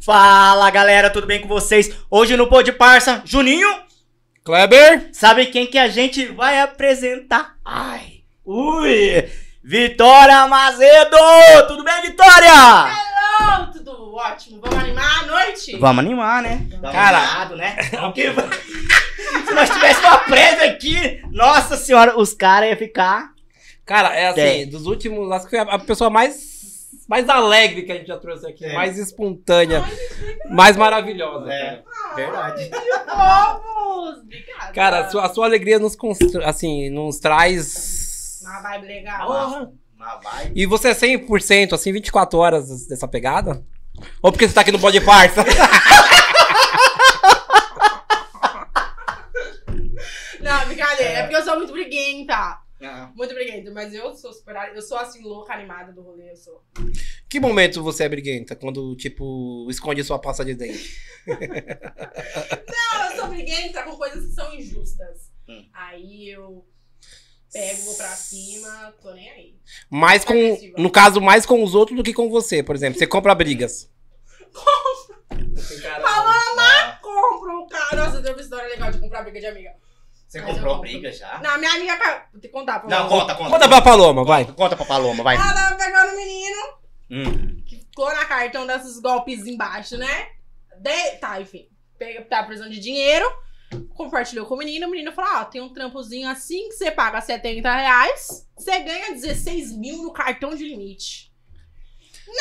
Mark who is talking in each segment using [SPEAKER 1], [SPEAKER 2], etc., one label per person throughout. [SPEAKER 1] Fala galera, tudo bem com vocês? Hoje no Pô de Parça, Juninho,
[SPEAKER 2] Kleber!
[SPEAKER 1] sabe quem que a gente vai apresentar? Ai, ui, Vitória Mazedo! Tudo bem, Vitória?
[SPEAKER 3] Então, tudo ótimo. Vamos animar a noite?
[SPEAKER 1] Vamos animar, né?
[SPEAKER 2] Cara.
[SPEAKER 1] Cara, né? Porque se nós tivéssemos uma presa aqui, nossa senhora, os caras iam ficar.
[SPEAKER 2] Cara, é assim,
[SPEAKER 1] Tem.
[SPEAKER 2] dos últimos, acho que foi a- a pessoa mais, mais alegre que a gente já trouxe aqui,
[SPEAKER 1] É.
[SPEAKER 2] mais espontânea, mais maravilhosa.
[SPEAKER 1] É.
[SPEAKER 2] Cara,
[SPEAKER 1] Verdade.
[SPEAKER 3] Vamos! Obrigada.
[SPEAKER 2] Cara, a, sua, a sua alegria nos, constra- assim, nos traz...
[SPEAKER 3] Uma vibe legal.
[SPEAKER 2] Porra.
[SPEAKER 1] Mas vai.
[SPEAKER 2] E você é 100%, assim, 24 horas dessa pegada? Ou porque você tá aqui no Pode Parça?
[SPEAKER 3] Não, brincadeira. É porque eu sou muito briguenta.
[SPEAKER 1] Não.
[SPEAKER 3] Muito briguenta. Mas eu sou super... Eu sou, assim, louca, animada do rolê. Eu sou.
[SPEAKER 2] que momento você é briguenta? Quando, tipo, esconde sua pasta de dente?
[SPEAKER 3] Não, eu sou briguenta com coisas que são injustas.
[SPEAKER 1] Hum.
[SPEAKER 3] Aí eu... Pego, vou pra cima. Tô nem aí.
[SPEAKER 2] Mais com,
[SPEAKER 3] Agressiva.
[SPEAKER 2] no caso, mais com os outros do que com você, por exemplo. Você compra brigas.
[SPEAKER 3] Falou! Compro um cara. Nossa, eu tenho uma história legal de comprar briga de amiga.
[SPEAKER 1] Você
[SPEAKER 3] Mas eu
[SPEAKER 1] comprou
[SPEAKER 3] compro.
[SPEAKER 1] briga já?
[SPEAKER 3] Não, minha amiga... ca- Vou ter que contar pra
[SPEAKER 1] Não,
[SPEAKER 3] vocês.
[SPEAKER 1] conta, conta.
[SPEAKER 2] Conta pra Paloma, vai.
[SPEAKER 1] Conta pra Paloma, vai.
[SPEAKER 3] Ela tava pegando um menino.
[SPEAKER 1] Hum.
[SPEAKER 3] que ficou na cartão desses golpes embaixo, né? De- Tá, enfim. Pega, tá precisando de dinheiro. Compartilhou com o menino. O menino falou: Ó, tem um trampozinho assim que você paga 70 reais. Você ganha 16 mil no cartão de limite.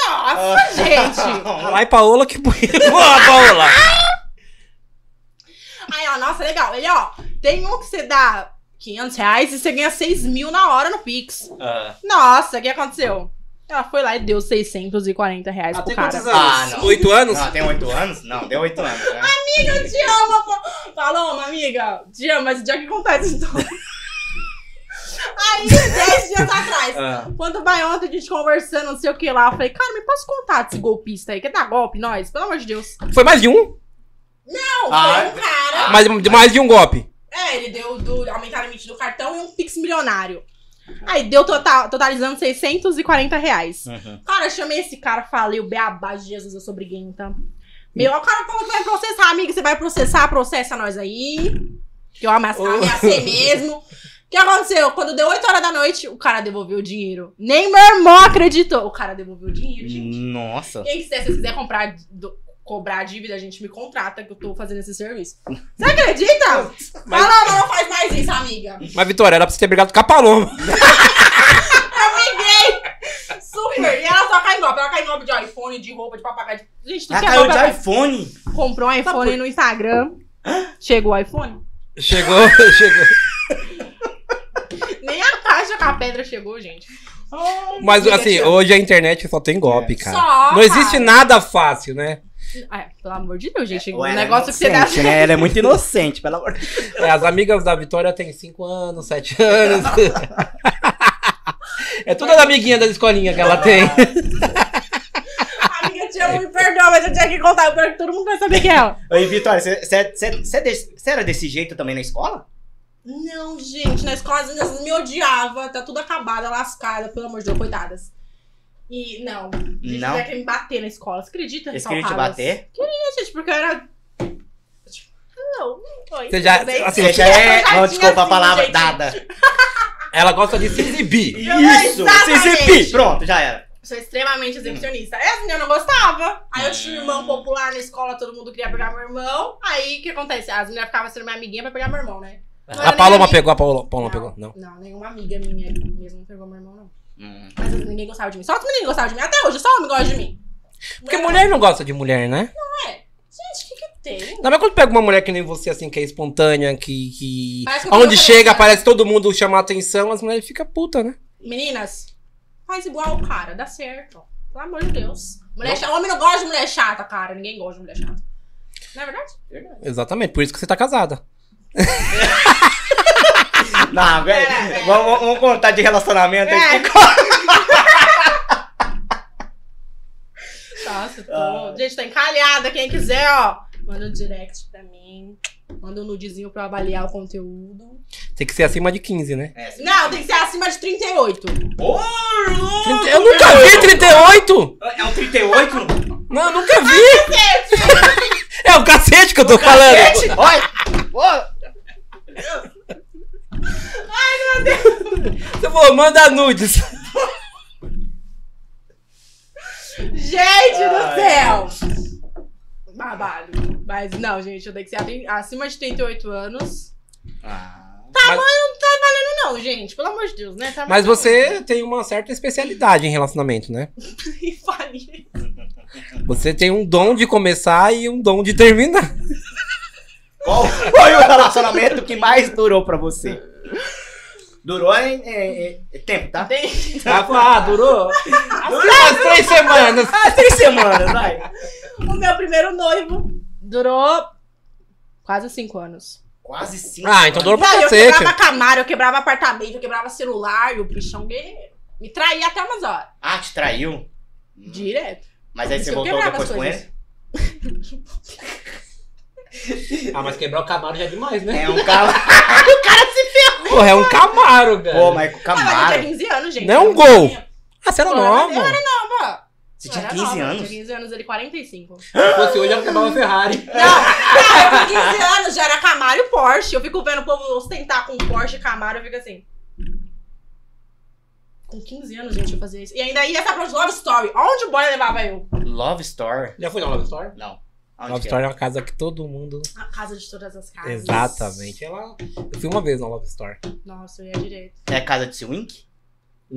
[SPEAKER 3] Nossa, gente!
[SPEAKER 2] Caralho, Paola, que bonito. Boa, Paola.
[SPEAKER 3] Aí, ó, nossa, legal. Ele, ó, tem um que você dá 500 reais e você ganha 6 mil na hora no Pix.
[SPEAKER 1] Ah,
[SPEAKER 3] Nossa, o que aconteceu? Ela foi lá e deu 640 reais pro cara.
[SPEAKER 1] Ah, não.
[SPEAKER 2] Oito anos?
[SPEAKER 1] não, tem oito anos? Não, deu oito anos, né?
[SPEAKER 3] Eu te amo, pa- Paloma, amiga. Te amo, mas tinha que contar essa história. Aí, 10 dias atrás,
[SPEAKER 2] Ah.
[SPEAKER 3] quando vai ontem, a gente conversando, não sei o que lá, eu falei, cara, me posso contar desse golpista aí? Quer dar golpe, nós? Pelo amor de Deus.
[SPEAKER 2] Foi mais de um?
[SPEAKER 3] Não,
[SPEAKER 1] Ah,
[SPEAKER 3] foi um cara.
[SPEAKER 2] Mais, de mais de um golpe.
[SPEAKER 3] É, ele deu do, aumentar o limite do cartão e um pix milionário. Aí deu total, totalizando 640 reais. Cara, eu chamei esse cara, falei o beabá de Jesus, eu sou briguenta. Meu, o cara falou que vai processar, amiga, você vai processar, processa nós aí. Que eu amasse-
[SPEAKER 2] Ô.
[SPEAKER 3] ameacei mesmo. O que aconteceu? Quando deu 8 horas da noite, o cara devolveu o dinheiro. Nem meu irmão acreditou. O cara devolveu o dinheiro, gente.
[SPEAKER 1] Nossa.
[SPEAKER 3] Quem quiser, se você quiser comprar, do- cobrar dívida, a gente me contrata que eu tô fazendo esse serviço. Você acredita?
[SPEAKER 2] Mas-
[SPEAKER 3] Fala, não faz mais isso, amiga.
[SPEAKER 2] Mas, Vitória, era pra você ter brigado com a Paloma.
[SPEAKER 3] Super. E ela só cai em golpe. Ela cai em golpe de iPhone, de roupa, de papagaio. de- Gente, tudo
[SPEAKER 1] Ela
[SPEAKER 3] que é
[SPEAKER 1] Ah, caiu
[SPEAKER 3] golpe, ela
[SPEAKER 1] de
[SPEAKER 3] cai.
[SPEAKER 1] iPhone.
[SPEAKER 3] Comprou um iPhone no Instagram. Chegou o iPhone?
[SPEAKER 2] Chegou, chegou.
[SPEAKER 3] Nem a caixa com a pedra chegou, gente. Ah,
[SPEAKER 2] Mas,
[SPEAKER 3] Diga,
[SPEAKER 2] assim,
[SPEAKER 3] tia.
[SPEAKER 2] hoje a internet só tem golpe, cara.
[SPEAKER 3] Só.
[SPEAKER 2] Não existe
[SPEAKER 3] cara.
[SPEAKER 2] nada fácil, né?
[SPEAKER 3] Ah, é, pelo amor de Deus, gente.
[SPEAKER 1] Ou
[SPEAKER 3] um
[SPEAKER 1] ela é
[SPEAKER 3] negócio que você dá.
[SPEAKER 1] inocente, né? Ela é muito inocente, pelo amor de Deus.
[SPEAKER 2] É, as amigas da Vitória têm cinco anos, sete anos. É toda a amiguinha da escolinha que ela tem.
[SPEAKER 3] Amiga, te
[SPEAKER 1] É.
[SPEAKER 3] amo, me perdoa, mas eu tinha que contar. Eu quero que todo mundo vai saber que é ela.
[SPEAKER 1] Oi, Vitória, você era desse jeito também na escola?
[SPEAKER 3] Não, gente, na escola as meninas me odiava. Tá tudo acabada, lascada, pelo amor de Deus, coitadas. E não,
[SPEAKER 1] Não?
[SPEAKER 3] não. que me bater na escola. Você acredita?
[SPEAKER 1] Eles queriam te
[SPEAKER 3] Saltadas?
[SPEAKER 1] bater?
[SPEAKER 3] É, gente, porque eu era. Tipo, Não, não foi.
[SPEAKER 2] Você já-
[SPEAKER 3] tudo bem.
[SPEAKER 2] assim,
[SPEAKER 1] Você já é.
[SPEAKER 3] Eu já
[SPEAKER 1] Não,
[SPEAKER 3] tinha
[SPEAKER 1] desculpa a
[SPEAKER 3] assim,
[SPEAKER 1] palavra
[SPEAKER 3] gente.
[SPEAKER 1] dada.
[SPEAKER 2] Ela gosta de se exibir.
[SPEAKER 1] Isso! Se
[SPEAKER 3] Exatamente.
[SPEAKER 1] exibir! Pronto, já era.
[SPEAKER 3] Sou extremamente
[SPEAKER 2] Hum.
[SPEAKER 3] exibicionista. Essa menina eu não gostava. Aí eu tinha um irmão popular na escola, todo mundo queria pegar meu irmão. Aí o que acontece? As meninas ficavam sendo minha amiguinha pra pegar meu irmão, né? Não era
[SPEAKER 2] A
[SPEAKER 3] nem
[SPEAKER 2] Paloma
[SPEAKER 3] amiga-
[SPEAKER 2] pegou, a Paola, Paloma pegou. Não.
[SPEAKER 3] Não, nenhuma amiga minha mesmo não pegou meu irmão, não.
[SPEAKER 2] Ah,
[SPEAKER 3] Mas assim, ninguém gostava de mim. Só os meninos gostavam de mim. Até hoje, só homem gosta de mim.
[SPEAKER 2] Porque mulher não gosta de mulher, né?
[SPEAKER 3] Gente, o que que tem?
[SPEAKER 2] Não, mas quando pega uma mulher que nem você, assim, que é espontânea, que. que...
[SPEAKER 3] Parece que eu né? tô
[SPEAKER 2] Onde
[SPEAKER 3] referência.
[SPEAKER 2] chega, parece todo mundo chamar atenção, as mulheres ficam puta, né?
[SPEAKER 3] Meninas, faz igual o cara, dá certo. Pelo amor de Deus. Mulher chata. Homem não gosta de mulher chata, cara. Ninguém gosta de mulher chata. Não é verdade?
[SPEAKER 2] Exatamente, por isso que você tá casada. tá.
[SPEAKER 1] Não, velho.
[SPEAKER 3] Pera, pera.
[SPEAKER 1] Vamos, vamos contar de relacionamento
[SPEAKER 3] É.
[SPEAKER 1] aqui. Conta.
[SPEAKER 3] Nossa, tô...
[SPEAKER 1] Ah.
[SPEAKER 3] Gente, tá encalhada. Quem quiser, ó, manda um direct pra mim. Manda um nudezinho pra eu avaliar o conteúdo.
[SPEAKER 2] Tem que ser acima de 15, né?
[SPEAKER 3] É.
[SPEAKER 1] É, assim,
[SPEAKER 3] Não, tem que ser acima de 38.
[SPEAKER 1] Ô, louco,
[SPEAKER 2] Eu nunca vi 38!
[SPEAKER 1] É um 38?
[SPEAKER 2] Não, nunca vi!
[SPEAKER 3] Ah,
[SPEAKER 2] É o cacete que eu tô falando!
[SPEAKER 1] Gente, olha! Ô,
[SPEAKER 2] Você falou, manda nudes!
[SPEAKER 3] Gente
[SPEAKER 1] Ai.
[SPEAKER 3] do céu! Babado. Mas não, gente, eu tenho que ser aten- acima de 38 anos.
[SPEAKER 2] Ah.
[SPEAKER 3] Não, gente, pelo amor de Deus, né? Tá
[SPEAKER 2] Mas
[SPEAKER 3] muito-
[SPEAKER 2] você tem uma certa especialidade em relacionamento, né?
[SPEAKER 3] E falei,
[SPEAKER 2] Você tem um dom de começar e um dom de terminar.
[SPEAKER 1] Qual foi o relacionamento que mais durou pra você? Durou em, em- em tempo, tá?
[SPEAKER 3] tem-
[SPEAKER 2] Ah, durou? Durou umas três semanas!
[SPEAKER 1] Ah, três semanas, vai.
[SPEAKER 3] O meu primeiro noivo durou quase cinco anos.
[SPEAKER 1] Quase cinco.
[SPEAKER 2] Ah, então durou pra
[SPEAKER 3] Não, eu
[SPEAKER 2] cacete!
[SPEAKER 3] quebrava camaro, eu quebrava apartamento, eu quebrava celular, e o bichão guerreiro. Me traía até umas horas.
[SPEAKER 1] Ah, te traiu?
[SPEAKER 3] Direto.
[SPEAKER 1] Mas aí você
[SPEAKER 3] Eu
[SPEAKER 1] voltou
[SPEAKER 3] quebrava
[SPEAKER 1] depois
[SPEAKER 3] as
[SPEAKER 1] com
[SPEAKER 3] coisas.
[SPEAKER 1] ele?
[SPEAKER 2] Ah, mas quebrar o Camaro já é demais, né?
[SPEAKER 1] É um carro.
[SPEAKER 2] Porra, é um Camaro, cara!
[SPEAKER 1] Pô, mas com
[SPEAKER 3] Ah, mas eu
[SPEAKER 1] Camaro.
[SPEAKER 3] tinha 15 anos, gente.
[SPEAKER 2] Não é um
[SPEAKER 3] Eu
[SPEAKER 2] gol.
[SPEAKER 3] tinha-
[SPEAKER 2] Ah, você era
[SPEAKER 3] Eu
[SPEAKER 2] nova!
[SPEAKER 3] era- Tava-
[SPEAKER 1] Você
[SPEAKER 3] eu
[SPEAKER 1] tinha
[SPEAKER 3] era
[SPEAKER 1] 15
[SPEAKER 3] nova, Eu
[SPEAKER 1] anos?
[SPEAKER 3] tinha 15 anos, ele 45.
[SPEAKER 2] Se fosse hoje, ela quebrava uma Ferrari.
[SPEAKER 3] Não, cara, eu tinha 15 anos, já era Camaro e Porsche. Eu fico vendo o povo ostentar com Porsche e Camaro, eu fico assim. Com 15 anos, gente, eu fazia isso. E ainda ia pra Love Story. Onde o boy levava eu?
[SPEAKER 1] Love Story?
[SPEAKER 2] Já foi na Love Store?
[SPEAKER 1] Não. Aonde
[SPEAKER 2] Love
[SPEAKER 1] que é?
[SPEAKER 2] Store é uma casa que todo mundo.
[SPEAKER 3] A casa de todas as casas.
[SPEAKER 2] Exatamente. Ela... Eu fui uma vez na Love Store.
[SPEAKER 3] Nossa, eu ia direito.
[SPEAKER 1] É casa de swing?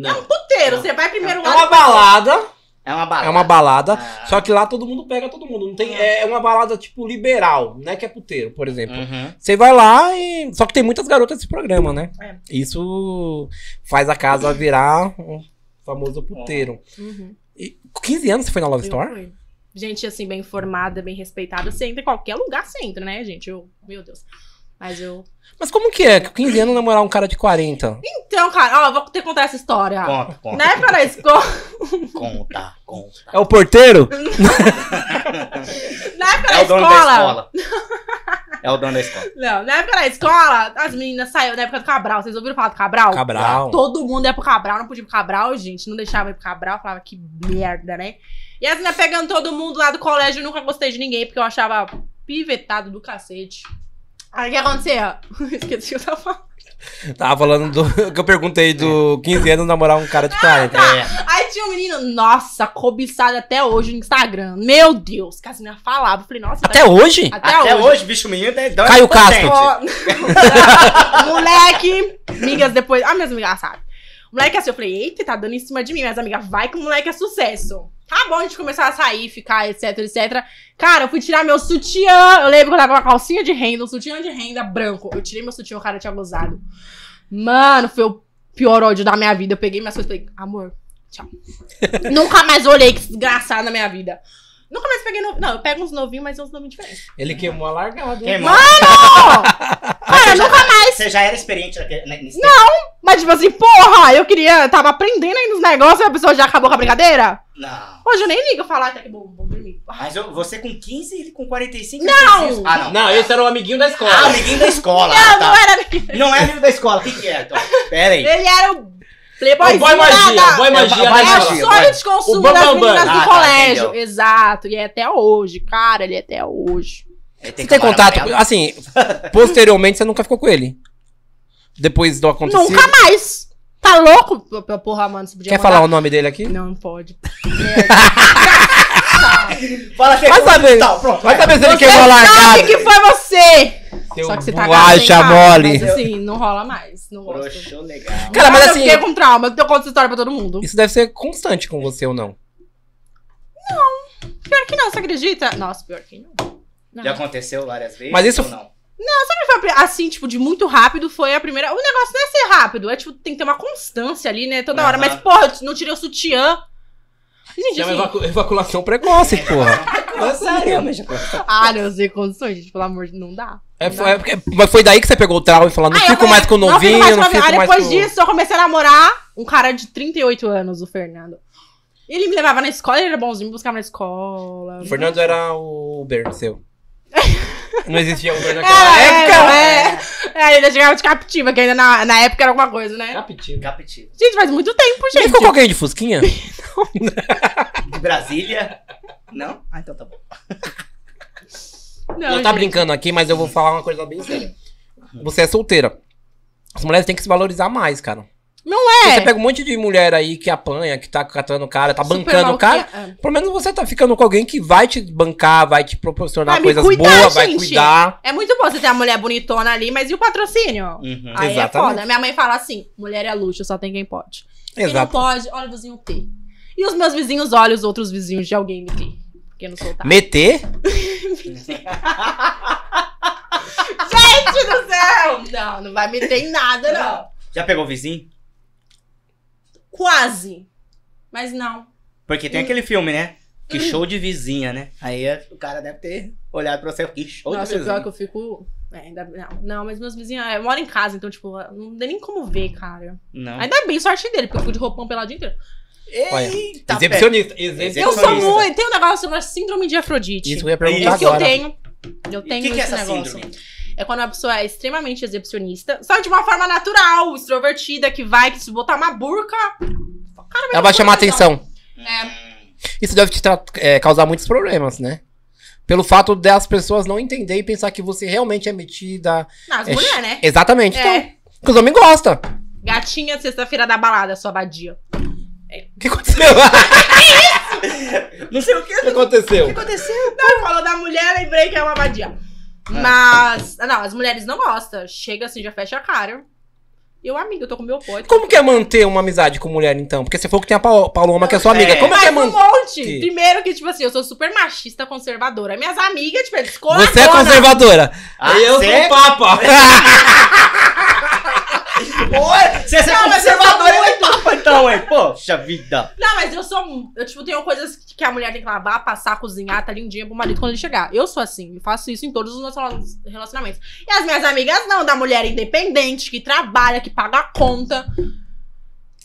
[SPEAKER 3] É um puteiro, você vai
[SPEAKER 2] É
[SPEAKER 3] primeiro lá.
[SPEAKER 2] uma balada.
[SPEAKER 1] É uma bala.
[SPEAKER 2] É uma balada.
[SPEAKER 1] Ah.
[SPEAKER 2] Só que lá todo mundo pega todo mundo. Não tem, é é uma balada, tipo, liberal, né? Que é puteiro, por exemplo.
[SPEAKER 1] Uhum.
[SPEAKER 2] Você vai lá e. Só que tem muitas garotas nesse programa, né?
[SPEAKER 3] É.
[SPEAKER 2] Isso faz a casa virar um famoso puteiro.
[SPEAKER 3] Uhum.
[SPEAKER 2] E com 15 anos você foi na Love
[SPEAKER 3] Eu
[SPEAKER 2] Store?
[SPEAKER 3] fui. Gente, assim, bem formada, bem respeitada. Você entra em qualquer lugar, você entra, né, gente? Eu, meu Deus. Mas eu.
[SPEAKER 2] Mas como que é? Que com 15 anos namorar um cara de 40?
[SPEAKER 3] Então, cara, ó, eu vou ter que contar essa história.
[SPEAKER 1] Conta, conta,
[SPEAKER 3] Né, para a escola.
[SPEAKER 1] conta, conta.
[SPEAKER 2] É o porteiro?
[SPEAKER 3] Na época
[SPEAKER 1] É
[SPEAKER 3] da
[SPEAKER 1] o dono
[SPEAKER 3] escola.
[SPEAKER 1] da escola. É o dono da escola.
[SPEAKER 3] Não, na época da escola, as meninas saíram na época do Cabral. Vocês ouviram falar do Cabral?
[SPEAKER 2] Cabral.
[SPEAKER 3] Todo mundo ia pro Cabral, não podia ir pro Cabral, gente. Não deixava ir pro Cabral, falava que merda, né? E as meninas pegando todo mundo lá do colégio, eu nunca gostei de ninguém, porque eu achava pivetado do cacete. Aí o que aconteceu? Esqueci o que eu tava falando.
[SPEAKER 2] Tava falando do que eu perguntei do 15 anos namorar um cara de 40.
[SPEAKER 1] É.
[SPEAKER 3] Aí tinha um menino, nossa, cobiçado até hoje no Instagram. Meu Deus, que as meninas falavam. Eu Falei, nossa, tá
[SPEAKER 2] Até hoje?
[SPEAKER 1] Até, hoje. bicho menino é doido.
[SPEAKER 2] Caio Castro.
[SPEAKER 1] potente.
[SPEAKER 3] Ó, moleque, amigas depois. Ah, minhas amigas sabem. O moleque assim, eu falei, eita, tá dando em cima de mim. Mas, amiga, vai que o moleque é sucesso. Tá bom, a gente começar a sair, ficar, etc, etc. Cara, eu fui tirar meu sutiã. Eu lembro que eu tava com uma calcinha de renda, um sutiã de renda branco. Eu tirei meu sutiã, o cara tinha gozado. Mano, foi o pior ódio da minha vida. Eu peguei minhas coisas e falei, amor, tchau. Nunca mais olhei que desgraçado na minha vida. Nunca mais peguei novinho. Não, eu pego uns novinhos, mas uns novinhos diferentes.
[SPEAKER 2] Ele queimou a largada.
[SPEAKER 1] Quem
[SPEAKER 2] hein?
[SPEAKER 1] manda?
[SPEAKER 3] Ó,
[SPEAKER 1] Mas
[SPEAKER 3] cara,
[SPEAKER 1] você
[SPEAKER 3] nunca
[SPEAKER 1] já- Você já era experiente naquele, ne- nesse Não.
[SPEAKER 3] Mas, tipo assim, porra, eu queria. Tava aprendendo aí nos negócios e a pessoa já acabou com a brincadeira?
[SPEAKER 1] Não.
[SPEAKER 3] Hoje eu nem ligo falar, tá que bom, vou dormir.
[SPEAKER 1] Mas eu- você com 15 e ele com 45. Não! Ah, não.
[SPEAKER 2] Não, esse era o amiguinho da escola.
[SPEAKER 1] Ah, amiguinho da escola.
[SPEAKER 3] Não,
[SPEAKER 1] ah, tá.
[SPEAKER 3] não era.
[SPEAKER 1] Não é amigo da escola. O que, que é, então? Pera aí.
[SPEAKER 3] Ele era o playboy
[SPEAKER 2] o boy magia, boy magia.
[SPEAKER 1] boy
[SPEAKER 2] né,
[SPEAKER 3] É
[SPEAKER 1] magia.
[SPEAKER 3] o
[SPEAKER 2] Carol?
[SPEAKER 3] sonho de
[SPEAKER 2] O
[SPEAKER 3] consumo
[SPEAKER 2] Bam
[SPEAKER 3] das
[SPEAKER 2] Bam Bam.
[SPEAKER 3] meninas do
[SPEAKER 1] Ah, tá,
[SPEAKER 3] colégio.
[SPEAKER 1] entendeu.
[SPEAKER 3] Exato, e é até hoje, cara, ele é até hoje.
[SPEAKER 2] Você tem contato? Assim, posteriormente você nunca ficou com ele? Depois do acontecido.
[SPEAKER 3] Nunca mais! Tá louco? P- p- Porra, mano, você podia
[SPEAKER 2] Quer falar um-
[SPEAKER 3] mandar-
[SPEAKER 2] o nome dele aqui?
[SPEAKER 3] Não, não pode.
[SPEAKER 1] Fala que é
[SPEAKER 2] Vai
[SPEAKER 1] coisa
[SPEAKER 2] saber.
[SPEAKER 1] e tal, Pronto.
[SPEAKER 2] Vai saber se ele
[SPEAKER 3] Você
[SPEAKER 2] queimou a
[SPEAKER 3] sabe
[SPEAKER 2] largada.
[SPEAKER 3] que foi você!
[SPEAKER 2] Seu
[SPEAKER 3] Só que você tá
[SPEAKER 2] bolacha
[SPEAKER 3] hein, cara?
[SPEAKER 2] mole.
[SPEAKER 3] Mas assim, não rola mais. Não gosto.
[SPEAKER 1] Broxou legal.
[SPEAKER 2] Cara, mas
[SPEAKER 3] eu
[SPEAKER 2] assim-
[SPEAKER 3] fiquei com trauma, eu conto essa história pra todo mundo.
[SPEAKER 2] Isso deve ser constante com você ou não?
[SPEAKER 3] Pior que não, você acredita? Nossa, pior que não. Não.
[SPEAKER 1] Já aconteceu várias vezes?
[SPEAKER 2] Mas isso-
[SPEAKER 1] ou não?
[SPEAKER 3] Sabe, foi a pri- assim, tipo, de muito rápido foi a primeira. O negócio não é ser rápido, é tipo, tem que ter uma constância ali, né? Toda hora.
[SPEAKER 1] Aham.
[SPEAKER 3] Mas, porra, eu t- não tirei o sutiã. Gente,
[SPEAKER 2] é
[SPEAKER 3] assim,
[SPEAKER 2] evaculação precoce, porra. É sério, né?
[SPEAKER 3] ah, não sei condições, gente, pelo amor de Deus, não dá.
[SPEAKER 2] É, foi- é porque- mas foi daí que você pegou o trauma e falou, não
[SPEAKER 3] Ah, eu
[SPEAKER 2] fico
[SPEAKER 3] falei,
[SPEAKER 2] mais com o novinho,
[SPEAKER 3] mais com
[SPEAKER 2] não
[SPEAKER 3] a-
[SPEAKER 2] fico
[SPEAKER 3] Aí
[SPEAKER 2] mais com...
[SPEAKER 3] depois disso, eu comecei a namorar um cara de 38 anos, o Fernando. Ele me levava na escola, ele era bonzinho, me buscava na escola.
[SPEAKER 2] O Fernando era o Uber seu. Não existia Uber naquela
[SPEAKER 3] É,
[SPEAKER 2] época.
[SPEAKER 3] é, é, é, ele chegava de captiva, que ainda na, na época era alguma coisa, né?
[SPEAKER 2] Capitivo.
[SPEAKER 1] Capitivo.
[SPEAKER 3] Gente, Então, faz muito tempo,
[SPEAKER 2] Ele
[SPEAKER 3] gente.
[SPEAKER 2] ficou com alguém de fusquinha?
[SPEAKER 1] De Brasília. Não? Ah, então tá bom.
[SPEAKER 3] Não,
[SPEAKER 2] Não tá
[SPEAKER 3] gente.
[SPEAKER 2] brincando aqui, mas eu vou falar uma coisa bem séria. Você é solteira. As mulheres têm que se valorizar mais, cara. Você
[SPEAKER 3] É,
[SPEAKER 2] pega um monte de mulher aí que apanha, que tá catando o cara, tá
[SPEAKER 3] super é.
[SPEAKER 2] bancando o cara.
[SPEAKER 3] malquia-
[SPEAKER 2] Pelo menos você tá ficando com alguém que vai te bancar, vai te proporcionar
[SPEAKER 3] Vai me
[SPEAKER 2] coisas
[SPEAKER 3] cuidar,
[SPEAKER 2] boas, vai
[SPEAKER 3] gente.
[SPEAKER 2] cuidar.
[SPEAKER 3] É muito bom você ter uma mulher bonitona ali, mas e o patrocínio?
[SPEAKER 1] Uhum.
[SPEAKER 3] Aí
[SPEAKER 2] Hum, Exatamente.
[SPEAKER 3] é foda. Minha mãe fala assim: mulher é luxo, só tem quem pode. Quem não
[SPEAKER 2] Exato.
[SPEAKER 3] pode, olha o vizinho ter. E os meus vizinhos olham os outros vizinhos de alguém me ter. Porque eu não sou tá.
[SPEAKER 2] Meter?
[SPEAKER 3] Gente do céu! Não, não vai me ter em nada, não.
[SPEAKER 1] Ah. Já pegou o vizinho?
[SPEAKER 3] Quase. Mas não.
[SPEAKER 1] Porque tem aquele filme, né? Que show de vizinha, né? Aí o cara deve ter olhado pra você. Que show
[SPEAKER 3] Nossa,
[SPEAKER 1] de
[SPEAKER 3] o pior é que
[SPEAKER 1] vizinha.
[SPEAKER 3] eu fico. É, ainda... não, não, mas meus vizinhos. Eu moro em casa, então, tipo, não tem nem como ver, cara.
[SPEAKER 2] Ah.
[SPEAKER 1] Não.
[SPEAKER 3] Ainda bem sorte dele, porque eu fico de roupão pela dia inteira.
[SPEAKER 2] Olha,
[SPEAKER 1] Eita, pé.
[SPEAKER 2] Exibicionista. Exibicionista.
[SPEAKER 3] Tá, Eu sou
[SPEAKER 1] Perfeccionista.
[SPEAKER 3] muito. Tem um negócio chamado Síndrome de Afrodite.
[SPEAKER 2] é Isso que eu ia
[SPEAKER 3] É
[SPEAKER 2] perguntar
[SPEAKER 1] Isso
[SPEAKER 3] isso que eu
[SPEAKER 2] agora.
[SPEAKER 3] tenho. Eu
[SPEAKER 1] O
[SPEAKER 3] tenho
[SPEAKER 1] que, que é
[SPEAKER 3] esse
[SPEAKER 1] essa
[SPEAKER 3] negócio.
[SPEAKER 1] síndrome?
[SPEAKER 3] É quando a pessoa é extremamente exibicionista, só de uma forma natural, extrovertida, que vai, que se botar uma burca. Cara,
[SPEAKER 2] Ela vai chamar
[SPEAKER 3] não.
[SPEAKER 2] atenção.
[SPEAKER 3] É,
[SPEAKER 2] Isso deve te tra- é, causar muitos problemas, né? Pelo fato das pessoas não entender e pensar que você realmente é metida.
[SPEAKER 3] nas
[SPEAKER 2] É
[SPEAKER 3] mulheres, né?
[SPEAKER 2] Exatamente. Então,
[SPEAKER 3] É,
[SPEAKER 2] porque os homens gostam.
[SPEAKER 3] gatinha de sexta-feira da balada, sua badia.
[SPEAKER 2] O que aconteceu?
[SPEAKER 1] Não sei o que. é.
[SPEAKER 2] O que aconteceu? Ah.
[SPEAKER 1] aconteceu?
[SPEAKER 3] Não, falou da mulher, lembrei que é uma badia. Mas, não, as mulheres não gostam. Chega assim, já fecha a cara. Eu, amiga, eu tô com meu pote.
[SPEAKER 2] Como que é manter uma amizade com mulher, então? Porque você falou que tem a Pau- Paloma, que é sua amiga.
[SPEAKER 1] É.
[SPEAKER 2] Como que é
[SPEAKER 3] Mas um
[SPEAKER 2] manter?
[SPEAKER 3] monte.
[SPEAKER 2] Que-
[SPEAKER 3] Primeiro que, tipo assim, eu sou super machista, conservadora. Minhas amigas, tipo, eles
[SPEAKER 2] Você é conservadora.
[SPEAKER 1] Ah,
[SPEAKER 2] eu sou
[SPEAKER 1] sério?
[SPEAKER 2] o Papa.
[SPEAKER 1] Oi, você é
[SPEAKER 3] Não, mas eu
[SPEAKER 1] conservador,
[SPEAKER 3] sou
[SPEAKER 1] hein, papa, então, hein? Poxa vida.
[SPEAKER 3] Não, mas eu sou. Eu, tipo, tenho coisas que a mulher tem que lavar, passar, cozinhar, tá lindinha pro marido quando ele chegar. Eu sou assim, eu faço isso em todos os meus rela- relacionamentos. E as minhas amigas não, da mulher independente, que trabalha, que paga a conta.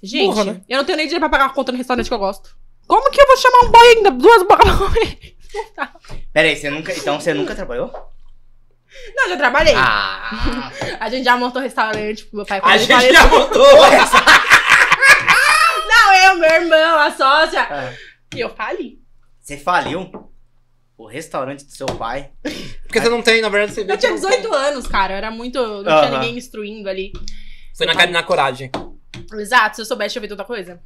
[SPEAKER 3] Gente,
[SPEAKER 2] Burra, né?
[SPEAKER 3] eu não tenho nem dinheiro pra pagar a conta no restaurante que eu gosto. Como que eu vou chamar um boy ainda? Duas bocas pra comer?
[SPEAKER 1] Pera aí, você nunca. Então você nunca trabalhou?
[SPEAKER 3] Não, eu já trabalhei.
[SPEAKER 1] Ah!
[SPEAKER 3] A gente já montou restaurante pro meu pai quando
[SPEAKER 2] A
[SPEAKER 3] ele
[SPEAKER 2] gente
[SPEAKER 3] faleceu.
[SPEAKER 2] já botou.
[SPEAKER 3] Não, eu, meu irmão, a sócia. E eu fali.
[SPEAKER 1] Você tá. faliu o restaurante do seu pai.
[SPEAKER 2] Porque você não tem, na verdade, você vê
[SPEAKER 3] Eu tinha
[SPEAKER 2] que não
[SPEAKER 3] 18 anos, cara. Eu era muito. Não tinha
[SPEAKER 1] Aham.
[SPEAKER 3] ninguém me instruindo ali.
[SPEAKER 2] tem. Foi na cara e na coragem.
[SPEAKER 3] Exato, se eu soubesse, eu vi tanta coisa.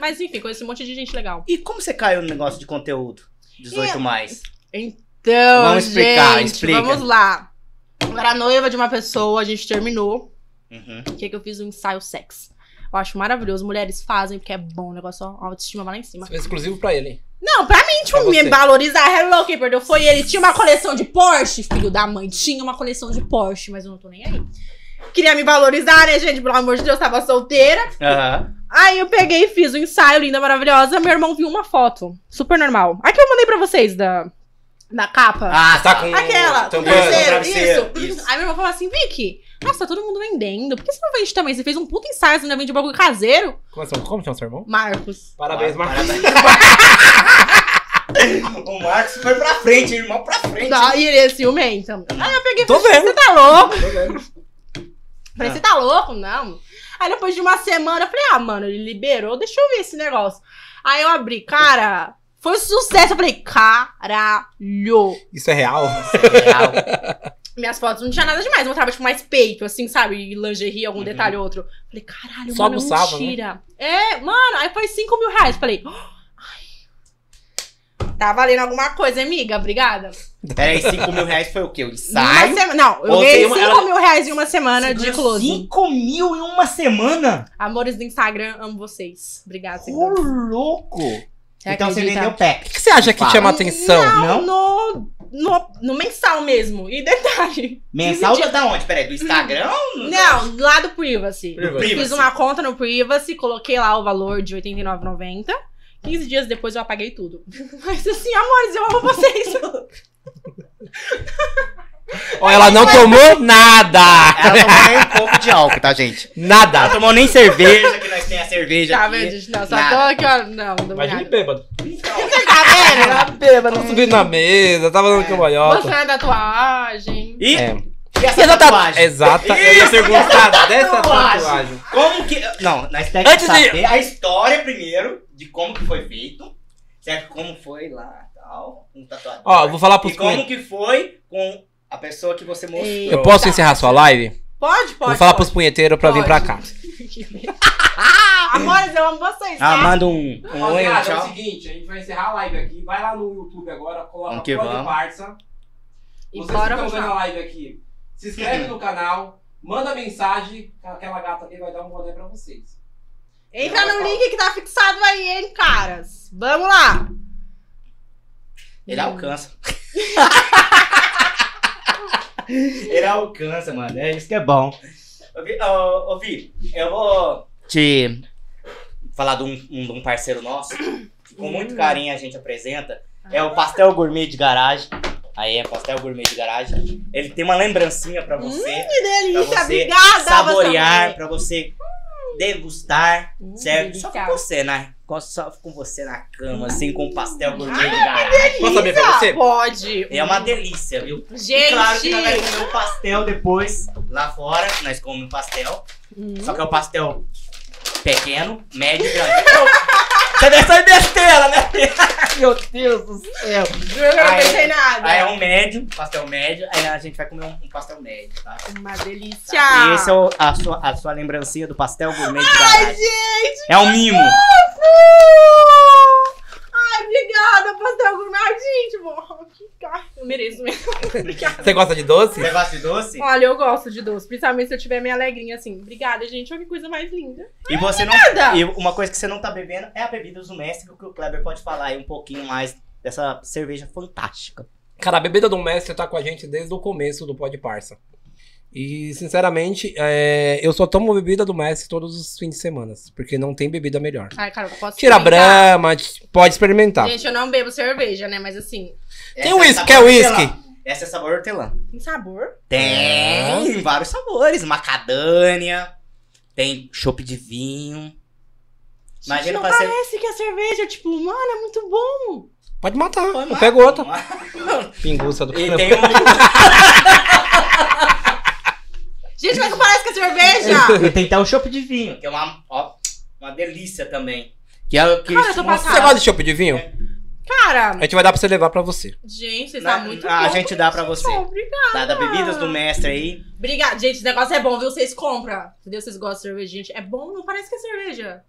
[SPEAKER 3] Mas enfim, conheci um monte de gente legal.
[SPEAKER 1] E como você caiu no negócio de conteúdo? 18 mais.
[SPEAKER 3] Então,
[SPEAKER 1] Vamos explicar,
[SPEAKER 3] gente,
[SPEAKER 1] explica.
[SPEAKER 3] vamos lá. Eu era noiva de uma pessoa, a gente terminou.
[SPEAKER 1] Uhum.
[SPEAKER 3] O que que eu fiz? Um ensaio sexo. Eu acho maravilhoso. Mulheres fazem, porque é bom o negócio. ó, A autoestima vai lá em cima.
[SPEAKER 2] Isso foi exclusivo pra ele.
[SPEAKER 3] Não, pra mim, tipo,
[SPEAKER 2] Pra você.
[SPEAKER 3] me valorizar. Hello, quem perdeu foi ele. Tinha uma coleção de Porsche, filho da mãe. Tinha uma coleção de Porsche, mas eu não tô nem aí. Queria me valorizar, né, gente? Pelo amor de Deus, tava solteira.
[SPEAKER 1] Aham.
[SPEAKER 3] Aí eu peguei e fiz o ensaio, linda, maravilhosa. Meu irmão viu uma foto. Super normal. A que eu mandei pra vocês da, da capa.
[SPEAKER 1] Ah,
[SPEAKER 2] Tá com
[SPEAKER 3] Aquela, com
[SPEAKER 2] tampando.
[SPEAKER 1] travesseiro.
[SPEAKER 3] parceiro,
[SPEAKER 1] travesseiro,
[SPEAKER 3] isso.
[SPEAKER 1] isso.
[SPEAKER 3] Aí meu irmão falou assim, Vicky, nossa, tá todo mundo vendendo. Por que você não vende também? Você fez um puta ensaio, você ainda vende bagulho caseiro?
[SPEAKER 2] Como, é seu- como chama seu irmão?
[SPEAKER 3] Marcos.
[SPEAKER 2] Parabéns, Marcos.
[SPEAKER 1] O Marcos foi pra frente, irmão, pra frente.
[SPEAKER 3] Não, e ele é ciumento. Aí eu peguei e
[SPEAKER 2] Tô
[SPEAKER 3] falei,
[SPEAKER 2] vendo.
[SPEAKER 3] você tá louco? Falei, você tá louco? Não. Aí depois de uma semana, eu falei, ah, mano, ele liberou, deixa eu ver esse negócio. Aí eu abri, cara, foi um sucesso. Eu falei, caralho.
[SPEAKER 2] Isso é real?
[SPEAKER 1] Tá.
[SPEAKER 3] Minhas fotos não tinha nada demais. Mostrava, tipo, mais peito, assim, sabe? E lingerie, algum
[SPEAKER 1] Uhum. né?"
[SPEAKER 3] detalhe ou outro. Falei, caralho,
[SPEAKER 2] Só
[SPEAKER 3] mano,
[SPEAKER 2] abusava,
[SPEAKER 3] mentira. É, mano, aí foi 5 mil reais. Falei, ai. Tá valendo alguma coisa, hein, amiga? Obrigada.
[SPEAKER 1] Pera aí, 5 mil reais foi o quê? O
[SPEAKER 3] Uma
[SPEAKER 1] ensaio?
[SPEAKER 3] sema- Não, eu
[SPEAKER 1] Ou
[SPEAKER 3] ganhei
[SPEAKER 1] tem uma-
[SPEAKER 3] 5
[SPEAKER 1] ela-
[SPEAKER 3] mil reais em uma semana de close.
[SPEAKER 1] 5 mil em uma semana?
[SPEAKER 3] Amores do Instagram, amo vocês. Obrigada,
[SPEAKER 1] Ô,
[SPEAKER 3] seguidores.
[SPEAKER 1] louco!
[SPEAKER 3] Você
[SPEAKER 1] Então você
[SPEAKER 3] acredita?
[SPEAKER 1] vendeu pack.
[SPEAKER 2] O que você acha que
[SPEAKER 1] Fala.
[SPEAKER 2] chama atenção?
[SPEAKER 1] Não?
[SPEAKER 3] No, no, no mensal mesmo. E detalhe.
[SPEAKER 1] Mensal
[SPEAKER 3] Quinze
[SPEAKER 1] já da onde? Pera aí, do Instagram?
[SPEAKER 3] Não, lá do privacy.
[SPEAKER 1] Do
[SPEAKER 2] Privacy.
[SPEAKER 3] Fiz uma conta no Privacy, coloquei lá o valor de R$ 89,90. 15 dias depois eu apaguei tudo. Mas assim, amores, eu amo vocês.
[SPEAKER 2] Ó, ela não tomou nada!
[SPEAKER 1] Ela tomou nem um pouco de álcool, tá, gente? Ela
[SPEAKER 2] Nada!
[SPEAKER 1] tomou nem cerveja, que nós temos a cerveja
[SPEAKER 3] tá
[SPEAKER 1] aqui.
[SPEAKER 3] vendo? gente? Não, só
[SPEAKER 1] nada.
[SPEAKER 3] tô aqui, ó. Não, não dou nada.
[SPEAKER 2] bêbado.
[SPEAKER 3] Você tá
[SPEAKER 1] Era bêbada.
[SPEAKER 2] Tava subindo na mesa, tava dando
[SPEAKER 3] vendo?
[SPEAKER 2] cambalhota.
[SPEAKER 3] Mostrando a é tatuagem.
[SPEAKER 1] E,
[SPEAKER 2] É.
[SPEAKER 1] e essa tatuagem?
[SPEAKER 2] Exata. Eu ia
[SPEAKER 1] Isso,
[SPEAKER 2] perguntar dessa
[SPEAKER 1] tatuagem.
[SPEAKER 2] tatuagem.
[SPEAKER 1] Como que... Não, nós temos que
[SPEAKER 2] Antes de-
[SPEAKER 1] saber a história primeiro, de como que foi feito, certo? Como foi lá. tal, um tatuador.
[SPEAKER 2] Ó, eu vou falar pros
[SPEAKER 1] e como
[SPEAKER 2] cunhados.
[SPEAKER 1] que foi com a pessoa que você mostrou.
[SPEAKER 2] Eu
[SPEAKER 4] tá.
[SPEAKER 2] posso encerrar sua live?
[SPEAKER 3] Pode, pode.
[SPEAKER 2] vou falar
[SPEAKER 3] pode.
[SPEAKER 2] pros punheteiros pra vir pra cá.
[SPEAKER 3] Amores, eu amo vocês, tá?
[SPEAKER 1] Ah, manda um, um oi,
[SPEAKER 4] Rapaziada,
[SPEAKER 1] um
[SPEAKER 4] é o
[SPEAKER 1] tchau.
[SPEAKER 4] seguinte, a gente vai encerrar a live aqui. Vai lá no YouTube agora, coloca
[SPEAKER 1] Vamos que
[SPEAKER 4] Pod
[SPEAKER 1] vamos.
[SPEAKER 4] Barça.
[SPEAKER 3] E
[SPEAKER 4] Vocês
[SPEAKER 3] bora
[SPEAKER 4] que estão vendo
[SPEAKER 3] continuar.
[SPEAKER 4] a live aqui, se inscreve no canal, manda mensagem, que aquela gata aqui vai dar um boné pra vocês.
[SPEAKER 3] Entra no link que tá fixado aí, hein, caras. Vamos lá.
[SPEAKER 1] Ele
[SPEAKER 3] Hum.
[SPEAKER 1] alcança. Ele alcança, mano. É isso que é bom. Ô, Vi, ô, ô, Vi, eu vou te falar de um, um- de um parceiro nosso. que Com muito carinho a gente apresenta. É o Pastel Gourmet de Garagem. Aí é Pastel Gourmet de Garagem. Ele tem uma lembrancinha pra você
[SPEAKER 3] Que delícia,
[SPEAKER 1] Pra você
[SPEAKER 3] obrigada.
[SPEAKER 1] saborear, pra você degustar,
[SPEAKER 3] Hum,
[SPEAKER 1] certo? Só com
[SPEAKER 3] delícia.
[SPEAKER 1] você, né? Com- Só com você na cama, assim, com o Pastel Gourmet de Garagem.
[SPEAKER 2] Posso abrir pra você?
[SPEAKER 3] Pode.
[SPEAKER 1] É uma delícia, viu? E
[SPEAKER 3] Gente.
[SPEAKER 1] Claro que nós vamos comer o pastel depois. Lá fora, nós comemos pastel.
[SPEAKER 3] Hum.
[SPEAKER 1] Só que é o pastel pequeno, médio e grande. Você deve saber besteira, né? Meu Deus do céu.
[SPEAKER 3] Eu não
[SPEAKER 1] Aí-
[SPEAKER 3] pensei nada.
[SPEAKER 1] Aí é um médio, pastel médio. Aí a gente vai comer um, um pastel médio, tá?
[SPEAKER 3] Uma delícia.
[SPEAKER 1] E esse é o- a, sua, a sua lembrancinha do pastel gourmet de Ai, gente! É um mimo.
[SPEAKER 3] Ai, obrigada, pastel gourmet. Gente, bom. que car- Eu mereço mesmo. obrigada.
[SPEAKER 2] Você gosta de doce?
[SPEAKER 1] Negócio de doce.
[SPEAKER 3] Olha, eu gosto de doce, principalmente se eu tiver minha alegrinha assim. Obrigada, gente. Olha que coisa mais linda.
[SPEAKER 1] E você não.
[SPEAKER 3] Nada.
[SPEAKER 1] E uma coisa que você não tá bebendo é a bebida do mestre, que o Kleber pode falar aí um pouquinho mais dessa cerveja fantástica.
[SPEAKER 2] Cara, a bebida do mestre tá com a gente desde o começo do Pod Parça. E, sinceramente, é, eu só tomo bebida do mestre todos os fins de semana, porque não tem bebida melhor.
[SPEAKER 3] Ai, cara, eu posso
[SPEAKER 2] Tira a
[SPEAKER 3] experimentar?
[SPEAKER 2] brama, t- pode experimentar.
[SPEAKER 3] tá. Gente, eu não bebo cerveja, né? Mas assim,
[SPEAKER 2] Tem
[SPEAKER 1] Essa é
[SPEAKER 2] uísque,
[SPEAKER 1] sabor
[SPEAKER 2] quer
[SPEAKER 1] hortelã.
[SPEAKER 2] uísque?
[SPEAKER 1] Essa é sabor hortelã.
[SPEAKER 3] tem sabor.
[SPEAKER 1] Tem vários sabores. Macadânia. Tem chopp de vinho.
[SPEAKER 3] Gente,
[SPEAKER 1] Imagina
[SPEAKER 3] não
[SPEAKER 1] pra ser.
[SPEAKER 3] parece que a cerveja, tipo, mano, é muito bom.
[SPEAKER 2] Pode matar, eu pego outra. Pinguça do
[SPEAKER 1] E
[SPEAKER 2] cara.
[SPEAKER 1] tem um.
[SPEAKER 3] Gente, mas não parece que a cerveja.
[SPEAKER 1] E tem até o chopp de vinho, que é uma, ó, uma delícia também. Que é o que
[SPEAKER 3] Cara, eu tô
[SPEAKER 1] nossa,
[SPEAKER 2] Você gosta de chopp de vinho?
[SPEAKER 3] Cara,
[SPEAKER 2] A gente vai dar pra você levar pra você.
[SPEAKER 3] gente, você
[SPEAKER 1] na-
[SPEAKER 3] tá muito
[SPEAKER 1] a
[SPEAKER 3] bom.
[SPEAKER 1] gente dá pra você.
[SPEAKER 3] Obrigada.
[SPEAKER 1] Da, da bebidas do mestre aí.
[SPEAKER 3] Obrigada. Gente, esse negócio é bom, viu? Vocês compram. Entendeu? Vocês gostam de cerveja, gente. É bom, não parece que é cerveja.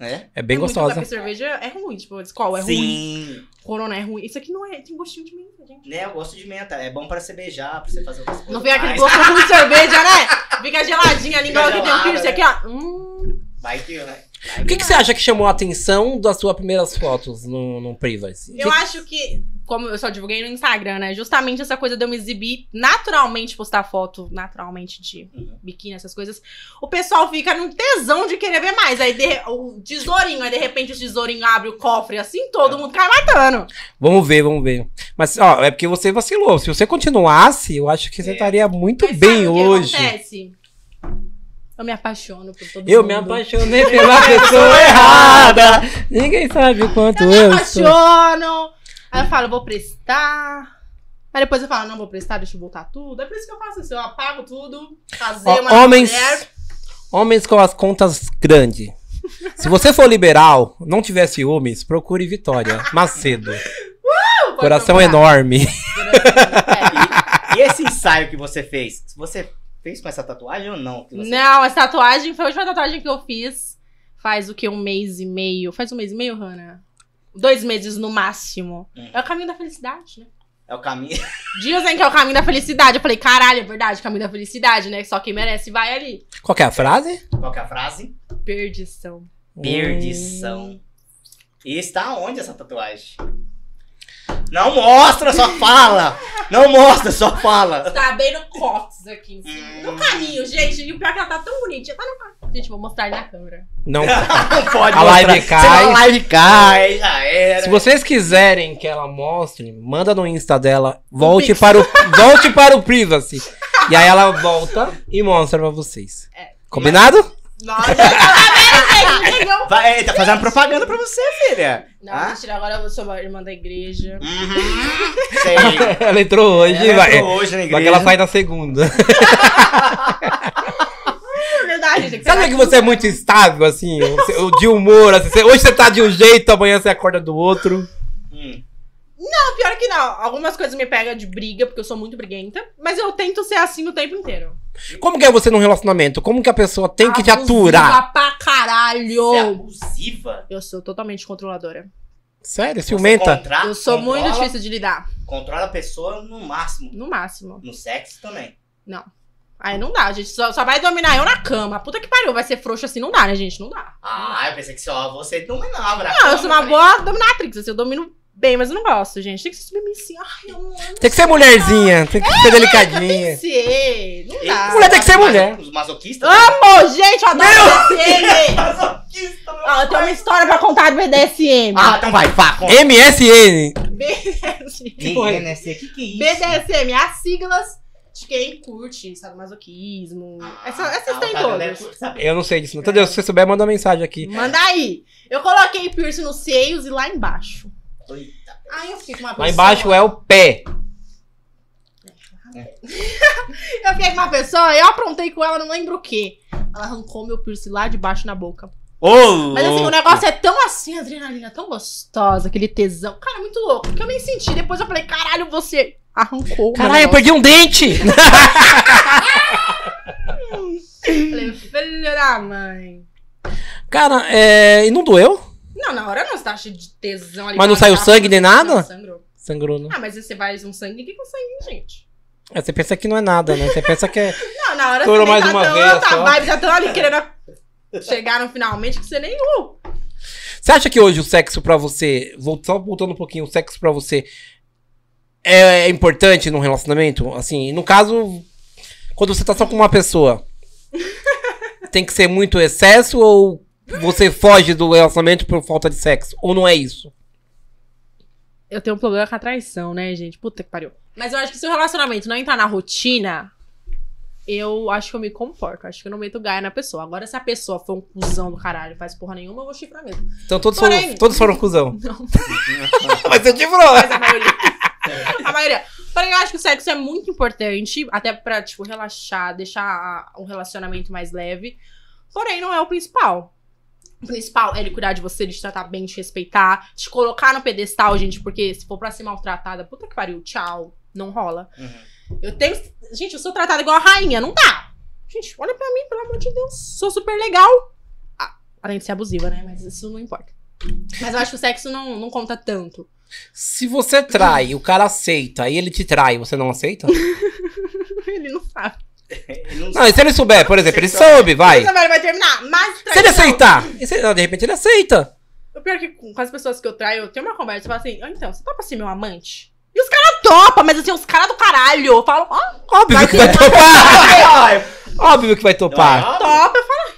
[SPEAKER 1] Né?
[SPEAKER 2] É bem
[SPEAKER 3] é muito bom,
[SPEAKER 2] gostosa.
[SPEAKER 3] Porque cerveja é ruim, tipo, escola é ruim.
[SPEAKER 1] Sim.
[SPEAKER 3] Corona é ruim. Isso aqui não é. Tem gostinho de menta, gente.
[SPEAKER 1] Né? Eu gosto de menta. É bom pra você beijar, pra você fazer outras coisas.
[SPEAKER 3] Não vem aquele
[SPEAKER 1] mais.
[SPEAKER 3] gosto ruim de cerveja, né? Fica geladinha, ali
[SPEAKER 1] Fica
[SPEAKER 3] igual que tem um
[SPEAKER 1] gelada,
[SPEAKER 3] piercing
[SPEAKER 1] né?
[SPEAKER 3] aqui, ó. Hum.
[SPEAKER 1] Vai que, né?
[SPEAKER 2] O que, que você acha que chamou a atenção das suas primeiras fotos no, Tipo, no Privacy?
[SPEAKER 3] Eu acho que, como eu só divulguei no Instagram, né? Justamente essa coisa de eu me exibir naturalmente, postar foto naturalmente de
[SPEAKER 1] Uhum.
[SPEAKER 3] biquíni, essas coisas. O pessoal fica num tesão de querer ver mais. Aí de- o tesourinho, aí de repente o tesourinho abre o cofre assim,
[SPEAKER 2] É.
[SPEAKER 3] todo mundo cai matando.
[SPEAKER 2] Vamos ver, vamos ver. Mas, ó, é porque você vacilou. Se você continuasse, eu acho que você
[SPEAKER 1] É.
[SPEAKER 2] estaria muito
[SPEAKER 3] Mas sabe
[SPEAKER 2] bem
[SPEAKER 3] o que
[SPEAKER 2] hoje.
[SPEAKER 3] acontece? Eu me apaixono por todo
[SPEAKER 2] Eu
[SPEAKER 3] mundo.
[SPEAKER 2] me apaixonei pela pessoa errada.
[SPEAKER 1] Nada!
[SPEAKER 2] Ninguém sabe o quanto
[SPEAKER 3] Eu me
[SPEAKER 2] eu, sou.
[SPEAKER 3] apaixono. Aí eu falo, vou prestar. Aí depois eu falo, não vou prestar, deixa eu voltar tudo. É por isso que eu faço isso, eu apago tudo, fazer
[SPEAKER 2] Ó,
[SPEAKER 3] uma
[SPEAKER 2] homens,
[SPEAKER 3] mulher.
[SPEAKER 2] homens com as contas grandes. Se você for liberal, não tiver ciúmes, procure Vitória Macedo.
[SPEAKER 3] é Pode
[SPEAKER 2] Coração
[SPEAKER 3] procurar.
[SPEAKER 2] enorme.
[SPEAKER 3] Coração, é.
[SPEAKER 1] E, e esse ensaio que você fez? Você fez com essa tatuagem ou não? Que você-
[SPEAKER 3] É. Não, essa tatuagem foi a última tatuagem que eu fiz. Faz o que? Um mês e meio. Faz um mês e meio, Hannah? Dois meses no máximo.
[SPEAKER 1] Hum.
[SPEAKER 3] É o caminho da felicidade, né?
[SPEAKER 1] É o caminho.
[SPEAKER 3] Dizem que é o caminho da felicidade. Eu falei, caralho, é verdade, caminho da felicidade, né? Só quem merece vai ali.
[SPEAKER 2] Qual que é a frase?
[SPEAKER 1] Qual que é a frase?
[SPEAKER 3] Perdição.
[SPEAKER 1] Perdição. E está onde essa tatuagem? Não mostra, só fala! Não mostra, só fala!
[SPEAKER 3] Tá bem no cóccix aqui em
[SPEAKER 1] Hum.
[SPEAKER 3] cima. No caminho, gente. E o pior é que ela tá tão bonitinha. Tá no caminho. Gente, vou mostrar na câmera.
[SPEAKER 2] Não.
[SPEAKER 1] Não pode
[SPEAKER 2] A live
[SPEAKER 1] mostrar.
[SPEAKER 2] cai.
[SPEAKER 1] Senão a live cai, já era.
[SPEAKER 2] Se vocês quiserem que ela mostre, manda no Insta dela, volte
[SPEAKER 3] Pix.
[SPEAKER 2] para o, volte para o Privacy. E aí ela volta e mostra pra vocês.
[SPEAKER 1] É,
[SPEAKER 2] Combinado?
[SPEAKER 3] Nossa, tá vendo, gente? Entendeu?
[SPEAKER 1] Vai, ele tá fazendo propaganda pra você, filha.
[SPEAKER 3] Não,
[SPEAKER 1] Ah?
[SPEAKER 3] mentira. Agora eu sou uma irmã da igreja.
[SPEAKER 1] Uhum. Sei.
[SPEAKER 2] ela entrou hoje,
[SPEAKER 1] Ela
[SPEAKER 2] vai.
[SPEAKER 1] entrou hoje na
[SPEAKER 2] Só que
[SPEAKER 1] igreja.
[SPEAKER 2] ela sai na segunda.
[SPEAKER 3] É verdade, gente.
[SPEAKER 2] Sabe que você é muito estável, assim? O, seu- o de humor, assim, você- hoje você tá de um jeito, amanhã você acorda do outro.
[SPEAKER 1] Hum.
[SPEAKER 3] Não, pior que não. Algumas coisas me pegam de briga, porque eu sou muito briguenta. Mas eu tento ser assim o tempo inteiro.
[SPEAKER 2] Como que é você num relacionamento? Como que a pessoa tem que te aturar?
[SPEAKER 3] Abusiva pra caralho!
[SPEAKER 1] Você é abusiva?
[SPEAKER 3] Eu sou totalmente controladora.
[SPEAKER 2] Sério, ciumenta?
[SPEAKER 1] Contra-
[SPEAKER 3] Eu sou
[SPEAKER 1] controla-
[SPEAKER 3] muito difícil de lidar.
[SPEAKER 1] Controla a pessoa no máximo.
[SPEAKER 3] No máximo.
[SPEAKER 1] No sexo também.
[SPEAKER 3] Aí não dá, gente. Só, só vai dominar eu na cama. Puta que pariu, vai ser frouxa assim, não dá, né, gente? Não dá.
[SPEAKER 1] Ah, eu pensei que só você dominava. né? na
[SPEAKER 3] Não, eu
[SPEAKER 1] cama,
[SPEAKER 3] sou uma
[SPEAKER 1] falei,
[SPEAKER 3] boa dominatrix. Assim, eu domino bem, mas eu não gosto, gente. Tem que ser submissa. assim, Ai, eu não amo.
[SPEAKER 2] Tem que ser mulherzinha, tem que ser
[SPEAKER 3] Tem que
[SPEAKER 2] delicadinha.
[SPEAKER 3] ser. Não dá.
[SPEAKER 2] Mulher tem que ser
[SPEAKER 1] mas-
[SPEAKER 2] mulher.
[SPEAKER 1] Os um masoquistas?
[SPEAKER 3] Ah, Amo, gente, eu adoro BDSM.
[SPEAKER 1] Masoquista, meu
[SPEAKER 3] Ó, Ah, eu tenho uma
[SPEAKER 1] pai.
[SPEAKER 3] história pra contar do BDSM.
[SPEAKER 1] Ah, então vai, pá, conta.
[SPEAKER 2] MSN.
[SPEAKER 3] BDSM.
[SPEAKER 1] Que
[SPEAKER 2] porra é?
[SPEAKER 1] NSC, que que é isso?
[SPEAKER 3] BDSM, as siglas de quem curte, sabe, masoquismo. Essa, essas
[SPEAKER 1] Ah,
[SPEAKER 3] tem
[SPEAKER 1] tá, galera,
[SPEAKER 3] todas.
[SPEAKER 1] curte saber.
[SPEAKER 2] Eu não sei disso. não. Entendeu? Se você souber, manda uma mensagem aqui.
[SPEAKER 3] Manda aí. Eu coloquei piercing nos seios e lá embaixo.
[SPEAKER 1] Eita.
[SPEAKER 3] Aí eu fiquei com uma pessoa.
[SPEAKER 2] Lá embaixo é o pé.
[SPEAKER 3] Eu fiquei com uma pessoa, eu aprontei com ela, não lembro o quê. Ela arrancou meu piercing lá de baixo na boca.
[SPEAKER 2] Ô,
[SPEAKER 3] Mas assim, o negócio é tão assim, a adrenalina tão gostosa, aquele tesão. Cara, é muito louco. Que eu nem senti. Depois eu falei, caralho, você arrancou. o meu
[SPEAKER 2] Caralho,
[SPEAKER 3] negócio.
[SPEAKER 2] eu perdi um dente!
[SPEAKER 3] Falei, filho da mãe.
[SPEAKER 2] Cara, é. E não doeu?
[SPEAKER 3] Não, na hora não, você tá cheio de tesão ali.
[SPEAKER 2] Mas não
[SPEAKER 3] aquela
[SPEAKER 2] saiu
[SPEAKER 3] tapa,
[SPEAKER 2] sangue nem
[SPEAKER 3] não,
[SPEAKER 2] nada?
[SPEAKER 3] sangrou.
[SPEAKER 2] Sangrou, né?
[SPEAKER 3] tá Ah, mas você faz um sangue, o que que é um sangue, gente?
[SPEAKER 2] É, você pensa que não é nada, né? Você pensa que é.
[SPEAKER 3] Não, na hora
[SPEAKER 2] Estourou
[SPEAKER 3] você nem
[SPEAKER 2] mais uma
[SPEAKER 3] tá
[SPEAKER 2] veia
[SPEAKER 3] tão, tá
[SPEAKER 2] só.
[SPEAKER 3] vibe, já tão ali querendo... Chegaram finalmente que você nem... Uh,
[SPEAKER 2] Você acha que hoje o sexo pra você. Vou só voltando um pouquinho, o sexo pra você é, é importante num relacionamento? Assim, no caso, quando você tá só com uma pessoa, tem que ser muito excesso ou você foge do relacionamento por falta de sexo? Ou não é isso?
[SPEAKER 3] Eu tenho um problema com a traição, né, gente? Puta que pariu. Mas eu acho que se o relacionamento não entrar na rotina, eu acho que eu me comporto. Acho que eu não meto gaia na pessoa. Agora, se a pessoa for um cuzão do caralho, faz porra nenhuma, eu vou chifrar mesmo.
[SPEAKER 2] Então todos,
[SPEAKER 3] Porém-
[SPEAKER 2] foram, todos foram cuzão.
[SPEAKER 3] Não,
[SPEAKER 2] Mas eu te falo.
[SPEAKER 3] mas a maioria. a maioria. Porém, eu acho que o sexo é muito importante, até pra, tipo, relaxar, deixar a- um relacionamento mais leve. Porém, não é o principal. O principal é ele cuidar de você, ele te tratar bem, te respeitar, te colocar no pedestal, gente, porque se for pra ser maltratada, puta que pariu, tchau, não rola.
[SPEAKER 1] Uhum.
[SPEAKER 3] Eu tenho. Gente, eu sou tratada igual a rainha, não dá. Gente, olha pra mim, pelo amor de Deus, sou super legal. Ah, além de ser abusiva, né? Mas isso não importa. Mas eu acho que o sexo não, não conta tanto.
[SPEAKER 2] Se você trai, o cara aceita e ele te trai, você não aceita?
[SPEAKER 3] Ele não sabe.
[SPEAKER 1] Ele não
[SPEAKER 2] Não, e se ele souber, por exemplo, ele soube, vai.
[SPEAKER 3] Essa merda vai terminar. Mas
[SPEAKER 2] Se ele aceitar, e se- não, de repente ele aceita.
[SPEAKER 3] O pior é que com com as pessoas que eu traio, eu tenho uma conversa e falo assim: "Ah, então, você topa ser meu amante? E os caras topam, mas assim, os caras do caralho. Eu falo, ó,
[SPEAKER 2] Óbvio
[SPEAKER 3] Vai
[SPEAKER 2] que
[SPEAKER 3] ter
[SPEAKER 2] vai topar! Óbvio que vai
[SPEAKER 1] é
[SPEAKER 2] topar.
[SPEAKER 3] topa. Eu falo, ah,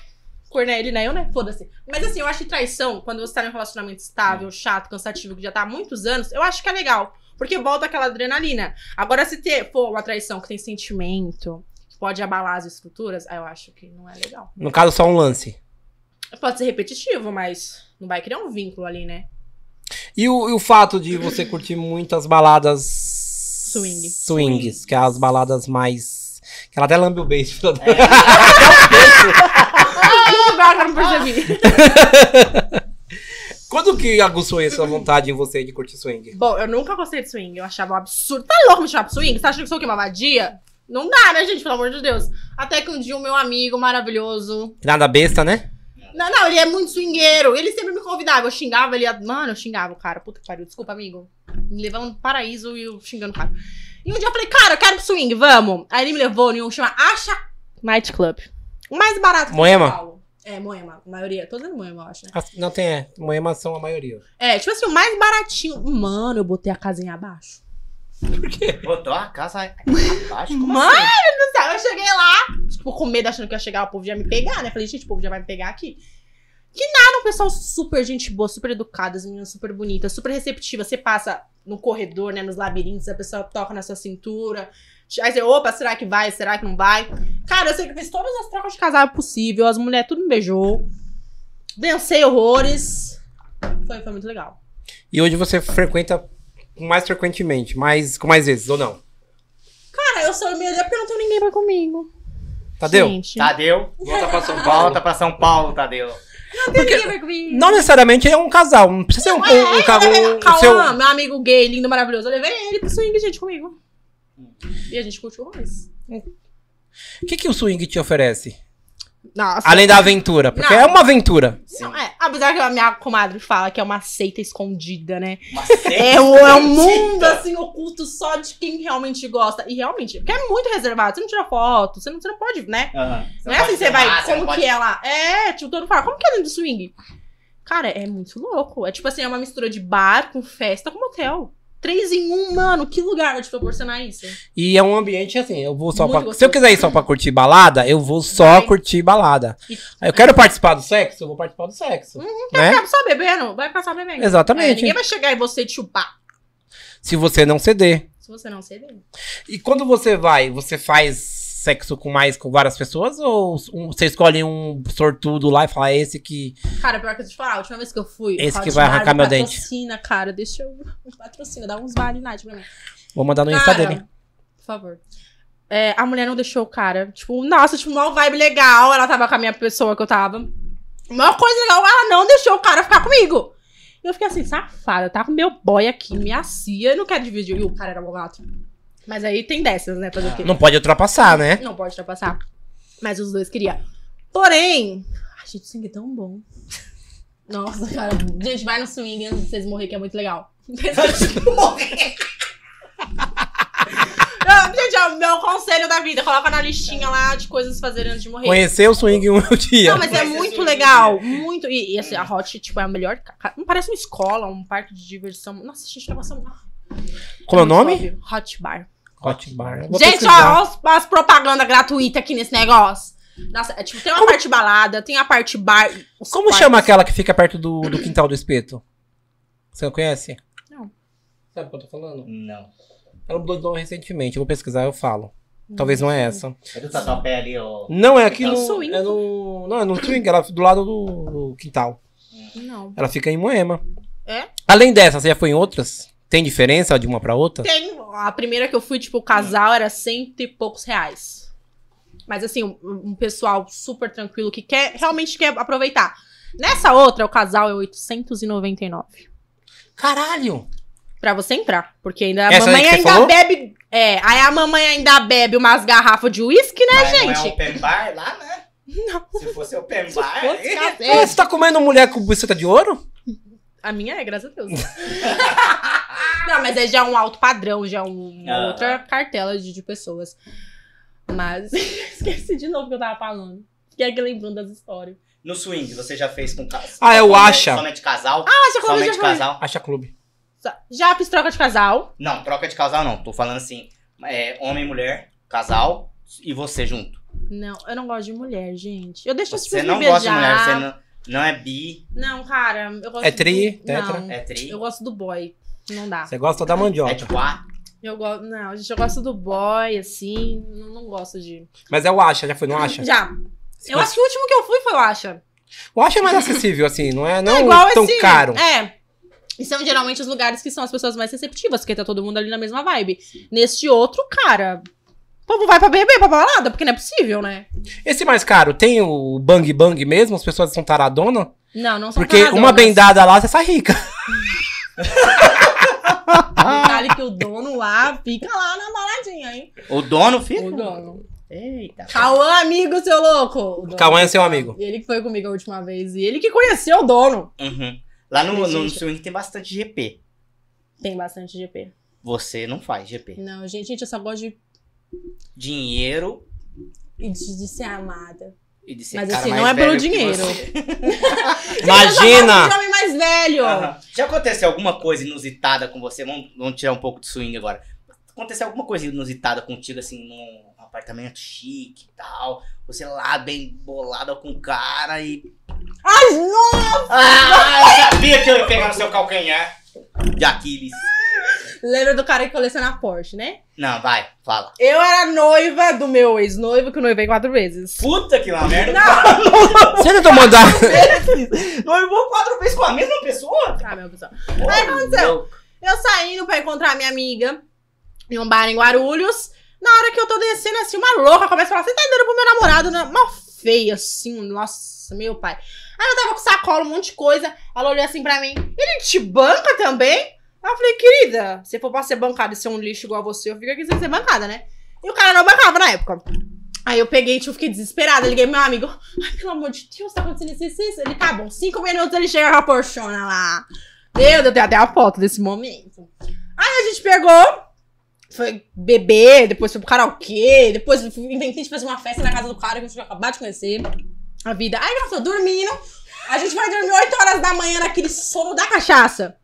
[SPEAKER 3] corna ele, né? Eu, né? Foda-se. Mas assim, eu acho que traição, quando você tá num relacionamento estável, chato, cansativo, que já tá há muitos anos, eu acho que é legal. Porque volta aquela adrenalina. Agora, se ter, pô, uma traição que tem sentimento, que pode abalar as estruturas, aí eu acho que não é legal.
[SPEAKER 2] No caso, só um lance.
[SPEAKER 3] Pode ser repetitivo, mas não vai criar um vínculo ali, né?
[SPEAKER 2] E o, e o fato de você curtir muitas baladas.
[SPEAKER 3] Swing.
[SPEAKER 2] Swings, que é as baladas mais. Que ela até lambe o beijo.
[SPEAKER 1] é.
[SPEAKER 3] Agora eu não percebi.
[SPEAKER 2] Quando que aguçou essa vontade em você de curtir swing?
[SPEAKER 3] Bom, eu nunca gostei de swing. Eu achava um absurdo. Tá louco me chamar pra swing? Você acha que eu sou o quê? Uma vadia? Não dá, né, gente? Pelo amor de Deus. Até que um dia o meu amigo maravilhoso.
[SPEAKER 2] Nada besta, né?
[SPEAKER 3] Não, não, ele é muito swingueiro. Ele sempre me convidava. Eu xingava ele. Mano, eu xingava o cara. Puta que pariu. Desculpa, amigo. Me levando pro paraíso e eu xingando o cara. E um dia eu falei, cara, eu quero ir pro swing, vamos. Aí ele me levou em um que chama Acha Nightclub. O mais barato que
[SPEAKER 2] Moema?
[SPEAKER 3] São Paulo. É, Moema. A maioria. Todas é Moema, eu acho, né?
[SPEAKER 2] As- Não tem, é. Moema são a maioria.
[SPEAKER 3] É, tipo assim, o mais baratinho. Mano, eu botei a casinha abaixo.
[SPEAKER 1] Botou a casa abaixo? Como
[SPEAKER 3] Mano
[SPEAKER 1] assim?
[SPEAKER 3] do céu, eu cheguei lá, tipo, com medo, achando que ia chegar, o povo já me pegar, né? Falei, gente, o povo já vai me pegar aqui. Que nada, um pessoal super gente boa, super educada, as meninas super bonitas, super receptiva. Você passa no corredor, né, nos labirintos, a pessoa toca na sua cintura. Aí você, opa, será que vai? Será que não vai? Cara, eu sei que eu fiz todas as trocas de casal possível, as mulheres tudo me beijou. Dancei horrores. Foi, foi muito legal.
[SPEAKER 2] E hoje você frequenta mais frequentemente, mais, com mais vezes, ou não?
[SPEAKER 3] Cara, eu sou meio porque não tem ninguém pra comigo.
[SPEAKER 2] Tadeu? tá,
[SPEAKER 3] Gente.
[SPEAKER 1] assim? Tadeu,
[SPEAKER 2] Volta pra São
[SPEAKER 1] volta pra São Paulo, Tadeu.
[SPEAKER 2] Porque
[SPEAKER 3] a ver comigo.
[SPEAKER 2] não necessariamente é um casal. Não precisa ser um, um, um, ca- um- o
[SPEAKER 3] é, Calma,
[SPEAKER 2] seu-
[SPEAKER 3] meu amigo gay, lindo, maravilhoso. Eu levei ele pro swing, gente, comigo. E a gente curtiu mais.
[SPEAKER 2] O que, que o swing te oferece?
[SPEAKER 3] Nossa.
[SPEAKER 2] Além da aventura. Porque
[SPEAKER 3] Não.
[SPEAKER 2] é uma aventura.
[SPEAKER 3] Não, é, apesar que a minha comadre fala que é uma seita escondida, né?
[SPEAKER 1] Uma seita
[SPEAKER 3] É, o, é um mundo
[SPEAKER 1] escondida.
[SPEAKER 3] assim oculto só de quem realmente gosta. E realmente, porque é muito reservado. Você não tira foto, você não, você não pode, né?
[SPEAKER 1] Aham.
[SPEAKER 3] Não, é assim,
[SPEAKER 1] pode
[SPEAKER 3] você vai.
[SPEAKER 1] filmar, Ah, você
[SPEAKER 3] como
[SPEAKER 1] não
[SPEAKER 3] que
[SPEAKER 1] pode-
[SPEAKER 3] é lá? É, tipo, todo mundo fala, como que é dentro do swing? Cara, é muito louco. É tipo assim, é uma mistura de bar com festa com motel. Três em um, mano, que lugar vai te proporcionar isso?
[SPEAKER 2] E é um ambiente assim, eu vou só
[SPEAKER 3] Muito
[SPEAKER 2] pra. Se eu
[SPEAKER 3] gostoso.
[SPEAKER 2] quiser ir só pra curtir balada, eu vou só
[SPEAKER 3] Vai.
[SPEAKER 2] curtir balada.
[SPEAKER 3] E-
[SPEAKER 2] Aí Eu quero participar do sexo, eu vou participar do sexo. né?
[SPEAKER 3] Sabe, só bebendo? Vai passar bebendo. Uhum. É,
[SPEAKER 2] Exatamente.
[SPEAKER 3] ninguém vai chegar e você te chupar.
[SPEAKER 2] Se você não ceder.
[SPEAKER 3] Se você não ceder.
[SPEAKER 2] E quando você vai, você faz sexo com mais com várias pessoas ou um- você escolhe um sortudo lá e fala "É esse que
[SPEAKER 3] Cara, pior que eu te falar, a última vez que eu fui.
[SPEAKER 2] Esse
[SPEAKER 3] Claudio
[SPEAKER 2] que vai arrancar
[SPEAKER 3] Mário,
[SPEAKER 2] meu dente.
[SPEAKER 3] Patrocina, cara, deixa eu. Patrocina, dá uns vale night pra mim.
[SPEAKER 2] vou mandar no Insta
[SPEAKER 3] Cara,
[SPEAKER 2] é dele.
[SPEAKER 3] por favor. É, a mulher não deixou o cara. Tipo, nossa, tipo, uma vibe legal. Ela tava com a minha pessoa que eu tava. Uma coisa legal, ela não deixou o cara ficar comigo. E eu fiquei assim, safada, tá com meu boy aqui, me assia, eu não quero dividir. E o cara era bogato. Mas aí tem dessas, né? Fazer o quê?
[SPEAKER 2] Não pode ultrapassar, né?
[SPEAKER 3] Não pode ultrapassar. Mas os dois queriam. Porém. Ai, gente, o swing é tão bom. Nossa, cara. Gente, vai no swing antes de vocês morrerem, que é muito legal. é? Morrer. Não, Gente, é o meu conselho da vida. Coloca na listinha lá de coisas fazerem antes de morrer.
[SPEAKER 2] Conhecer o swing um dia.
[SPEAKER 3] Não, mas é
[SPEAKER 1] Conhecer
[SPEAKER 3] muito
[SPEAKER 1] swing.
[SPEAKER 3] legal. Muito. E, e, assim, a Hot, tipo, é a melhor. ca- ca- Não parece uma escola, um parque de diversão. Nossa, gente, o negócio é um-
[SPEAKER 2] Como é o
[SPEAKER 3] muito
[SPEAKER 2] nome?
[SPEAKER 3] óbvio. Hot Bar.
[SPEAKER 2] Hot Bar. Vou
[SPEAKER 3] Gente,
[SPEAKER 2] pesquisar.
[SPEAKER 3] ó, ó as propagandas gratuitas aqui nesse negócio. Nossa, é, tipo, tem uma parte balada, tem a parte bar. os
[SPEAKER 2] Como
[SPEAKER 3] quartos.
[SPEAKER 2] chama aquela que fica perto do, do quintal do espeto? Você não conhece?
[SPEAKER 3] Não.
[SPEAKER 2] Sabe o que eu tô falando?
[SPEAKER 1] Não.
[SPEAKER 2] Ela mudou de nome recentemente, eu vou pesquisar e eu falo. Talvez não é essa.
[SPEAKER 1] É do Tatuapé ali, ó.
[SPEAKER 3] Né,
[SPEAKER 2] Não, é aqui
[SPEAKER 1] É o
[SPEAKER 2] no.
[SPEAKER 3] um swing.
[SPEAKER 2] É no. Não, é no swing, ela é do lado do, do quintal.
[SPEAKER 3] Não.
[SPEAKER 2] Ela fica em Moema.
[SPEAKER 3] É?
[SPEAKER 2] Além dessa, você já foi em outras? Tem diferença de uma pra outra?
[SPEAKER 3] Tem. A primeira que eu fui, tipo, o casal era cento e poucos reais. Mas assim, um, um pessoal super tranquilo que quer, realmente quer aproveitar. Nessa outra, o casal é 899.
[SPEAKER 2] Caralho!
[SPEAKER 3] Pra você entrar. Porque ainda a
[SPEAKER 2] Essa aí
[SPEAKER 3] mamãe
[SPEAKER 2] que você
[SPEAKER 3] ainda
[SPEAKER 2] falou?
[SPEAKER 3] bebe. É, aí a mamãe ainda bebe umas garrafas de uísque, né,
[SPEAKER 1] Mas Não é
[SPEAKER 3] gente?
[SPEAKER 1] open bar lá, né? Não. Se fosse open bar.
[SPEAKER 3] Quantos
[SPEAKER 1] hein?
[SPEAKER 3] cafés?
[SPEAKER 2] É, você tá comendo mulher com buceta de ouro?
[SPEAKER 3] A minha é, graças a Deus. não, mas é já um alto padrão, já um- uma
[SPEAKER 1] Ah.
[SPEAKER 3] outra cartela de, de pessoas. Mas esqueci de novo o que eu tava falando. Fiquei aqui lembrando das histórias.
[SPEAKER 1] No swing, você já fez com casal?
[SPEAKER 2] Ah, eu acho.
[SPEAKER 1] Somente é casal?
[SPEAKER 3] Ah, já falei, já
[SPEAKER 1] somente
[SPEAKER 3] falei.
[SPEAKER 1] casal?
[SPEAKER 2] Acha clube.
[SPEAKER 3] Só- Já fiz troca de casal.
[SPEAKER 1] Não, troca de casal não. Tô falando assim, é, homem e mulher, casal e você junto.
[SPEAKER 3] Não, eu não gosto de mulher, gente. Eu deixo as
[SPEAKER 1] Você
[SPEAKER 3] pessoas
[SPEAKER 1] não
[SPEAKER 3] me
[SPEAKER 1] gosta de mulher,
[SPEAKER 3] beijar.
[SPEAKER 1] você não, não é bi,
[SPEAKER 3] não... cara, eu gosto
[SPEAKER 2] É tri,
[SPEAKER 3] do...
[SPEAKER 2] tetra?
[SPEAKER 3] Não,
[SPEAKER 1] é tri,
[SPEAKER 3] eu gosto do boy. Não dá.
[SPEAKER 2] Você gosta da
[SPEAKER 1] é
[SPEAKER 2] mandioca.
[SPEAKER 1] tipo A.
[SPEAKER 3] Eu gosto. Não, gente, eu gosto do boy, assim. Não, não gosto de.
[SPEAKER 2] Mas é o Acha, já foi no Acha?
[SPEAKER 3] Já. Eu acho que o último que eu fui foi o Acha.
[SPEAKER 2] O Acha é mais acessível, assim, não é não
[SPEAKER 3] é igual
[SPEAKER 2] tão
[SPEAKER 3] esse,
[SPEAKER 2] caro.
[SPEAKER 3] É. E são geralmente os lugares que são as pessoas mais receptivas, porque tá todo mundo ali na mesma vibe. Neste outro, cara, o povo vai pra beber, pra balada, porque não é possível, né?
[SPEAKER 2] Esse mais caro, tem o Bang Bang mesmo? As pessoas são taradona?
[SPEAKER 3] Não, não são
[SPEAKER 2] Porque uma
[SPEAKER 3] taradonas.
[SPEAKER 2] bendada lá, você sai rica.
[SPEAKER 3] Detalhe que o dono lá fica lá na baladinha, hein?
[SPEAKER 1] O dono, filho?
[SPEAKER 3] O dono.
[SPEAKER 1] Eita.
[SPEAKER 3] Cauã, amigo, seu louco. O dono.
[SPEAKER 2] Cauã é seu amigo.
[SPEAKER 3] Ele que foi comigo a última vez. E ele que conheceu o dono.
[SPEAKER 1] Uhum. Lá no, no
[SPEAKER 3] Gente.
[SPEAKER 1] swing tem bastante GP.
[SPEAKER 3] Tem bastante GP.
[SPEAKER 1] Você não faz GP.
[SPEAKER 3] Não, gente, gente, eu só gosto de,
[SPEAKER 1] Dinheiro
[SPEAKER 3] de, de ser amada.
[SPEAKER 1] e de ser
[SPEAKER 3] Mas
[SPEAKER 1] cara
[SPEAKER 3] assim,
[SPEAKER 1] mais
[SPEAKER 3] não é pelo
[SPEAKER 1] velho que
[SPEAKER 3] dinheiro.
[SPEAKER 1] você.
[SPEAKER 3] Eu só gosto de
[SPEAKER 2] Imagina!
[SPEAKER 3] é um homem mais velho.
[SPEAKER 1] Aham. Já aconteceu alguma coisa inusitada com você? Vamos, vamos tirar um pouco do swing agora. Aconteceu alguma coisa inusitada contigo, assim, num apartamento chique e tal? Você lá, bem bolada com o cara e.
[SPEAKER 3] Ai, não!
[SPEAKER 1] Ah, eu sabia que eu ia pegar no seu calcanhar de Aquiles.
[SPEAKER 3] Lembra do cara que coleciona Porsche, né?
[SPEAKER 1] Não, vai, fala.
[SPEAKER 3] Eu era noiva do meu ex-noivo, que eu noivei quatro vezes.
[SPEAKER 1] Puta que lá merda.
[SPEAKER 3] um
[SPEAKER 2] Você tentou mandar.
[SPEAKER 1] Noivou quatro vezes com a mesma pessoa?
[SPEAKER 3] Ah, meu pessoal. Aí aconteceu. Eu saindo pra encontrar minha amiga em um bar em Guarulhos. Na hora que eu tô descendo, assim, uma louca começa a falar: Você tá dando pro meu namorado? né? Mó feia, assim, nossa, meu pai. Aí eu tava com sacola, um monte de coisa. Ela olhou assim pra mim. Ele te banca também? Aí eu falei, querida, se for pra ser bancada e ser um lixo igual a você, eu fico aqui sem ser bancada, né? E o cara não bancava na época. Aí eu peguei, tipo, fiquei desesperada. Liguei pro meu amigo. Ai, pelo amor de Deus, tá acontecendo isso, isso, isso. Ele, tá bom, cinco minutos ele chega com a porchona lá. Meu Deus, eu tenho até a foto desse momento. Aí a gente pegou, foi beber, depois foi pro karaokê, depois fui- inventei de fazer uma festa na casa do cara que eu tinha acabado de conhecer. A vida. Aí nós tô dormindo. A gente vai dormir 8 horas da manhã naquele sono da cachaça.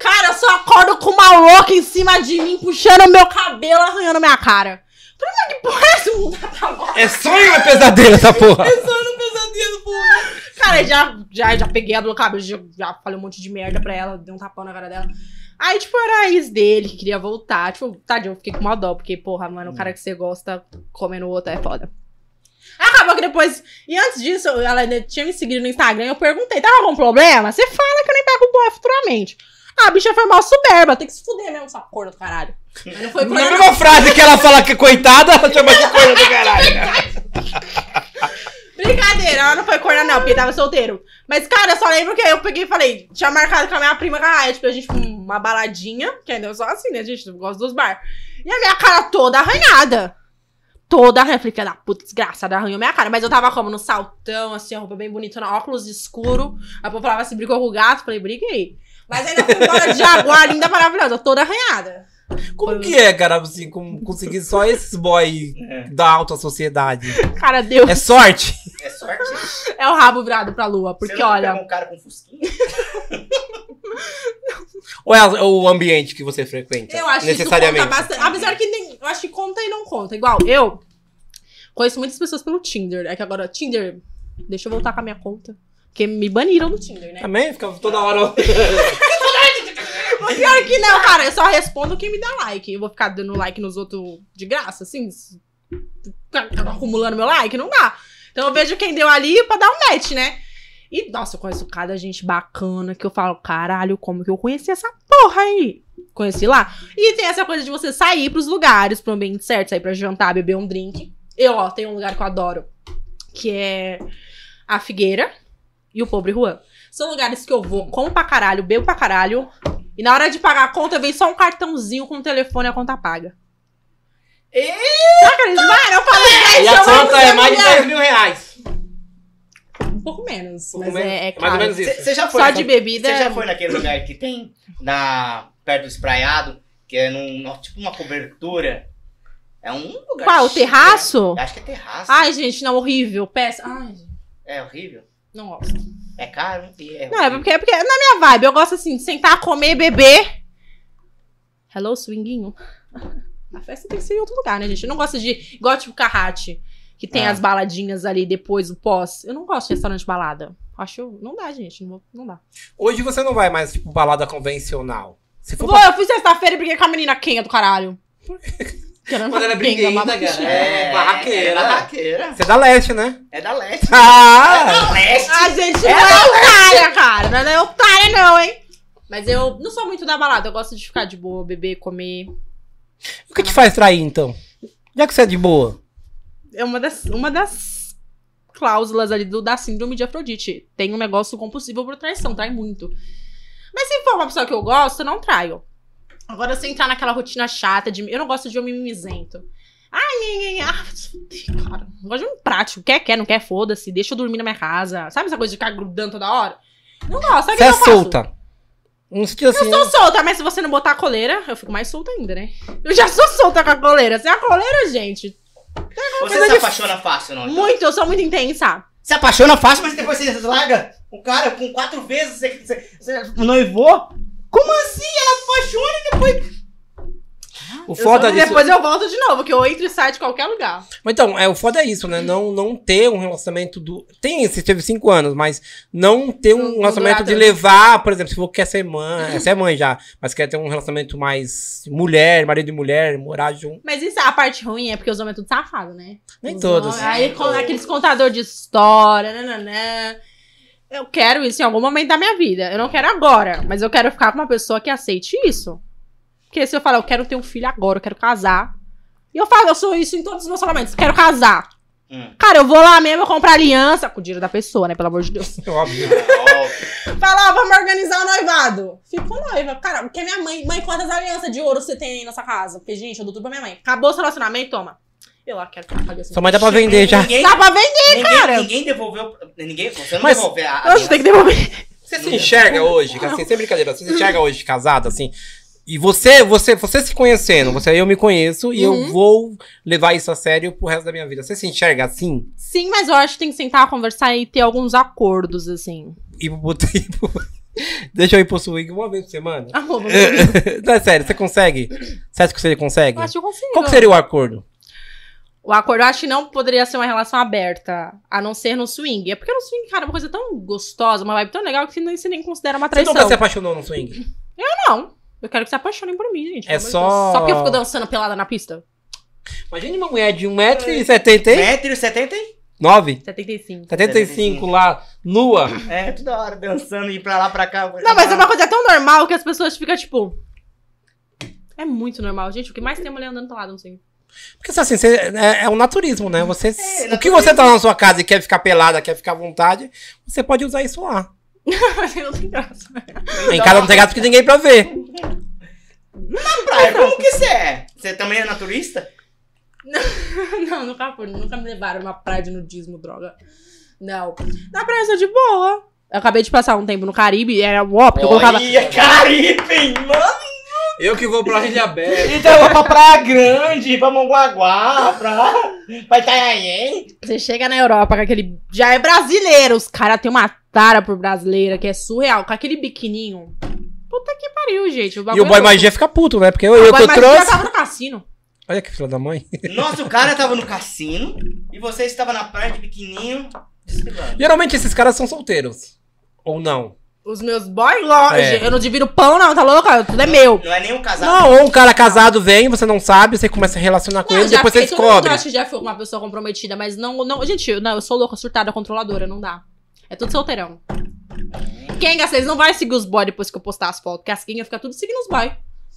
[SPEAKER 3] Cara, eu só acordo com uma louca em cima de mim, puxando meu cabelo, arranhando minha cara. Falei, mas que porra é essa? Não dá pra agora.
[SPEAKER 2] É sonho ou é pesadelo essa porra?
[SPEAKER 3] Pensando no pesadelo, porra. Cara, eu já, já, já peguei a do cabelo, já, já falei um monte de merda pra ela, dei um tapão na cara dela. Aí, tipo, era a ex dele que queria voltar. Tipo, tadinho, eu fiquei com uma dó, porque, porra, mano, o cara que você gosta comendo o outro é foda. Acabou que depois. E antes disso, ela ainda tinha me seguido no Instagram eu perguntei: tava algum problema? Você fala que eu nem pego o boy futuramente. Ah, a bicha foi mal soberba, tem que se fuder mesmo, essa corna do caralho. Mas não foi por
[SPEAKER 2] Na
[SPEAKER 3] aí, não.
[SPEAKER 2] mesma frase que ela fala que é coitada, ela chama de coisa do caralho.
[SPEAKER 3] Brincadeira, ela não foi corna não, porque tava solteiro. Mas, cara, eu só lembro que eu peguei e falei, tinha marcado com a minha prima, cara, tipo, a gente foi uma baladinha, que ainda eu sou assim, né, gente, eu gosto dos bar. E a minha cara toda arranhada. Toda arranhada. Eu Falei, filha da puta, desgraçada, arranhou minha cara. Mas eu tava como, no saltão, assim, a roupa bem bonita, óculos escuro. A povo falava assim, brigou com o gato, falei, briguei. Mas ainda fui embora de jaguar, linda, maravilhosa, toda arranhada.
[SPEAKER 2] Como que é, cara, assim, como conseguir só esses boy
[SPEAKER 1] É.
[SPEAKER 2] da alta sociedade?
[SPEAKER 3] Cara, deu.
[SPEAKER 2] É sorte?
[SPEAKER 1] É sorte.
[SPEAKER 3] É o rabo virado pra lua, porque
[SPEAKER 1] Você não
[SPEAKER 3] olha...
[SPEAKER 1] pegou um cara com fusquinha?
[SPEAKER 2] Ou é o ambiente que você frequenta?
[SPEAKER 3] Eu acho que isso
[SPEAKER 2] Então, necessariamente.
[SPEAKER 3] conta bastante. Apesar que nem, eu acho que conta e não conta. Igual, eu conheço muitas pessoas pelo Tinder. É que agora, Tinder, deixa eu voltar com a minha conta. Porque me baniram no Tinder, né?
[SPEAKER 2] Também ficava toda hora.
[SPEAKER 3] Mas pior é que não, cara. Eu só respondo quem me dá like. Eu vou ficar dando like nos outros de graça, assim. se- ficar Acumulando meu like, não dá. Então eu vejo quem deu ali pra dar um match, né? E, nossa, eu conheço cada gente bacana que eu falo, caralho, como que eu conheci essa porra aí? Conheci lá. E tem essa coisa de você sair pros lugares, pro ambiente certo, sair pra jantar, beber um drink. Eu, ó, tenho um lugar que eu adoro, que é a Figueira e o Pobre Juan. São lugares que eu vou, como pra caralho, bebo pra caralho, e na hora de pagar a conta, vem só um cartãozinho com o telefone e a conta paga.
[SPEAKER 1] Eita!
[SPEAKER 3] Será que eles Mano, eu falei,
[SPEAKER 2] E
[SPEAKER 3] "Gente,
[SPEAKER 2] a
[SPEAKER 3] eu vou
[SPEAKER 2] conta é
[SPEAKER 3] ser
[SPEAKER 2] mais de
[SPEAKER 3] mulher."
[SPEAKER 2] 10 mil reais.
[SPEAKER 3] Um pouco menos,
[SPEAKER 2] Pouco
[SPEAKER 3] mas
[SPEAKER 2] menos.
[SPEAKER 3] é, é
[SPEAKER 2] mais ou
[SPEAKER 3] caro.
[SPEAKER 2] menos isso.
[SPEAKER 1] Você já foi?
[SPEAKER 3] Só
[SPEAKER 1] na-
[SPEAKER 3] de bebida... é
[SPEAKER 1] Você já foi naquele lugar que tem na, perto do espraiado, que é num, num- tipo uma cobertura? É um lugar.
[SPEAKER 3] Qual, o
[SPEAKER 1] chique, né?
[SPEAKER 3] terraço? Ah,
[SPEAKER 1] Eu Acho que é terraço.
[SPEAKER 3] Ai, gente, não, horrível, péssimo. Ai, gente,
[SPEAKER 1] É horrível.
[SPEAKER 3] não gosto.
[SPEAKER 1] É caro e é
[SPEAKER 3] Não, é
[SPEAKER 1] horrível.
[SPEAKER 3] porque, é porque é na minha vibe. Eu gosto assim, de sentar, comer, beber. Hello, swinguinho. A festa tem que ser em outro lugar, né, gente? Eu não gosto de. Igual tipo carrate, que tem
[SPEAKER 1] Ah.
[SPEAKER 3] as baladinhas ali depois, o pós. Eu não gosto de restaurante balada. Acho. Não dá, gente. Não, vou- não dá.
[SPEAKER 2] Hoje você não vai mais, tipo, balada convencional. Se for
[SPEAKER 3] Vou, eu fui sexta-feira e briguei com a menina quenga do caralho. Que era
[SPEAKER 2] Quando ela é
[SPEAKER 3] quenga, uma
[SPEAKER 2] briguenta, cara.
[SPEAKER 3] babaquinha.
[SPEAKER 2] É, barraqueira.
[SPEAKER 1] É barraqueira.
[SPEAKER 2] Você é da leste, né?
[SPEAKER 1] É da leste. É
[SPEAKER 2] Ah!
[SPEAKER 1] Da leste.
[SPEAKER 3] A gente não é otária, cara. Não é otária, não, hein? Mas eu não sou muito da balada. Eu gosto de ficar de boa, beber, comer.
[SPEAKER 2] O que te faz trair, então? Já que você é de boa.
[SPEAKER 3] é uma das, uma das cláusulas ali do, da síndrome de Afrodite. Tem um negócio compulsivo por traição, trai muito. Mas se for uma pessoa que eu gosto, eu não traio. Agora, se eu entrar naquela rotina chata de. Eu não gosto de homem mimizento. Ai, ai, ai, ai, cara. Eu gosto de um prático. Quer, quer, não quer, foda-se. Deixa eu dormir na minha casa. Sabe essa coisa de ficar grudando toda hora? Não gosto. Sabe o
[SPEAKER 2] Você
[SPEAKER 3] que
[SPEAKER 2] é
[SPEAKER 3] eu faço?
[SPEAKER 2] solta. Não se diz assim.
[SPEAKER 3] Eu sou solta, mas se você não botar a coleira, eu fico mais solta ainda, né? Eu já sou solta com a coleira. Sem a coleira, gente.
[SPEAKER 1] Você se apaixona fácil, não? então?
[SPEAKER 3] Muito, eu sou muito intensa.
[SPEAKER 1] Se apaixona fácil, mas depois você larga o cara com quatro vezes. Você, você, você noivou? Como assim? Ela apaixona?
[SPEAKER 2] O foda
[SPEAKER 3] Eu-
[SPEAKER 2] disso.
[SPEAKER 3] Depois eu volto de novo, que eu entro e saio de qualquer lugar.
[SPEAKER 2] Mas então, é, o foda é isso, né? Não, não ter um relacionamento do. Tem, você teve cinco anos, mas não ter um
[SPEAKER 3] Não- não
[SPEAKER 2] relacionamento de
[SPEAKER 3] durar
[SPEAKER 2] levar, por exemplo, se for quer ser mãe, você é mãe já, mas quer ter um relacionamento mais mulher, marido e mulher, morar junto.
[SPEAKER 3] Mas isso, a parte ruim é porque os homens é tudo safado, né?
[SPEAKER 2] Nem
[SPEAKER 3] Os
[SPEAKER 2] todos.
[SPEAKER 3] homens- Aí com aqueles contadores de história, nananã. Eu quero isso em algum momento da minha vida. Eu não quero agora, mas eu quero ficar com uma pessoa que aceite isso. Porque se eu falar, eu quero ter um filho agora, eu quero casar. E eu falo, eu sou isso em todos os meus relacionamentos, quero casar.
[SPEAKER 1] Hum.
[SPEAKER 3] Cara, eu vou lá mesmo, eu compro aliança. Com o dinheiro da pessoa, né? Pelo amor de Deus.
[SPEAKER 2] Óbvio.
[SPEAKER 1] Ó,
[SPEAKER 3] Fala, ó, vamos organizar o noivado. Ficou noiva. Cara, porque minha mãe. Mãe, quantas alianças de ouro você tem aí na sua casa? Porque, gente, eu dou tudo pra minha mãe. Acabou o relacionamento, toma. Eu lá quero que ela pague assim.
[SPEAKER 2] Sua mãe dá pra vender já.
[SPEAKER 1] Ninguém,
[SPEAKER 3] Dá pra vender?
[SPEAKER 1] ninguém,
[SPEAKER 3] Tá cara?
[SPEAKER 1] ninguém devolveu. Ninguém, você não
[SPEAKER 2] Mas-
[SPEAKER 1] devolveu a. a
[SPEAKER 3] Eu acho que tem que devolver.
[SPEAKER 2] Você se enxerga hoje, assim, sem brincadeira, você se enxerga hoje casada, assim. E você, você, você se conhecendo, você eu me conheço e eu
[SPEAKER 3] Uhum.
[SPEAKER 2] vou levar isso a sério pro resto da minha vida. Você se enxerga assim?
[SPEAKER 3] Sim, mas eu acho que tem que sentar, conversar e ter alguns acordos, assim.
[SPEAKER 2] E pro tempo. Deixa eu ir pro swing uma vez por semana.
[SPEAKER 3] Amor,
[SPEAKER 2] Não é sério, você consegue? Você acha que você consegue?
[SPEAKER 3] eu acho que eu consigo.
[SPEAKER 2] Qual que seria o acordo?
[SPEAKER 3] O acordo, eu acho que não poderia ser uma relação aberta, a não ser no swing. É porque no swing, cara, é uma coisa tão gostosa, uma vibe tão legal que você nem, você nem considera uma
[SPEAKER 2] Você
[SPEAKER 3] traição.
[SPEAKER 2] nunca se apaixonou no swing?
[SPEAKER 3] Não, eu quero que se apaixonem por mim, gente. pelo
[SPEAKER 2] É
[SPEAKER 3] amor de
[SPEAKER 2] só-
[SPEAKER 3] Deus. Só porque eu fico dançando pelada na pista?
[SPEAKER 2] Imagine uma mulher de 1,79m,
[SPEAKER 1] 1,70m?
[SPEAKER 3] 75.
[SPEAKER 2] 75 lá, nua.
[SPEAKER 1] É, toda hora dançando, ir pra lá, pra cá. pra
[SPEAKER 3] Não, mas
[SPEAKER 1] lá.
[SPEAKER 3] é uma coisa tão normal que as pessoas ficam, tipo. É muito normal, gente. O que mais tem é mulher andando pelada, não sei.
[SPEAKER 2] Porque assim, você- é, é um naturismo, né? Você, o que
[SPEAKER 1] naturismo.
[SPEAKER 2] você tá na sua casa e quer ficar pelada, quer ficar à vontade, você pode usar isso lá.
[SPEAKER 3] Mas é não tem graça.
[SPEAKER 2] Em casa não tem gato que ninguém pra ver.
[SPEAKER 1] Praia, como que você é? Você também é naturista?
[SPEAKER 3] Não, nunca fui. Nunca me levaram numa praia de nudismo, droga. Não. Na praia eu sou de boa. Eu acabei de passar um tempo no Caribe e era ó, porque eu colocava.
[SPEAKER 1] Olha, Caribe, mano!
[SPEAKER 4] Eu que vou pra Ilha Bela.
[SPEAKER 1] Então eu vou pra Praia Grande, pra Mongaguá, pra... pra Itanhaém.
[SPEAKER 3] Você chega na Europa com aquele. Já é brasileiro. Os caras têm uma tara por brasileira que é surreal. Com aquele biquininho. Puta que pariu, gente.
[SPEAKER 2] E o
[SPEAKER 3] é
[SPEAKER 2] boy
[SPEAKER 3] louco.
[SPEAKER 2] magia fica puto, né? Porque eu,
[SPEAKER 3] O
[SPEAKER 2] eu que
[SPEAKER 3] Ah, boy
[SPEAKER 2] eu
[SPEAKER 3] magia
[SPEAKER 2] trouxe.
[SPEAKER 3] tava no cassino.
[SPEAKER 2] Olha que filha da mãe.
[SPEAKER 1] Nossa, o cara tava no cassino e você estava na praia de biquininho, desfilando.
[SPEAKER 2] Geralmente esses caras são solteiros. Ou não.
[SPEAKER 3] Os meus boys, lógico.
[SPEAKER 2] É.
[SPEAKER 3] Eu não divido pão, não, tá louca? Tudo é meu.
[SPEAKER 1] Não é nem um casal.
[SPEAKER 2] Não, ou um cara casado vem, você não sabe, você começa a relacionar com
[SPEAKER 3] Não,
[SPEAKER 2] ele,
[SPEAKER 3] já
[SPEAKER 2] depois você
[SPEAKER 3] fiquei- todo mundo
[SPEAKER 2] descobre.
[SPEAKER 3] acha que já foi uma pessoa comprometida, mas não. não gente, eu- não, eu sou louca, surtada, controladora, não dá. É tudo solteirão. Kenga, vocês não vai seguir os boy depois que eu postar as fotos, porque as Kenga fica tudo seguindo os boy.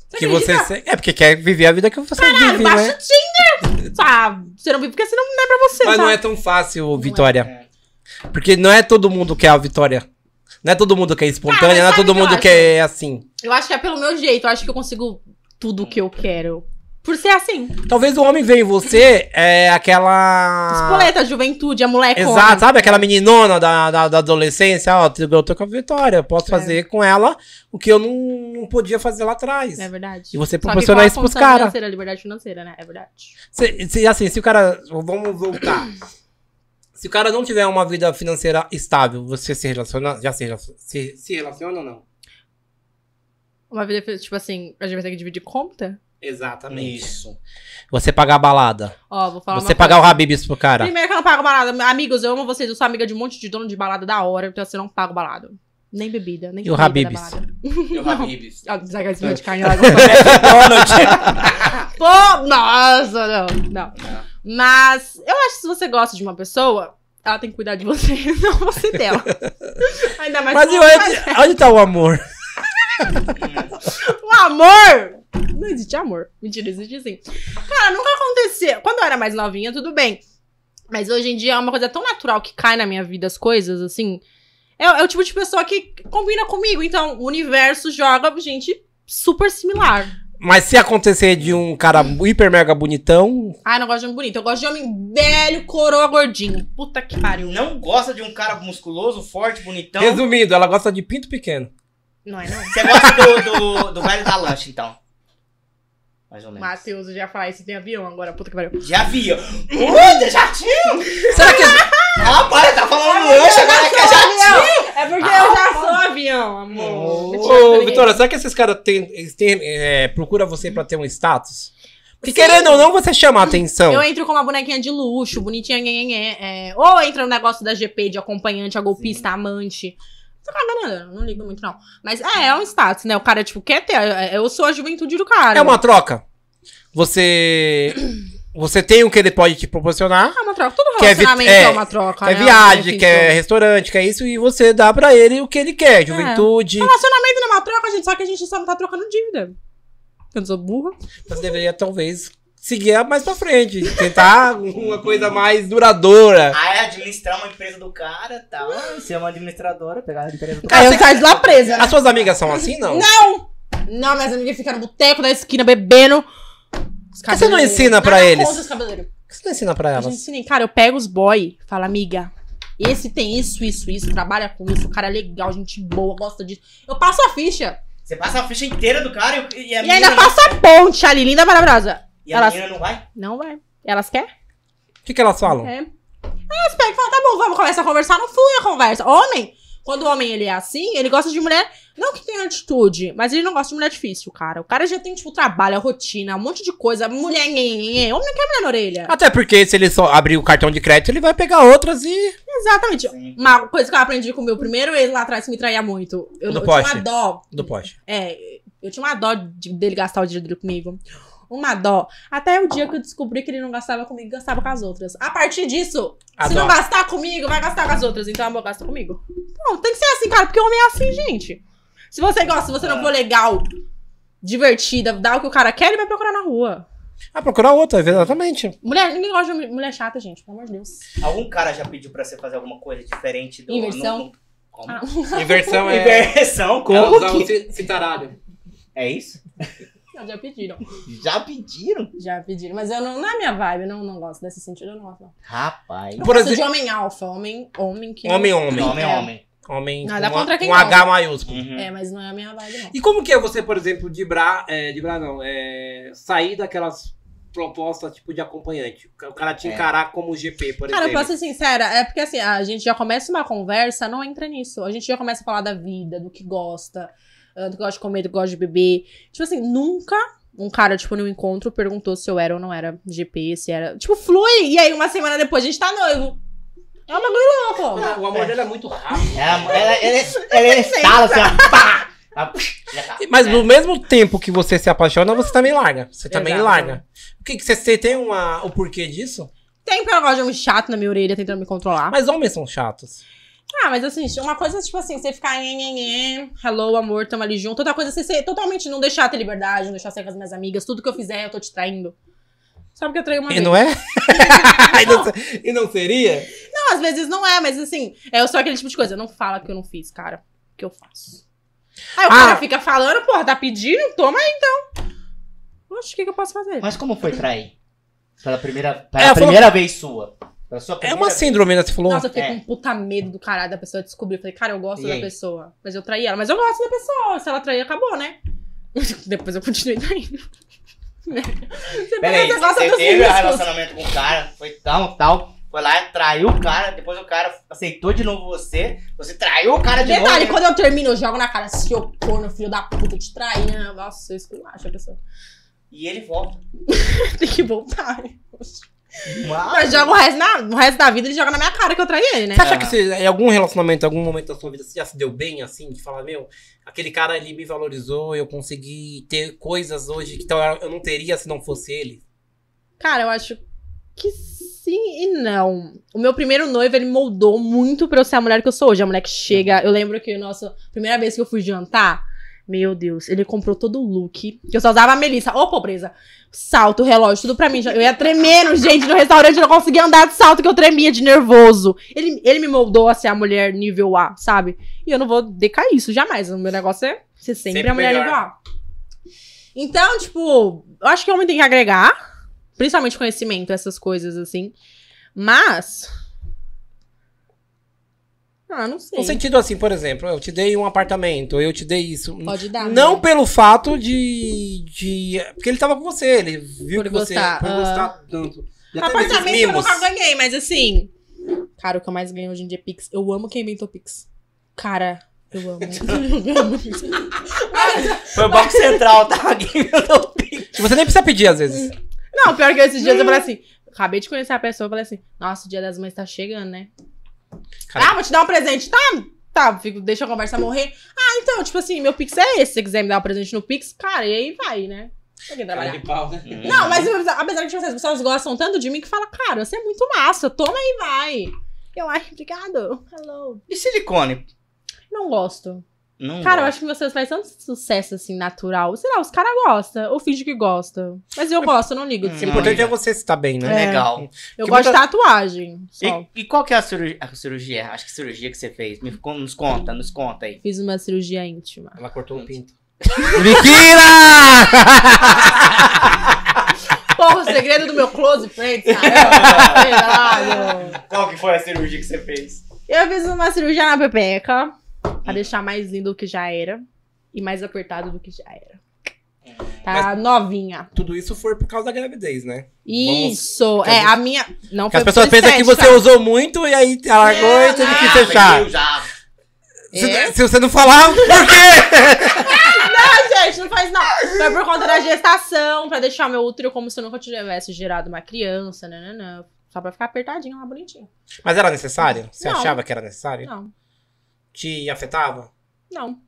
[SPEAKER 3] Você
[SPEAKER 2] Que você
[SPEAKER 3] acredita?
[SPEAKER 2] se- É porque quer viver a vida que você vive,
[SPEAKER 3] Baixa
[SPEAKER 2] né?
[SPEAKER 3] o Tinder! Ah, você não vive porque você não não é pra você,
[SPEAKER 2] Mas não
[SPEAKER 3] sabe?
[SPEAKER 2] é tão fácil,
[SPEAKER 3] é.
[SPEAKER 2] Vitória. Porque não é todo mundo que é a Vitória. Não é todo mundo que é espontânea,
[SPEAKER 3] Cara,
[SPEAKER 2] não é
[SPEAKER 3] sabe
[SPEAKER 2] todo
[SPEAKER 3] o que eu
[SPEAKER 2] mundo que
[SPEAKER 3] acho?
[SPEAKER 2] é assim.
[SPEAKER 3] Eu acho que é pelo meu jeito, eu acho que eu consigo tudo o que eu quero. Por ser assim.
[SPEAKER 2] Talvez o homem veja em você é aquela.
[SPEAKER 3] Espoleta, juventude, a molecona.
[SPEAKER 2] Ah. Exato, sabe? Aquela meninona da, da, da adolescência. Ó, eu tô com a Vitória, eu posso
[SPEAKER 3] É.
[SPEAKER 2] fazer com ela o que eu não, não podia fazer lá atrás.
[SPEAKER 3] É verdade.
[SPEAKER 2] E
[SPEAKER 3] Só
[SPEAKER 2] você
[SPEAKER 3] que
[SPEAKER 2] proporcionar
[SPEAKER 3] com a
[SPEAKER 2] isso pros
[SPEAKER 3] condição
[SPEAKER 2] cara.
[SPEAKER 3] financeira, Liberdade financeira, né? É verdade.
[SPEAKER 2] Se, se- assim, se o cara. Vamos voltar. se o cara não tiver uma vida financeira estável, você se relaciona. Já se, relaciona- se, se relaciona ou não?
[SPEAKER 3] Uma vida, tipo assim, a gente vai ter que dividir conta?
[SPEAKER 2] Exatamente.
[SPEAKER 1] Isso.
[SPEAKER 2] Você pagar a balada.
[SPEAKER 3] Ó, vou falar
[SPEAKER 2] você
[SPEAKER 3] uma
[SPEAKER 2] pagar o
[SPEAKER 3] coisa.
[SPEAKER 2] Habibs pro cara.
[SPEAKER 3] Primeiro que eu não pago balada. Amigos, eu amo vocês. Eu sou amiga de um monte de dono de balada da hora, então assim, eu não pago balada. Nem bebida, nem
[SPEAKER 2] E o
[SPEAKER 3] comida da
[SPEAKER 2] Habib's?
[SPEAKER 3] balada.
[SPEAKER 1] Eu, Habibs.
[SPEAKER 3] Ah, desagradável de carne lá. Pô, nossa, não, não. Mas eu acho que se você gosta de uma pessoa, ela tem que cuidar de você, não você dela. Ainda mais
[SPEAKER 2] Mas e
[SPEAKER 3] que-
[SPEAKER 2] onde, onde tá o amor?
[SPEAKER 3] O amor! Não existe amor. Mentira, existe sim. Cara, nunca aconteceu. Quando eu era mais novinha, tudo bem. Mas hoje em dia é uma coisa tão natural que cai na minha vida as coisas, assim. É, é o tipo de pessoa que combina comigo. Então, o universo joga gente super similar.
[SPEAKER 2] Mas se acontecer de um cara hiper mega bonitão,
[SPEAKER 3] Ai, não gosto de homem bonito. Eu gosto de homem velho, coroa, gordinho. Puta que pariu.
[SPEAKER 1] Não gosta de um cara musculoso, forte, bonitão?
[SPEAKER 2] resumindo, ela gosta de pinto pequeno.
[SPEAKER 3] Não é, não?
[SPEAKER 1] Você gosta do, do, do velho da lanche, então? Mais ou menos.
[SPEAKER 3] Matheus, eu já falei, você tem avião agora, puta que pariu.
[SPEAKER 1] Já vi, ó. Puta, jatinho!
[SPEAKER 2] Será que
[SPEAKER 1] Ah, para, tá falando lanche, agora que é jatinho!
[SPEAKER 3] É porque eu já sou avião, amor.
[SPEAKER 2] Ô, Vitória, será que esses caras têm, eles têm, é, procura você pra ter um status? Porque querendo ou não, você chama a atenção.
[SPEAKER 3] Eu entro com uma bonequinha de luxo, bonitinha, nhe, nhe, nhe, é, ou entra no negócio da GP de acompanhante, a golpista, a amante. Tô cagando, não, não ligo muito, não. Mas é, é um status, né? O cara, tipo, quer ter. é, Eu sou a juventude do cara.
[SPEAKER 2] É uma troca. Você. Você tem o que ele pode te proporcionar.
[SPEAKER 3] É uma troca. Todo
[SPEAKER 2] Quer vi-
[SPEAKER 3] relacionamento
[SPEAKER 2] é,
[SPEAKER 3] é, uma troca,
[SPEAKER 2] Quer
[SPEAKER 3] né?
[SPEAKER 2] viagem,
[SPEAKER 3] Um benefício.
[SPEAKER 2] quer restaurante, quer isso, e você dá pra ele o que ele quer. Juventude.
[SPEAKER 3] Relacionamento não é uma troca, gente, só que a gente só não tá trocando dívida. Eu não sou burra.
[SPEAKER 2] Você deveria, talvez, seguir mais pra frente. Tentar uma coisa mais duradoura.
[SPEAKER 1] Aí administrar uma empresa do cara e tal. Ser uma administradora, pegar a empresa do
[SPEAKER 3] Cara, Ah, você cai de lá presa, né?
[SPEAKER 2] As suas amigas são assim, não?
[SPEAKER 3] Não, mas a amiga fica no boteco da esquina bebendo. Os
[SPEAKER 2] Por que você não
[SPEAKER 3] cabeleireiros-
[SPEAKER 2] ensina pra
[SPEAKER 3] Nada
[SPEAKER 2] eles?
[SPEAKER 3] contra os cabeleireiros.
[SPEAKER 2] O que você não ensina pra
[SPEAKER 3] A gente
[SPEAKER 2] elas?
[SPEAKER 3] ensina, cara, eu pego os boy, fala, amiga, esse tem isso, isso, isso, trabalha com isso, o cara é legal, gente boa, gosta disso. Eu passo a ficha.
[SPEAKER 1] Você passa a ficha inteira do cara e, e a
[SPEAKER 3] E
[SPEAKER 1] menina.
[SPEAKER 3] ainda
[SPEAKER 1] não-
[SPEAKER 3] passo a ponte ali, linda, maravilhosa.
[SPEAKER 1] E a
[SPEAKER 3] elas-
[SPEAKER 1] menina não vai?
[SPEAKER 3] Não vai. Elas querem?
[SPEAKER 2] O que, que elas falam?
[SPEAKER 3] É. Aí elas pegam e falam, tá bom, vamos começar a conversar. Não flui a conversa. Homem, quando o homem ele é assim, ele gosta de mulher, não que tenha atitude, mas ele não gosta de mulher difícil, cara. O cara já tem, tipo, trabalho, rotina, um monte de coisa. Mulher, nhe, nhe, nhe. homem não quer mulher na orelha.
[SPEAKER 2] Até porque se ele só abrir o cartão de crédito, ele vai pegar outras e.
[SPEAKER 3] Exatamente.
[SPEAKER 1] Sim.
[SPEAKER 3] Uma coisa que eu aprendi com o meu primeiro ex lá atrás que me traía muito. Eu,
[SPEAKER 2] Do
[SPEAKER 3] eu tinha uma
[SPEAKER 2] poste.
[SPEAKER 3] dó.
[SPEAKER 2] Do poste.
[SPEAKER 3] É, eu tinha uma dó de- dele gastar o dinheiro dele comigo. Uma dó. Até o dia que eu descobri que ele não gastava comigo, gastava com as outras. A partir disso,
[SPEAKER 2] A
[SPEAKER 3] se
[SPEAKER 2] dó.
[SPEAKER 3] não gastar comigo, vai gastar com as outras. Então, amor, gasta comigo. Não, tem que ser assim, cara, porque homem é assim, gente. Se você gosta, se você
[SPEAKER 2] É.
[SPEAKER 3] não for legal, divertida, dá o que o cara quer, ele vai procurar na rua.
[SPEAKER 2] Ah, procurar outra, exatamente.
[SPEAKER 3] Mulher, ninguém gosta de mulher chata, gente, pelo amor de Deus.
[SPEAKER 1] Algum cara já pediu pra você fazer alguma coisa diferente do.
[SPEAKER 3] Inversão.
[SPEAKER 1] no- no- Como?
[SPEAKER 3] Ah.
[SPEAKER 2] Inversão
[SPEAKER 1] é Inversão?
[SPEAKER 4] Ela
[SPEAKER 1] Como
[SPEAKER 4] usava um
[SPEAKER 1] que?
[SPEAKER 4] ci- citaralho.
[SPEAKER 1] É isso?
[SPEAKER 3] Não, Já pediram.
[SPEAKER 1] Já pediram?
[SPEAKER 3] Já pediram. Mas eu não, não é minha vibe, eu não, não gosto desse sentido, eu não gosto. Não.
[SPEAKER 1] Rapaz.
[SPEAKER 3] Eu
[SPEAKER 2] Por
[SPEAKER 3] gosto de
[SPEAKER 2] exemplo-
[SPEAKER 3] homem alfa, homem, homem que.
[SPEAKER 2] Homem, homem.
[SPEAKER 1] Homem,
[SPEAKER 3] É.
[SPEAKER 1] homem.
[SPEAKER 2] Homem
[SPEAKER 3] Nada
[SPEAKER 2] com,
[SPEAKER 3] contra
[SPEAKER 2] uma-
[SPEAKER 3] quem
[SPEAKER 2] com
[SPEAKER 3] não.
[SPEAKER 2] H maiúsculo.
[SPEAKER 1] Uhum.
[SPEAKER 3] É, mas não é a minha vibe, não.
[SPEAKER 4] E como que é você, por exemplo, dibrar, é, dibrar não, é, sair daquelas propostas tipo de acompanhante? O cara te
[SPEAKER 1] É.
[SPEAKER 4] encarar como GP, por
[SPEAKER 3] Cara, eu
[SPEAKER 4] exemplo.
[SPEAKER 3] posso ser sincera, é porque assim, a gente já começa uma conversa, não entra nisso. A gente já começa a falar da vida, do que gosta, ah, do que gosta de comer, do que gosta de beber. Tipo assim, nunca um cara, tipo, no encontro perguntou se eu era ou não era GP, se era. Tipo, flui! E aí, uma semana depois, a gente tá noivo. É uma bagulho louco.
[SPEAKER 4] O amor dele é muito rápido.
[SPEAKER 1] Ela, ela, ela, ela estala assim, ó, pá! Ah, já tá.
[SPEAKER 2] Mas
[SPEAKER 4] É.
[SPEAKER 2] no mesmo tempo que você se apaixona, você também larga. Você também
[SPEAKER 3] Exato.
[SPEAKER 2] larga. O que, que você, você tem uma, o porquê disso?
[SPEAKER 3] Tem porque eu gosto de um chato na minha orelha tentando me controlar.
[SPEAKER 2] Mas homens são chatos.
[SPEAKER 3] Ah, mas assim, uma coisa é tipo assim, você ficar nhe, nhe, nhe, hello, amor, tamo ali junto. Outra coisa é você ser, totalmente não deixar ter liberdade, não deixar ser com as minhas amigas, tudo que eu fizer, eu tô te traindo. Sabe que eu traí uma
[SPEAKER 2] E
[SPEAKER 3] vez.
[SPEAKER 2] não é? e, não, se- e não seria?
[SPEAKER 3] Não, às vezes não é, mas assim, eu sou aquele tipo de coisa, não fala que eu não fiz, cara, que eu faço. Aí o
[SPEAKER 2] Ah.
[SPEAKER 3] cara fica falando, porra, tá pedindo, toma aí então. Oxe, o que, que eu posso fazer?
[SPEAKER 1] Mas como foi trair? Pela primeira, pela
[SPEAKER 2] É, foi-
[SPEAKER 1] primeira vez sua. Pela sua
[SPEAKER 2] É
[SPEAKER 1] primeira
[SPEAKER 2] uma síndrome, né? Você falou.
[SPEAKER 3] Nossa, eu fiquei
[SPEAKER 1] é.
[SPEAKER 3] com um puta medo do caralho da pessoa descobrir. Eu falei, cara, eu gosto
[SPEAKER 1] E
[SPEAKER 3] da
[SPEAKER 1] aí?
[SPEAKER 3] pessoa. Mas eu traí ela. Mas eu gosto da pessoa. Se ela trair, acabou, né? Depois eu continuei traindo. Você
[SPEAKER 1] Pera aí,
[SPEAKER 3] pensa, gosta
[SPEAKER 1] você
[SPEAKER 3] dos
[SPEAKER 1] teve um
[SPEAKER 3] riscos.
[SPEAKER 1] relacionamento com o cara, foi tal, tal, foi lá, traiu o cara, depois o cara aceitou de novo você, você traiu o cara de
[SPEAKER 3] Detalhe,
[SPEAKER 1] novo. né?
[SPEAKER 3] quando eu termino, eu jogo na cara. Seu corno, filho da puta, te traí. né? Nossa, eu esculacho a pessoa.
[SPEAKER 1] E ele volta.
[SPEAKER 3] Tem que voltar.
[SPEAKER 1] Mas-
[SPEAKER 3] Mas joga o resto, na, o resto da vida, ele joga na minha cara que eu traí ele, né?
[SPEAKER 2] Você acha
[SPEAKER 1] Ah.
[SPEAKER 2] que você, em algum relacionamento, em algum momento da sua vida, você já se deu bem, assim, de falar, meu, aquele cara ali me valorizou, eu consegui ter coisas hoje que tal- eu não teria se não fosse ele?
[SPEAKER 3] Cara, eu acho que sim e não. O meu primeiro noivo, ele moldou muito pra eu ser a mulher que eu sou hoje. A mulher que chega. Eu lembro que, nossa, primeira vez que eu fui jantar, meu Deus, ele comprou todo o look. Que eu só usava a Melissa. Ô, pobreza. Salto, relógio, tudo pra mim. Eu ia tremendo, gente, no restaurante. Eu não conseguia andar de salto, que eu tremia de nervoso. Ele, ele me moldou a ser a mulher nível A, sabe? E eu não vou decair isso jamais. O meu negócio é ser sempre,
[SPEAKER 2] Sempre
[SPEAKER 3] a mulher
[SPEAKER 2] melhor.
[SPEAKER 3] nível A. Então, tipo, eu acho que o homem tem que agregar principalmente conhecimento, essas coisas assim. Mas. Ah, não sei.
[SPEAKER 2] No sentido assim, por exemplo, eu te dei um apartamento, eu te dei isso.
[SPEAKER 3] Pode dar.
[SPEAKER 2] não
[SPEAKER 3] né?
[SPEAKER 2] pelo fato de, de. Porque ele tava com você, ele viu
[SPEAKER 3] Por
[SPEAKER 2] que você.
[SPEAKER 3] gostar.
[SPEAKER 2] Por
[SPEAKER 3] Ah.
[SPEAKER 2] gostar tanto. E até mesmo os
[SPEAKER 3] Apartamento eu
[SPEAKER 2] mimos.
[SPEAKER 3] nunca ganhei, mas assim. Cara, o que eu mais ganho hoje em dia é Pix. Eu amo quem inventou Pix. Cara, eu amo. eu amo Pix.
[SPEAKER 1] Foi o Banco Central, tá? Alguém me deu pique.
[SPEAKER 2] Que Tipo, Você nem precisa pedir, às vezes.
[SPEAKER 3] Hum. Não, pior que esses dias eu falei assim. Acabei de conhecer a pessoa, eu falei assim, nossa, o dia das mães tá chegando, né?
[SPEAKER 2] Cara.
[SPEAKER 3] Ah, vou te dar um presente, tá? Tá, fico, deixa a conversa morrer. Ah, então, tipo assim, meu Pix é esse. Se você quiser me dar um presente no Pix, cara, e aí vai, né? Tem que trabalhar.
[SPEAKER 4] Cara
[SPEAKER 3] Hum.
[SPEAKER 4] de pau, né?
[SPEAKER 3] Não, mas eu- apesar que tipo, assim, as pessoas gostam tanto de mim que falam, cara, você é muito massa, toma e vai. Eu acho, obrigado. Hello.
[SPEAKER 1] E silicone?
[SPEAKER 3] Não gosto.
[SPEAKER 1] Não
[SPEAKER 3] Cara, eu
[SPEAKER 1] gosto.
[SPEAKER 3] acho que vocês fazem tanto sucesso assim, natural. Sei lá, os caras gostam, ou finge que gostam. Mas eu gosto, eu não
[SPEAKER 1] Hum.
[SPEAKER 3] ligo de
[SPEAKER 2] O
[SPEAKER 3] ser mãe.
[SPEAKER 2] importante é você se estar bem, né?
[SPEAKER 3] É.
[SPEAKER 1] legal.
[SPEAKER 3] Eu
[SPEAKER 2] que
[SPEAKER 3] gosto de
[SPEAKER 2] muita-
[SPEAKER 3] tatuagem. Só.
[SPEAKER 1] E, e qual que é a cirurgia, a cirurgia? Acho que cirurgia que você fez. Me, con- nos conta, nos conta aí.
[SPEAKER 3] Fiz uma cirurgia íntima.
[SPEAKER 2] Ela cortou o pinto.
[SPEAKER 3] Porra, o segredo do meu close friend, cara.
[SPEAKER 1] Qual que foi a cirurgia que você fez?
[SPEAKER 3] Eu fiz uma cirurgia na pepeca. Pra deixar mais lindo do que já era. E mais apertado do que já era. Tá novinha.
[SPEAKER 2] Tudo isso foi por causa da gravidez, né? Vamos-
[SPEAKER 3] Isso. É, a minha. Não
[SPEAKER 2] Porque
[SPEAKER 3] foi
[SPEAKER 2] as pessoas
[SPEAKER 3] por
[SPEAKER 2] pensam que
[SPEAKER 3] estética.
[SPEAKER 2] você é usou muito e aí largou e teve que
[SPEAKER 1] Ah,
[SPEAKER 2] fechar.
[SPEAKER 3] é.
[SPEAKER 1] eu já.
[SPEAKER 2] Se, se você não falar, por quê?
[SPEAKER 3] Não, gente, não faz não. Foi por conta da gestação, pra deixar meu útero como se eu nunca tivesse gerado uma criança, né, Só pra ficar apertadinho lá, bonitinho.
[SPEAKER 2] Mas era necessário? Você
[SPEAKER 3] Não.
[SPEAKER 2] achava que era necessário?
[SPEAKER 3] Não,
[SPEAKER 2] Te afetava?
[SPEAKER 3] não.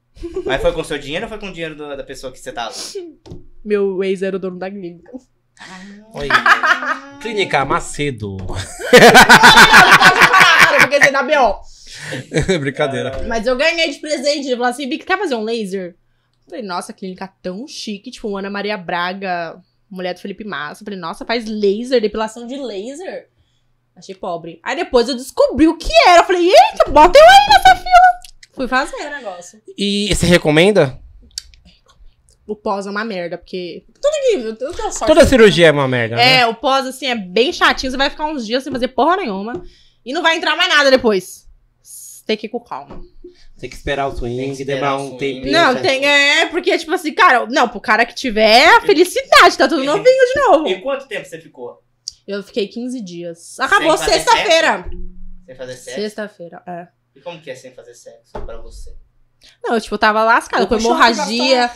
[SPEAKER 1] Mas foi com seu dinheiro ou foi com o dinheiro do- da pessoa que você tava?
[SPEAKER 3] Meu ex era o dono da clínica.
[SPEAKER 2] Oi. Clínica Macedo.
[SPEAKER 3] Cara, porque você dá B.O.
[SPEAKER 2] Brincadeira.
[SPEAKER 3] Mas eu ganhei de presente. Ele falou assim, Bic, quer fazer um laser? Eu falei, nossa, clínica é tão chique. Tipo, Ana Maria Braga, mulher do Felipe Massa. Eu falei, nossa, faz laser, depilação de laser? Achei pobre. Aí depois eu descobri o que era. Eu falei, eita, bota eu aí nessa fila. Fui fazer o negócio.
[SPEAKER 2] E você recomenda?
[SPEAKER 3] O pós é uma merda, porque... Tudo aqui, eu tenho sorte. assim,
[SPEAKER 2] Toda cirurgia é uma merda, né?
[SPEAKER 3] É, o pós, assim, é bem chatinho. Você vai ficar uns dias sem fazer porra nenhuma. E não vai entrar mais nada depois. Tem que ir com calma.
[SPEAKER 4] Tem que esperar o swing,
[SPEAKER 1] Tem que esperar
[SPEAKER 4] demorar
[SPEAKER 1] o
[SPEAKER 4] um
[SPEAKER 1] swing.
[SPEAKER 4] tempinho.
[SPEAKER 3] Não,
[SPEAKER 4] pra-
[SPEAKER 3] tem, é, porque, tipo assim, cara, não, pro cara que tiver, é felicidade, tá tudo novinho de novo.
[SPEAKER 1] E quanto tempo você ficou?
[SPEAKER 3] Eu fiquei 15 dias. Acabou
[SPEAKER 1] Sem fazer
[SPEAKER 3] sexta-feira.
[SPEAKER 1] Sem fazer sexo?
[SPEAKER 3] Sexta-feira, é.
[SPEAKER 1] E como que é sem fazer sexo pra você?
[SPEAKER 3] Não, eu, tipo, tava lascada, com hemorragia.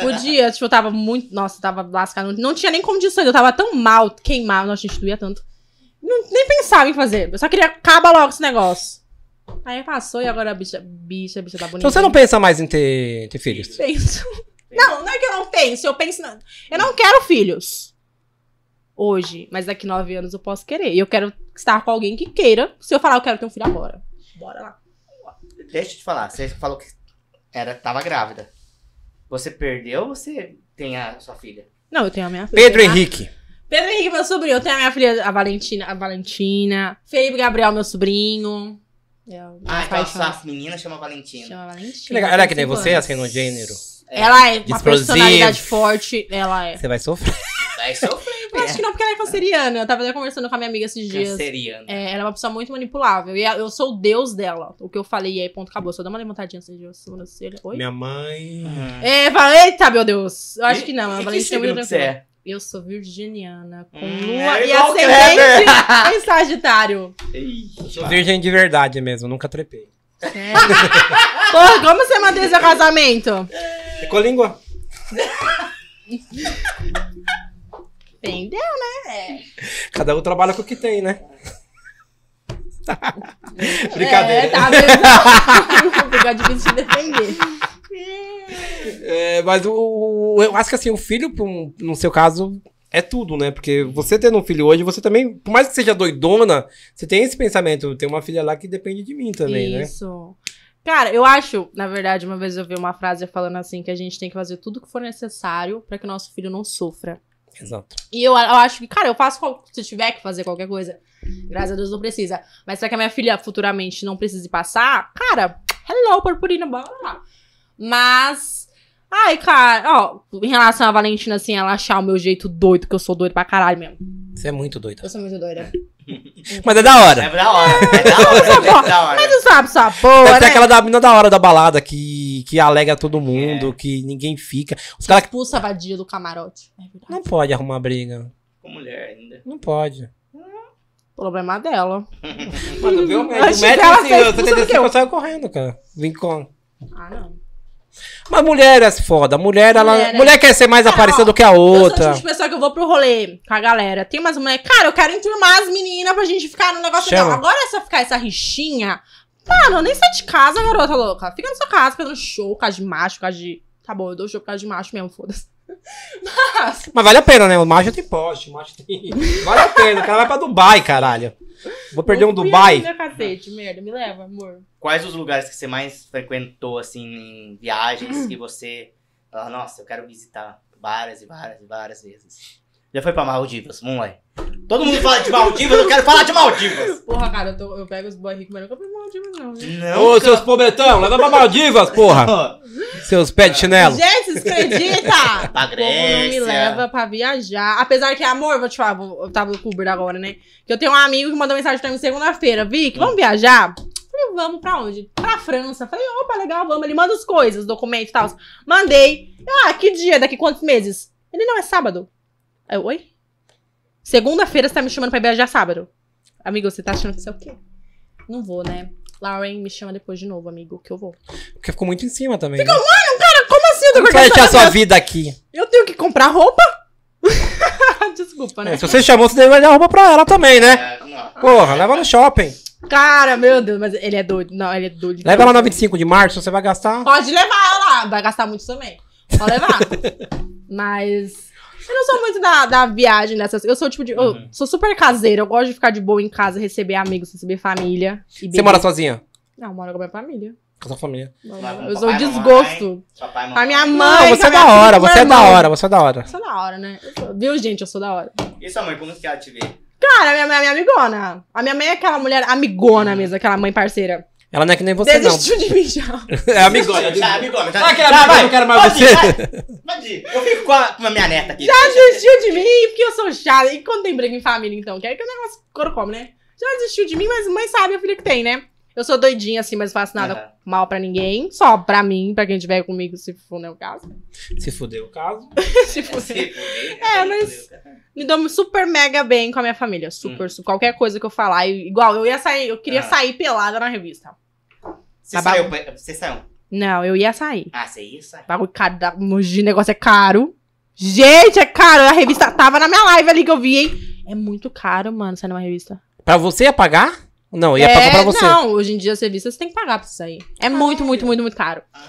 [SPEAKER 3] Podia, tipo, eu tava muito. Nossa, eu tava lascada. Não, não tinha nem condições, eu tava tão mal, queimava, nossa, gente, doía tanto. Não- nem pensava em fazer. Eu só queria acabar logo esse negócio. Aí passou e agora a bicha, bicha, bicha tá bonita.
[SPEAKER 2] Então você não pensa mais em ter, ter filhos?
[SPEAKER 3] penso. Não, não é que eu não penso, eu penso. Não. Eu não quero filhos. Hoje, mas daqui nove anos eu posso querer. E eu quero estar com alguém que queira. Se eu falar, eu quero ter um filho agora. Bora lá.
[SPEAKER 1] Deixa eu te falar, você falou que era, tava grávida. Você perdeu ou você tem a sua filha?
[SPEAKER 3] Não, eu tenho a minha filha.
[SPEAKER 2] Pedro
[SPEAKER 3] né?
[SPEAKER 2] Henrique.
[SPEAKER 3] Pedro Henrique, meu sobrinho. Eu tenho a minha filha, a Valentina. A Valentina. Felipe Gabriel, meu sobrinho. Eu,
[SPEAKER 1] Ah, então a
[SPEAKER 3] paixão.
[SPEAKER 1] sua menina chama Valentina.
[SPEAKER 3] Chama Valentina.
[SPEAKER 2] Que legal. Ela é que nem
[SPEAKER 3] Cinco
[SPEAKER 2] você,
[SPEAKER 3] anos.
[SPEAKER 2] assim, no gênero?
[SPEAKER 3] Ela é uma
[SPEAKER 2] Explosiva.
[SPEAKER 3] personalidade forte. Ela é.
[SPEAKER 2] Você vai sofrer.
[SPEAKER 1] Vai sofrer,
[SPEAKER 3] Eu acho que não, porque ela é canceriana. Eu tava até conversando com a minha amiga esses dias.
[SPEAKER 1] Canceriano.
[SPEAKER 3] É, ela é uma pessoa muito manipulável. E eu sou o deus dela. O que eu falei, e aí, ponto, acabou. Só dá uma levantadinha assim de sobrancelha. Oi?
[SPEAKER 2] Minha mãe.
[SPEAKER 1] Hum.
[SPEAKER 3] É, fala, eita, meu Deus. Eu acho que não.
[SPEAKER 1] E-
[SPEAKER 3] A
[SPEAKER 1] e
[SPEAKER 3] Valentina é
[SPEAKER 1] signo
[SPEAKER 3] muito
[SPEAKER 1] que você
[SPEAKER 3] tranquila.
[SPEAKER 1] é?
[SPEAKER 3] Eu sou virginiana, com
[SPEAKER 1] Hum,
[SPEAKER 3] lua
[SPEAKER 1] é
[SPEAKER 3] e
[SPEAKER 1] igual o
[SPEAKER 3] ascendente em Sagitário. Ah.
[SPEAKER 2] Sou virgem de verdade mesmo, nunca trepei.
[SPEAKER 3] É. Porra, como você mantém seu casamento?
[SPEAKER 2] Ficou língua?
[SPEAKER 3] Entendeu, né?
[SPEAKER 2] Cada um trabalha com o que tem, né?
[SPEAKER 3] É.
[SPEAKER 2] Brincadeira.
[SPEAKER 3] É, tá vendo? Fica difícil de defender.
[SPEAKER 2] É, mas o, o- eu acho que assim, o filho, pra um- no seu caso, é tudo, né? Porque você tendo um filho hoje, você também, por mais que seja doidona, você tem esse pensamento. Tem uma filha lá que depende de mim também, né?
[SPEAKER 3] Isso. Cara, eu acho, na verdade, uma vez eu vi uma frase falando assim que a gente tem que fazer tudo que for necessário pra que o nosso filho não sofra.
[SPEAKER 2] Exato.
[SPEAKER 3] E eu, eu acho que, cara, eu faço qual- se eu tiver que fazer qualquer coisa. Graças a Deus não precisa. Mas pra que a minha filha futuramente não precise passar, cara, hello, purpurina, bora lá. Mas. Ai, cara, ó, em relação à Valentina, assim, ela achar o meu jeito doido, que eu sou doido pra caralho mesmo.
[SPEAKER 2] Você é muito doida.
[SPEAKER 3] Eu sou muito doida.
[SPEAKER 2] Mas é da hora.
[SPEAKER 1] É da hora, é da hora, é da hora.
[SPEAKER 3] Mas você sabe, sua
[SPEAKER 2] Deve
[SPEAKER 3] porra,
[SPEAKER 2] ser
[SPEAKER 3] né?
[SPEAKER 2] aquela da mina da hora da balada que, que alega todo
[SPEAKER 3] É.
[SPEAKER 2] mundo, que ninguém fica. Os caras que.
[SPEAKER 3] Expulsa a vadia do camarote. É verdade.
[SPEAKER 2] Não pode arrumar briga.
[SPEAKER 1] Com mulher ainda.
[SPEAKER 2] Não pode.
[SPEAKER 3] Problema dela.
[SPEAKER 2] Mano, viu?
[SPEAKER 3] médico, Acho que médico, ela assim, fez eu- tudo 75, que eu-
[SPEAKER 2] eu saio correndo, cara. Vim com.
[SPEAKER 3] Ah, não.
[SPEAKER 2] Mas mulher é foda. Mulher, ela.
[SPEAKER 3] Mulher
[SPEAKER 2] Mulher,
[SPEAKER 3] é-
[SPEAKER 2] quer ser mais
[SPEAKER 3] Ah,
[SPEAKER 2] aparecida
[SPEAKER 3] ó,
[SPEAKER 2] do que a
[SPEAKER 3] Eu sou o
[SPEAKER 2] outra.
[SPEAKER 3] tipo de pessoa que eu vou pro rolê com a galera. Tem umas mulheres. Cara, eu quero enturmar as meninas pra gente ficar no negócio
[SPEAKER 2] Chama.
[SPEAKER 3] legal. Agora é só ficar essa rixinha. Mano, eu nem sai de casa, garota louca. Fica na sua casa, fica no show, casa de macho, casa de. Tá bom, eu dou show por causa de macho mesmo, foda-se. Mas,
[SPEAKER 2] Mas vale a pena, né? O macho tem poste, o macho tem. Vale a pena, o cara vai pra Dubai, caralho. Vou perder um
[SPEAKER 3] eu fui
[SPEAKER 2] Dubai.
[SPEAKER 3] ainda, cacete, merda. Me leva, amor.
[SPEAKER 1] Quais os lugares que você mais frequentou, assim, em viagens que você fala, nossa, eu quero visitar várias e várias e várias vezes? Já foi pra Maldivas, vamos lá. Todo mundo fala de Maldivas, eu quero falar de Maldivas.
[SPEAKER 3] Porra, cara, eu, tô- eu pego os boy ricos, mas nunca fui Maldivas, não. viu?
[SPEAKER 1] Não.
[SPEAKER 2] Ô, seus pobretão, leva pra Maldivas, porra. Seus pés de chinelo.
[SPEAKER 3] Gente, descredita!
[SPEAKER 1] Pra
[SPEAKER 3] O povo não me
[SPEAKER 1] Grécia.
[SPEAKER 3] leva pra viajar. Apesar que, amor, vou te falar, vou- eu tava com o Uber agora, né? Que eu tenho um amigo que mandou mensagem pra mim segunda-feira. Vic, vamos viajar? Falei, vamos pra onde? Pra França. Falei, opa, legal, vamos. Ele manda as coisas, os documentos e tal. Mandei. Eu, Ah, que dia? Daqui quantos meses? Ele, não, é sábado. Aí eu, oi? Segunda-feira você tá me chamando pra viajar sábado. Amigo, você tá achando que isso é o quê? Não vou, né? Lauren, me chama depois de novo, amigo, que eu vou.
[SPEAKER 2] Porque ficou muito em cima também. Ficou né?
[SPEAKER 3] Cara, como assim? Eu tô
[SPEAKER 2] Você vai deixar
[SPEAKER 3] organizando
[SPEAKER 2] sua vida aqui.
[SPEAKER 3] eu tenho que comprar roupa? Desculpa, né?
[SPEAKER 2] É, se você chamou, você deve dar roupa pra ela também, né?
[SPEAKER 1] É, não.
[SPEAKER 2] Porra, leva no shopping.
[SPEAKER 3] Cara, meu Deus, mas ele é doido. Não, ele é doido.
[SPEAKER 2] Leva ela na 25 de março, você vai gastar.
[SPEAKER 3] Pode levar ela lá, vai gastar muito também. Pode levar. mas eu não sou muito da, da viagem dessas. Eu sou tipo de. Eu
[SPEAKER 1] Uhum.
[SPEAKER 3] sou super caseira. Eu gosto de ficar de boa em casa, receber amigos, receber família. e
[SPEAKER 2] Você
[SPEAKER 3] beber.
[SPEAKER 2] mora sozinha?
[SPEAKER 3] Não, eu moro com a minha família.
[SPEAKER 2] Com a sua família.
[SPEAKER 1] Lá com
[SPEAKER 3] Eu sou
[SPEAKER 1] papai,
[SPEAKER 3] desgosto.
[SPEAKER 1] Papai, mamãe.
[SPEAKER 3] A minha
[SPEAKER 2] Não,
[SPEAKER 3] mãe.
[SPEAKER 2] você
[SPEAKER 3] com
[SPEAKER 2] é
[SPEAKER 3] a minha
[SPEAKER 2] da
[SPEAKER 3] filha,
[SPEAKER 2] hora,
[SPEAKER 3] com meu
[SPEAKER 2] você é da
[SPEAKER 3] irmão.
[SPEAKER 2] hora, você é da hora.
[SPEAKER 3] Eu sou da hora, né? Eu sou- Viu, gente? Eu sou da hora.
[SPEAKER 1] E sua mãe, como que ela te vê?
[SPEAKER 3] Cara, minha mãe é minha amigona. A minha mãe é aquela mulher amigona mesmo, aquela mãe parceira.
[SPEAKER 2] Ela não é que nem você, não.
[SPEAKER 3] Desistiu de mim já.
[SPEAKER 2] É amigona.
[SPEAKER 1] Já, já, amigona, já.
[SPEAKER 2] Ah, aquela
[SPEAKER 1] já,
[SPEAKER 2] amiga
[SPEAKER 1] vai.
[SPEAKER 2] que eu não quero mais
[SPEAKER 1] Pode ir,
[SPEAKER 2] você.
[SPEAKER 1] vai. Pode ir. Eu fico com a, com a minha neta aqui.
[SPEAKER 3] Já desistiu de mim, porque eu sou chata. E quando tem briga em família, então? Que é que o negócio coro come, né? Já desistiu de mim, mas mãe sabe a filha que tem, né? Eu sou doidinha assim, mas não faço
[SPEAKER 2] É.
[SPEAKER 3] nada
[SPEAKER 1] Aham.
[SPEAKER 3] mal pra ninguém. Só pra mim, pra quem estiver comigo, se for né, o caso.
[SPEAKER 2] Se fudeu o caso.
[SPEAKER 3] se for.
[SPEAKER 1] Se fuder,
[SPEAKER 3] É, mas- Me dou super mega bem com a minha família.
[SPEAKER 2] Hum.
[SPEAKER 3] Super, super. Qualquer coisa que eu falar. e- Igual, eu ia sair, eu queria
[SPEAKER 1] Ah.
[SPEAKER 3] sair pelada na revista.
[SPEAKER 1] Você
[SPEAKER 3] Tá
[SPEAKER 1] saiu, pe- você saiu.
[SPEAKER 3] Não, eu ia sair.
[SPEAKER 1] Ah, você ia sair?
[SPEAKER 3] Bagulho caro, da- o negócio é caro. Gente, é caro. A revista tava na minha live ali que eu vi, hein? É muito caro, mano, sair numa revista.
[SPEAKER 2] Pra você ia pagar? Não, ia
[SPEAKER 3] é,
[SPEAKER 2] pagar pra você.
[SPEAKER 3] Não, hoje em dia serviço você tem que pagar pra isso aí. É muito, muito, muito, muito caro.
[SPEAKER 1] Ah,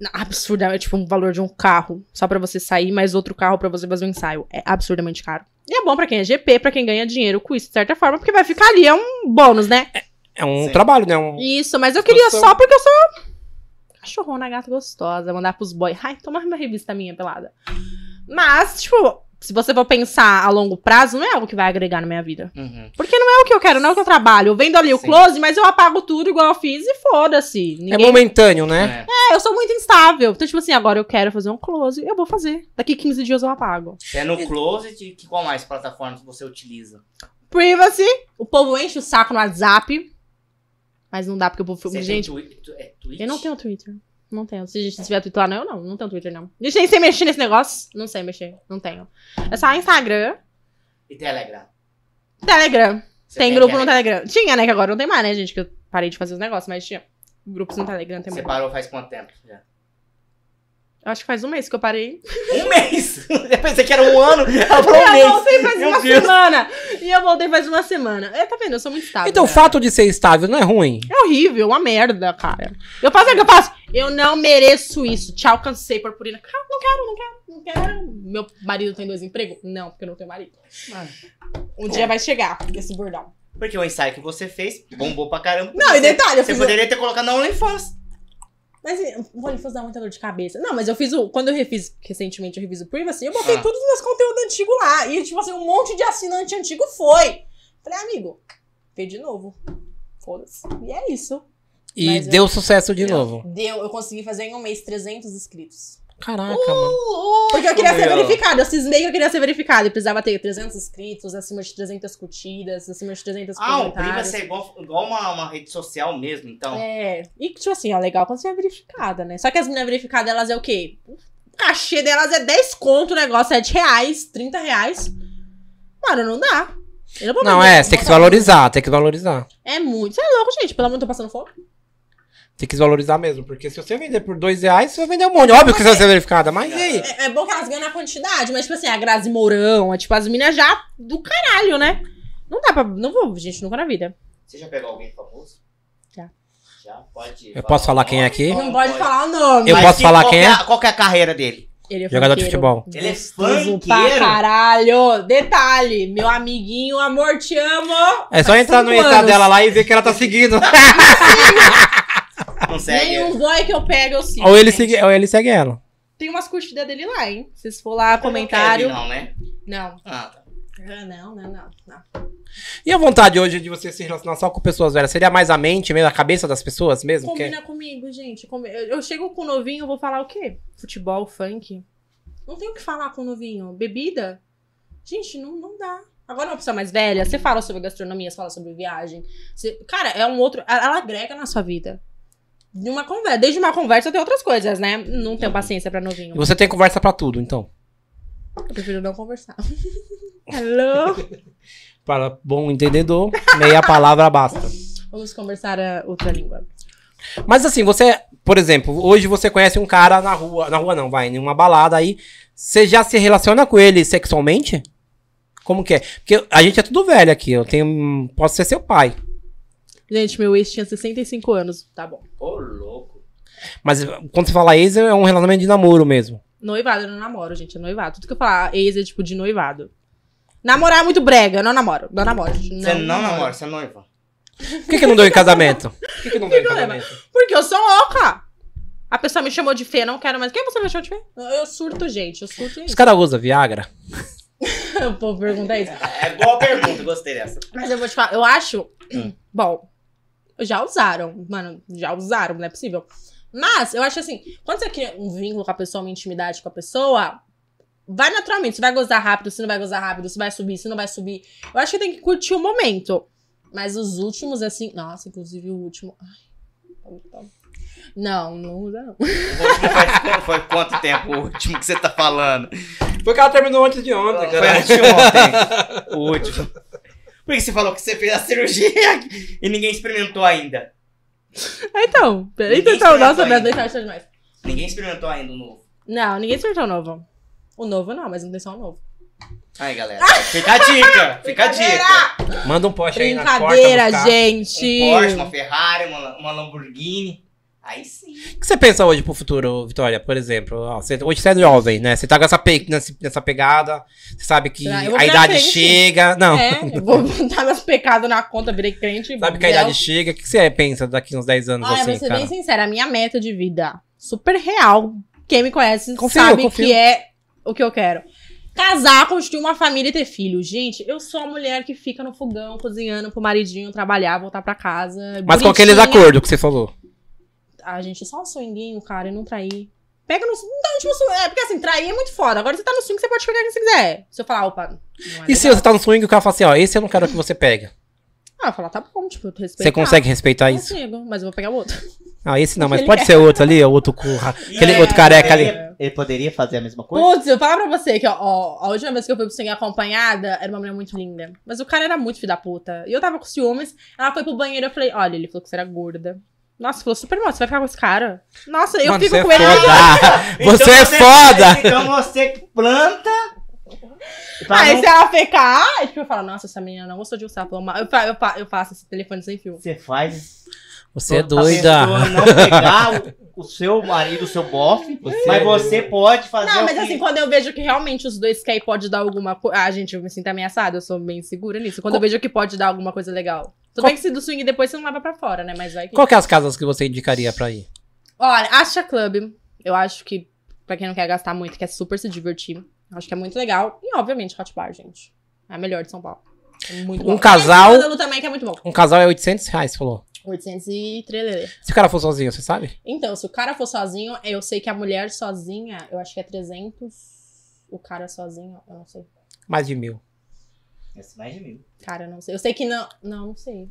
[SPEAKER 3] Não, Absurda, é tipo um valor de um carro só pra você sair, mais outro carro pra você fazer um ensaio. É absurdamente caro. E é bom pra quem é GP, pra quem ganha dinheiro com isso, de certa forma, porque vai ficar ali, é um bônus, né?
[SPEAKER 2] É um
[SPEAKER 1] Sim.
[SPEAKER 2] trabalho, né? Um...
[SPEAKER 3] Isso, mas eu queria
[SPEAKER 1] é
[SPEAKER 2] Gostoso.
[SPEAKER 1] um
[SPEAKER 3] só porque eu sou cachorrona, gata gostosa, mandar pros boys. Ai, toma uma revista minha, pelada. Mas, tipo, se você for pensar a longo prazo, não é algo que vai agregar na minha vida.
[SPEAKER 1] uhum.
[SPEAKER 3] Porque não é o que eu quero, não é o que eu trabalho. Eu vendo ali o
[SPEAKER 1] Sim.
[SPEAKER 3] close, mas eu apago tudo igual eu fiz e foda-se.
[SPEAKER 2] É
[SPEAKER 3] Ninguém...
[SPEAKER 2] momentâneo, né?
[SPEAKER 1] É.
[SPEAKER 3] É, eu sou muito instável. Então, tipo assim, agora eu quero fazer um close, eu vou fazer. Daqui 15 dias eu apago.
[SPEAKER 1] Você é no closet e que- qual mais plataformas você utiliza?
[SPEAKER 3] Privacy, o povo enche o saco no WhatsApp. Mas não dá, porque o povo
[SPEAKER 1] Você
[SPEAKER 3] fica.
[SPEAKER 1] tem
[SPEAKER 3] Gente,
[SPEAKER 1] twi- tu- é Twitch?
[SPEAKER 3] eu não tenho Twitter. Não tenho. Se a
[SPEAKER 1] É.
[SPEAKER 3] gente tiver Twitter lá, não, eu não. Não tenho Twitter, não. Deixa nem sei mexer nesse negócio. Não sei mexer. Não tenho. É só Instagram,
[SPEAKER 1] E Telegram?
[SPEAKER 3] Telegram.
[SPEAKER 1] Você
[SPEAKER 3] Tem, grupo no
[SPEAKER 1] Telegram?
[SPEAKER 3] Telegram. Tinha, né? Que agora não tem mais, né, gente? Que eu parei de fazer os negócios, mas tinha. Grupos no Telegram tem
[SPEAKER 1] Você
[SPEAKER 3] muito.
[SPEAKER 1] parou faz quanto tempo já?
[SPEAKER 3] Eu acho que faz um mês que eu parei.
[SPEAKER 1] Um mês! Eu pensei que era um ano, ela falou um
[SPEAKER 3] Eu ah,
[SPEAKER 1] mês.
[SPEAKER 3] voltei faz
[SPEAKER 1] Meu
[SPEAKER 3] uma
[SPEAKER 1] Deus.
[SPEAKER 3] semana. E eu voltei faz uma semana. É, tá vendo? Eu sou muito estável.
[SPEAKER 2] Então, o fato de ser estável não é ruim.
[SPEAKER 3] É horrível, uma merda, cara. Eu faço o que eu faço. Eu não mereço isso. Tchau, cansei, purpurina. Cara, não quero, não quero, não quero. Meu marido tem dois empregos? Não, porque eu não tenho marido. Um dia vai chegar esse bordão.
[SPEAKER 1] Porque o ensaio que você fez bombou pra caramba.
[SPEAKER 3] Não, e detalhe, eu
[SPEAKER 1] Você
[SPEAKER 3] fiz.
[SPEAKER 1] poderia ter colocado na OnlyFans.
[SPEAKER 3] Mas assim, o OnlyFans dá muita dor de cabeça. Não, mas eu fiz o. Quando eu refiz, recentemente eu refiz o Privacy, eu botei
[SPEAKER 1] Ah.
[SPEAKER 3] todos os meus conteúdos antigos lá. E, tipo assim, um monte de assinante antigo foi. Falei, amigo, fez de novo. Foda-se. E é isso.
[SPEAKER 2] E
[SPEAKER 3] Mas eu-
[SPEAKER 2] deu sucesso de novo.
[SPEAKER 3] Deu, eu consegui fazer em um mês 300 inscritos.
[SPEAKER 2] Caraca,
[SPEAKER 3] Uh,
[SPEAKER 2] mano.
[SPEAKER 3] Porque eu queria ser
[SPEAKER 1] Gabriela.
[SPEAKER 3] verificada, eu cismei que eu queria ser verificada. E precisava ter 300 inscritos, acima de 300 curtidas, acima de 300
[SPEAKER 1] Ah, o Priva
[SPEAKER 3] comentários.
[SPEAKER 1] é igual, igual uma, uma rede social mesmo, então.
[SPEAKER 3] É, e tipo assim, ó, legal quando você é verificada, né? Só que as meninas verificadas, elas é o quê? O cachê delas é 10 conto, o negócio é 7 reais, 30 reais. Mano, não dá. Eu vou
[SPEAKER 2] Não,
[SPEAKER 3] vender,
[SPEAKER 2] é, você tem que se
[SPEAKER 3] botar-
[SPEAKER 2] valorizar, tem que se valorizar.
[SPEAKER 3] É muito. Você é louco, gente. Pelo amor de Deus, tô passando fome.
[SPEAKER 2] Tem que se valorizar mesmo, porque se você vender por dois reais, você vai vender um monte. Óbvio que você vai ser verificada, mas e aí?
[SPEAKER 3] É, é bom que elas ganham na quantidade, mas, tipo assim, a Grazi Mourão, é, tipo, as minas já do caralho, né? Não dá pra. Não vou, gente, nunca na vida.
[SPEAKER 1] Você já pegou alguém famoso?
[SPEAKER 3] Já.
[SPEAKER 1] Já? Pode.
[SPEAKER 2] Eu posso falar quem é aqui?
[SPEAKER 3] Não pode falar o nome.
[SPEAKER 2] Eu- posso
[SPEAKER 1] que-
[SPEAKER 2] falar
[SPEAKER 1] qual
[SPEAKER 2] quem
[SPEAKER 1] que
[SPEAKER 2] é?
[SPEAKER 1] a- Qual que é a carreira dele?
[SPEAKER 3] Ele é
[SPEAKER 2] Jogador de
[SPEAKER 3] funkeiro.
[SPEAKER 2] futebol.
[SPEAKER 1] Ele é
[SPEAKER 3] Gostoso pra
[SPEAKER 1] funkeiro?
[SPEAKER 3] caralho. Detalhe, meu amiguinho, amor, te amo.
[SPEAKER 2] É só
[SPEAKER 3] Faz
[SPEAKER 2] entrar no
[SPEAKER 3] cinco
[SPEAKER 2] Insta
[SPEAKER 3] anos.
[SPEAKER 2] dela lá e ver que ela tá seguindo.
[SPEAKER 1] Consegue.
[SPEAKER 3] Nenhum boy um que eu pego, eu sigo.
[SPEAKER 2] ou, ele
[SPEAKER 3] gente.
[SPEAKER 2] segue, ou ele segue ela.
[SPEAKER 3] Tem umas curtidas dele lá, hein? Se vocês for lá,
[SPEAKER 1] Não,
[SPEAKER 3] comentário.
[SPEAKER 1] quer vir, não, né?
[SPEAKER 3] Não.
[SPEAKER 1] Ah, tá.
[SPEAKER 3] é Ah, Não, não, não, não.
[SPEAKER 2] E a vontade hoje de você se relacionar só com pessoas velhas? Seria mais a mente mesmo, a cabeça das pessoas mesmo? Que- é
[SPEAKER 3] Combina comigo, gente. Combi- Eu eu chego com o novinho, vou falar o quê? Futebol, funk. Não tem o que falar com o novinho. Bebida? Gente, não, não dá. Agora uma pessoa mais velha, você fala sobre gastronomia, você fala sobre viagem. Você- Cara, é um outro. Ela ela agrega na sua vida. De uma conversa, desde uma conversa tem outras coisas, né? Não tenho paciência pra novinho.
[SPEAKER 2] Você tem conversa pra tudo, então.
[SPEAKER 3] Eu prefiro não conversar. Hello?
[SPEAKER 2] Para bom entendedor, meia palavra basta.
[SPEAKER 3] Vamos conversar ah, outra língua.
[SPEAKER 2] Mas assim, você, por exemplo, hoje você conhece um cara na rua, na rua não, vai, em uma balada aí, você já se relaciona com ele sexualmente? Como que é? Porque a gente é tudo velho aqui, eu tenho, posso ser seu pai.
[SPEAKER 3] Gente, meu ex tinha 65 anos. Tá bom.
[SPEAKER 1] Ô, louco.
[SPEAKER 2] Mas quando você fala ex, é um relacionamento de namoro mesmo.
[SPEAKER 3] Noivado, eu não namoro, gente. É noivado. Tudo que eu falar, ex é tipo de noivado. Namorar é muito brega, eu não namoro. Não namoro. gente.
[SPEAKER 1] Você não namora, você é noiva.
[SPEAKER 2] Por que, que não deu em casamento? Por que, que não deu em
[SPEAKER 3] Que problema?
[SPEAKER 2] casamento?
[SPEAKER 3] Porque eu sou louca. A pessoa me chamou de feia, não quero mais. Quem é você me chamou de feia? Eu surto, gente. Eu surto
[SPEAKER 2] Os
[SPEAKER 3] isso.
[SPEAKER 2] caras usam Viagra?
[SPEAKER 3] O povo pergunta isso.
[SPEAKER 1] É boa pergunta, gostei dessa.
[SPEAKER 3] Mas eu vou te falar, eu acho. Bom, já usaram, mano, já usaram, não é possível. Mas eu acho assim, quando você cria um vínculo com a pessoa, uma intimidade com a pessoa, vai naturalmente. Você vai gozar rápido, se não vai gozar rápido, se vai subir, se não vai subir. Eu acho que tem que curtir o momento. Mas os últimos, assim, nossa, inclusive o último. ai, então. Não, não usa, não.
[SPEAKER 1] O último foi, foi quanto tempo o último que você tá falando?
[SPEAKER 2] Porque ela terminou antes de ontem,
[SPEAKER 1] Foi anteontem. O último. Por que você falou que você fez a cirurgia e ninguém experimentou ainda?
[SPEAKER 3] Então, peraí,
[SPEAKER 1] Ninguém
[SPEAKER 3] então, nossa,
[SPEAKER 1] experimentou
[SPEAKER 3] mas
[SPEAKER 1] ainda.
[SPEAKER 3] deixar isso demais.
[SPEAKER 1] Ninguém experimentou ainda o novo.
[SPEAKER 3] Não, ninguém acertou o novo. O novo não, mas não tem só o novo.
[SPEAKER 1] Aí, galera. Fica a dica. Fica a dica.
[SPEAKER 2] Manda um poste aí na porta.
[SPEAKER 3] Brincadeira,
[SPEAKER 2] buscar.
[SPEAKER 3] gente.
[SPEAKER 1] Um Porsche, uma Ferrari, uma, uma Lamborghini. Aí sim.
[SPEAKER 2] O que você pensa hoje pro futuro, Vitória? Por exemplo, ó, você- hoje você é jovem, né? Você tá com essa pe- nessa, nessa pegada, você sabe que
[SPEAKER 3] Ah, eu vou
[SPEAKER 2] a
[SPEAKER 3] pra
[SPEAKER 2] idade
[SPEAKER 3] frente.
[SPEAKER 2] chega. Não,
[SPEAKER 3] É, eu vou botar meus pecados na conta, virei crente.
[SPEAKER 2] sabe que a idade chega. O que você pensa daqui uns 10 anos
[SPEAKER 3] Olha, vou
[SPEAKER 2] assim,
[SPEAKER 3] ser
[SPEAKER 2] cara?
[SPEAKER 3] bem sincera, a minha meta de vida, super real, quem me conhece
[SPEAKER 2] Confio,
[SPEAKER 3] sabe
[SPEAKER 2] confio.
[SPEAKER 3] que é o que eu quero. Casar, construir uma família e ter filho. Gente, eu sou a mulher que fica no fogão, cozinhando pro maridinho, trabalhar, voltar pra casa.
[SPEAKER 2] Mas com
[SPEAKER 3] bonitinha.
[SPEAKER 2] aqueles acordos que você falou.
[SPEAKER 3] Ah, gente, só um swinguinho, cara, e não trair. Pega no... Não, tipo, swing- é, porque assim, trair é muito foda. Agora você tá no swing, você pode pegar quem você quiser. Se eu falar, opa... não é
[SPEAKER 2] E se
[SPEAKER 3] legal.
[SPEAKER 2] você tá no swing e o cara fala assim, ó, esse eu não quero que você pegue.
[SPEAKER 3] Ah, eu falar, tá bom, tipo, eu te respeito. Ah,
[SPEAKER 2] Você consegue respeitar isso?
[SPEAKER 3] Consigo, mas eu vou pegar o outro.
[SPEAKER 2] Ah, esse não, mas
[SPEAKER 3] Ele
[SPEAKER 2] pode ser outro ali, ó, outro com ra- aquele
[SPEAKER 1] É,
[SPEAKER 2] outro careca
[SPEAKER 1] ele-
[SPEAKER 2] ali.
[SPEAKER 1] Ele poderia fazer a mesma coisa?
[SPEAKER 3] Putz, eu falo pra você que, ó, ó, a última vez que eu fui pro swing acompanhada, era uma mulher muito linda. Mas o cara era muito filho da puta. E eu tava com ciúmes, ela foi pro banheiro, eu falei, olha, ele falou que você era gorda. Nossa, falou, super mal, você vai ficar com esse cara. Nossa, eu
[SPEAKER 2] Mano,
[SPEAKER 3] fico
[SPEAKER 2] você
[SPEAKER 3] com
[SPEAKER 2] é
[SPEAKER 3] ele.
[SPEAKER 2] foda.
[SPEAKER 1] Então
[SPEAKER 2] você é foda.
[SPEAKER 1] Então você que planta. pra
[SPEAKER 3] Aí
[SPEAKER 1] não-
[SPEAKER 3] se ela ficar, aí, tipo, eu falo, nossa, essa menina não gostou de usar, falou mal. Eu, fa- eu, fa- eu faço esse telefone sem fio.
[SPEAKER 1] Você faz.
[SPEAKER 2] Você é
[SPEAKER 1] pra
[SPEAKER 2] doida.
[SPEAKER 1] pessoa Não pegar o, o seu marido, o seu bofe. mas
[SPEAKER 2] é
[SPEAKER 1] você pode fazer.
[SPEAKER 3] Não,
[SPEAKER 1] o
[SPEAKER 3] mas
[SPEAKER 1] que-
[SPEAKER 3] assim, quando eu vejo que realmente os dois querem pode dar alguma coisa. Ah, gente, eu me sinto ameaçada, eu sou bem segura nisso. Quando eu vejo que pode dar alguma coisa legal. Tudo
[SPEAKER 2] Qual-
[SPEAKER 3] bem que se do swing depois você não leva pra fora, né? Mas vai que.
[SPEAKER 2] Qual que é as casas que você indicaria pra ir?
[SPEAKER 3] Olha, Acha Club, eu acho que, pra quem não quer gastar muito, quer super se divertir. Eu acho que é muito legal. E, obviamente, Hot Bar, gente. É a melhor de São Paulo. É muito
[SPEAKER 2] Um
[SPEAKER 3] bom.
[SPEAKER 2] casal-
[SPEAKER 3] E a Lulu também, que é muito bom.
[SPEAKER 2] Um casal é 800 reais, falou.
[SPEAKER 3] 800 e trelelê.
[SPEAKER 2] Se o cara for sozinho, você sabe?
[SPEAKER 3] Então, se o cara for sozinho, eu sei que a mulher sozinha, eu acho que é 300. O cara sozinho, eu não sei.
[SPEAKER 2] Mais de mil.
[SPEAKER 1] Esse mais de mil.
[SPEAKER 3] Cara, eu não sei. Eu sei que não. Não, não sei.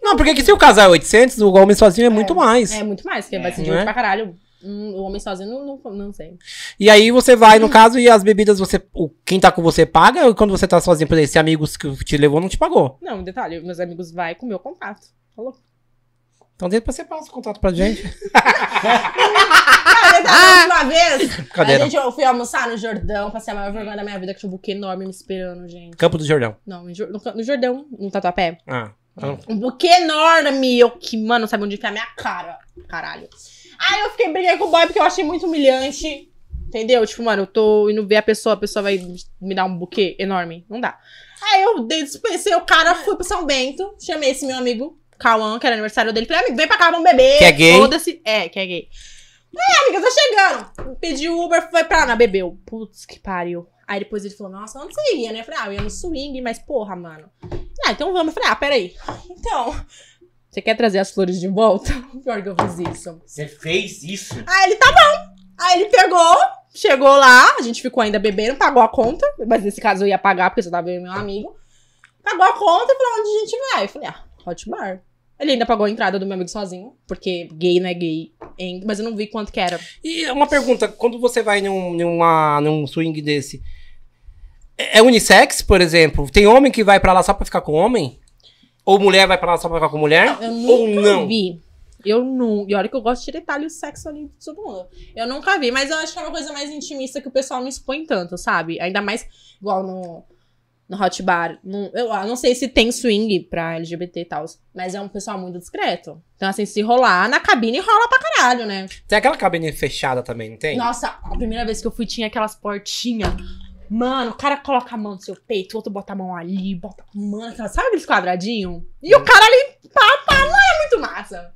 [SPEAKER 2] Não, porque que se o casal é 800, o homem sozinho é, muito mais.
[SPEAKER 3] É muito mais, porque
[SPEAKER 1] É,
[SPEAKER 3] vai se
[SPEAKER 2] não
[SPEAKER 3] divertir
[SPEAKER 2] é?
[SPEAKER 3] pra caralho. Hum, o homem sozinho, não, não, não sei.
[SPEAKER 2] E aí você vai, no caso, e as bebidas você. O, quem tá com você paga, ou quando você tá sozinho, por exemplo, esse amigo que te levou não te pagou.
[SPEAKER 3] Não, detalhe, meus amigos vai com o meu contato. Falou.
[SPEAKER 2] Então depois você passa o contato pra gente.
[SPEAKER 3] Ah, uma vez, a
[SPEAKER 2] Cadeira.
[SPEAKER 3] gente, eu fui almoçar no Jordão, passei a maior vergonha da minha vida, que tinha um buquê enorme me esperando, gente.
[SPEAKER 2] Campo do Jordão.
[SPEAKER 3] Não, em Jor- no, no Jordão, no Tatuapé.
[SPEAKER 2] Ah. então-
[SPEAKER 3] Um buquê enorme, eu que, mano, não sabe onde enfiar minha cara, caralho. Aí eu fiquei, briguei com o boy, porque eu achei muito humilhante. Entendeu? Tipo, mano, eu tô indo ver a pessoa, a pessoa vai me dar um buquê enorme. Não dá. Aí eu dei- dispensei o cara, fui pro São Bento, chamei esse meu amigo, Cauã, que era aniversário dele. Falei, amigo, vem pra cá, vamos beber.
[SPEAKER 2] Que é gay?
[SPEAKER 3] Foda-se. É, que é gay. Aí, amiga, eu tô chegando. Pedi Uber, foi pra lá, bebeu. Putz, que pariu. Aí depois ele falou, nossa, onde você ia, né? Eu falei, ah, eu ia no swing, mas porra, mano. Ah, então vamos. Eu falei, ah, peraí. Então, você quer trazer as flores de volta? Pior que eu fiz isso.
[SPEAKER 1] Você fez isso?
[SPEAKER 3] Aí ele, tá bom. Aí ele pegou, chegou lá, a gente ficou ainda bebendo, pagou a conta. Mas nesse caso eu ia pagar, porque eu só tava eu e meu amigo. Pagou a conta e falou, onde a gente vai? Eu falei, ah, hot bar. Ele ainda pagou a entrada do meu amigo sozinho, porque gay não é gay, hein? mas eu não vi quanto que era.
[SPEAKER 2] E uma pergunta, quando você vai num, numa, num swing desse, é é unissex, por exemplo? Tem homem que vai pra lá só pra ficar com homem? Ou mulher vai pra lá só pra ficar com mulher?
[SPEAKER 3] Eu
[SPEAKER 2] né? Ou
[SPEAKER 3] nunca
[SPEAKER 2] não?
[SPEAKER 3] vi. Eu não. E olha que eu gosto de detalhe o sexo ali de todo mundo. Eu nunca vi, mas eu acho que é uma coisa mais intimista que o pessoal não expõe tanto, sabe? Ainda mais igual no, no hot bar. Não- eu ah, não sei se tem swing pra LGBT e tal, mas é um pessoal muito discreto. Então, assim, se rolar na cabine, rola pra caralho, né?
[SPEAKER 2] Tem aquela cabine fechada também, não tem?
[SPEAKER 3] Nossa, a primeira vez que eu fui tinha aquelas portinhas. Mano, o cara coloca a mão no seu peito, o outro bota a mão ali, bota. Mano, aquela, sabe aqueles quadradinhos? E o cara ali, pá, pá, mano, é muito massa.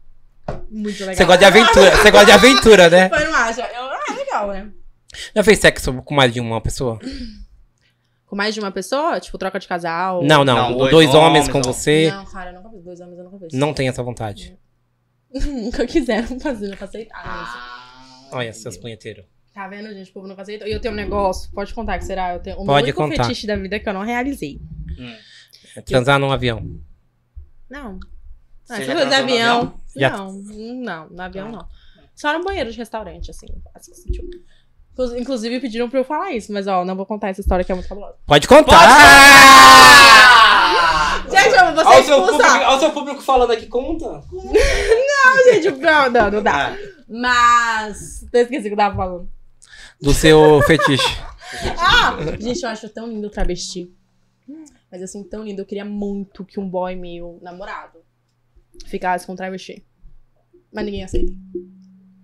[SPEAKER 3] Muito legal.
[SPEAKER 2] Você gosta de aventura, você gosta de aventura, né?
[SPEAKER 3] Foi massa. Eu, ah, é legal, né?
[SPEAKER 2] Já fez sexo com mais de uma pessoa?
[SPEAKER 3] Com mais de uma pessoa? Tipo, troca de casal?
[SPEAKER 2] Não, não.
[SPEAKER 1] Não,
[SPEAKER 2] o-
[SPEAKER 1] dois
[SPEAKER 2] dois,
[SPEAKER 1] homens,
[SPEAKER 2] homens, com
[SPEAKER 1] não.
[SPEAKER 2] você
[SPEAKER 3] Não, cara, eu nunca fiz. Dois homens eu nunca fiz.
[SPEAKER 2] não tem essa vontade.
[SPEAKER 3] nunca quiseram fazer, nunca aceitaram isso.
[SPEAKER 2] Ah, Olha, seus punheteiros.
[SPEAKER 3] Tá vendo, gente? O povo nunca aceitou. E eu tenho um negócio, pode contar que será? Eu tenho o
[SPEAKER 2] Pode
[SPEAKER 3] meu único
[SPEAKER 2] contar.
[SPEAKER 3] fetiche da vida que eu não realizei.
[SPEAKER 2] É transar num avião.
[SPEAKER 3] Não.
[SPEAKER 1] Você
[SPEAKER 3] Ah,
[SPEAKER 1] já
[SPEAKER 3] essas coisas de
[SPEAKER 1] transou no
[SPEAKER 3] avião.
[SPEAKER 2] Já-
[SPEAKER 3] Não, não, no avião não. Só no banheiro de restaurante, assim. assim, tipo. Inclu- Inclusive pediram pra eu falar isso, mas ó, não vou contar essa história que é muito fabulosa.
[SPEAKER 2] Pode
[SPEAKER 1] Ah!
[SPEAKER 2] contar! Ah!
[SPEAKER 3] Gente, eu tipo, vou
[SPEAKER 4] Olha
[SPEAKER 3] ser
[SPEAKER 4] o, seu público,
[SPEAKER 3] expulsa!
[SPEAKER 4] olha o seu público falando aqui, conta.
[SPEAKER 3] Não, gente, tipo, não, não, não dá.
[SPEAKER 1] Ah,
[SPEAKER 3] Mas. Eu esqueci o que eu tava falando.
[SPEAKER 2] Do seu fetiche.
[SPEAKER 3] Ah! Gente, eu acho tão lindo o travesti. Mas assim, tão lindo. Eu queria muito que um boy meu namorado ficasse com um travesti. Mas ninguém aceita.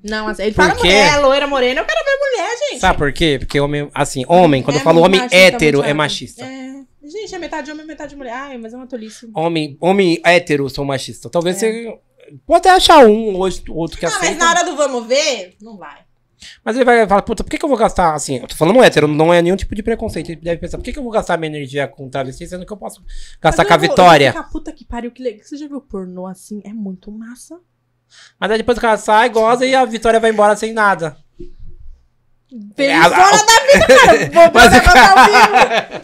[SPEAKER 3] Não aceita. Ele
[SPEAKER 2] Por
[SPEAKER 3] fala
[SPEAKER 2] quê?
[SPEAKER 3] mulher, loira, morena. Eu quero ver mulher, gente.
[SPEAKER 2] Sabe por quê? Porque homem, assim, homem, quando
[SPEAKER 3] É
[SPEAKER 2] eu falo
[SPEAKER 3] muito
[SPEAKER 2] homem
[SPEAKER 3] machista,
[SPEAKER 2] hétero,
[SPEAKER 3] muito
[SPEAKER 2] é
[SPEAKER 3] chato.
[SPEAKER 2] machista.
[SPEAKER 3] É. Gente, é metade homem, metade mulher. Ai, mas é uma tolice.
[SPEAKER 2] Homem, homem hétero são machista. Talvez
[SPEAKER 3] É.
[SPEAKER 2] você. Pode até achar um ou outro que
[SPEAKER 3] Ah, mas
[SPEAKER 2] aceita.
[SPEAKER 3] na hora do vamos ver, não vai.
[SPEAKER 2] Mas ele vai falar, puta, por que, que eu vou gastar, assim, eu tô falando hétero, não é nenhum tipo de preconceito. Ele deve pensar, por que, que eu vou gastar minha energia com travesti, sendo que eu posso gastar
[SPEAKER 3] Mas
[SPEAKER 2] com a
[SPEAKER 3] eu vou-
[SPEAKER 2] Vitória?
[SPEAKER 3] eu vou ficar, puta que pariu, que legal. Você já viu pornô assim? É muito massa.
[SPEAKER 2] Mas aí depois o cara sai, goza e a Vitória vai embora sem nada.
[SPEAKER 3] Bem
[SPEAKER 2] É, a-
[SPEAKER 3] fora da vida, cara. Vou
[SPEAKER 2] Mas o
[SPEAKER 3] botar tá
[SPEAKER 2] cara-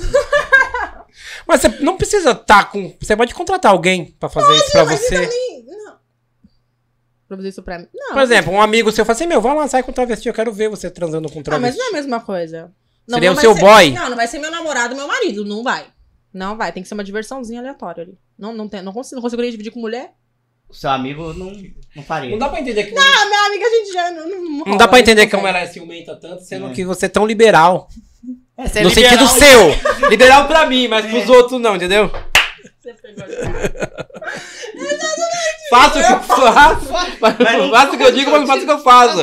[SPEAKER 2] Mas você não precisa estar com... Você pode contratar alguém pra fazer isso pra você.
[SPEAKER 3] tá Não. Pra fazer isso pra mim. Não.
[SPEAKER 2] Por exemplo, um amigo seu fala assim, meu, vai lá, sai com travesti, eu quero ver você transando com
[SPEAKER 3] Ah, mas
[SPEAKER 2] travesti.
[SPEAKER 3] não é a mesma coisa. Não,
[SPEAKER 2] Seria
[SPEAKER 3] não
[SPEAKER 2] o
[SPEAKER 3] vai
[SPEAKER 2] seu
[SPEAKER 3] ser-
[SPEAKER 2] boy?
[SPEAKER 3] Não, não vai ser meu namorado, meu marido. Não vai. Não vai. Tem que ser uma diversãozinha aleatória ali. Não, não, tem, não, consigo, não conseguiria dividir com mulher.
[SPEAKER 1] O seu amigo não, não faria.
[SPEAKER 4] Não dá pra entender que,
[SPEAKER 3] Ah, minha amiga, a gente já. Não, não,
[SPEAKER 2] Não dá pra entender como
[SPEAKER 4] como
[SPEAKER 2] ela
[SPEAKER 4] ela é ciumenta tanto, sendo
[SPEAKER 1] É.
[SPEAKER 2] que você é tão liberal.
[SPEAKER 1] É, você é
[SPEAKER 2] no
[SPEAKER 1] liberal.
[SPEAKER 2] sentido
[SPEAKER 3] né?
[SPEAKER 2] seu. liberal pra mim, mas pros outros não, entendeu? Faço o que eu faço.
[SPEAKER 1] não-
[SPEAKER 2] Faço o que eu digo, mas não faço o que eu faço.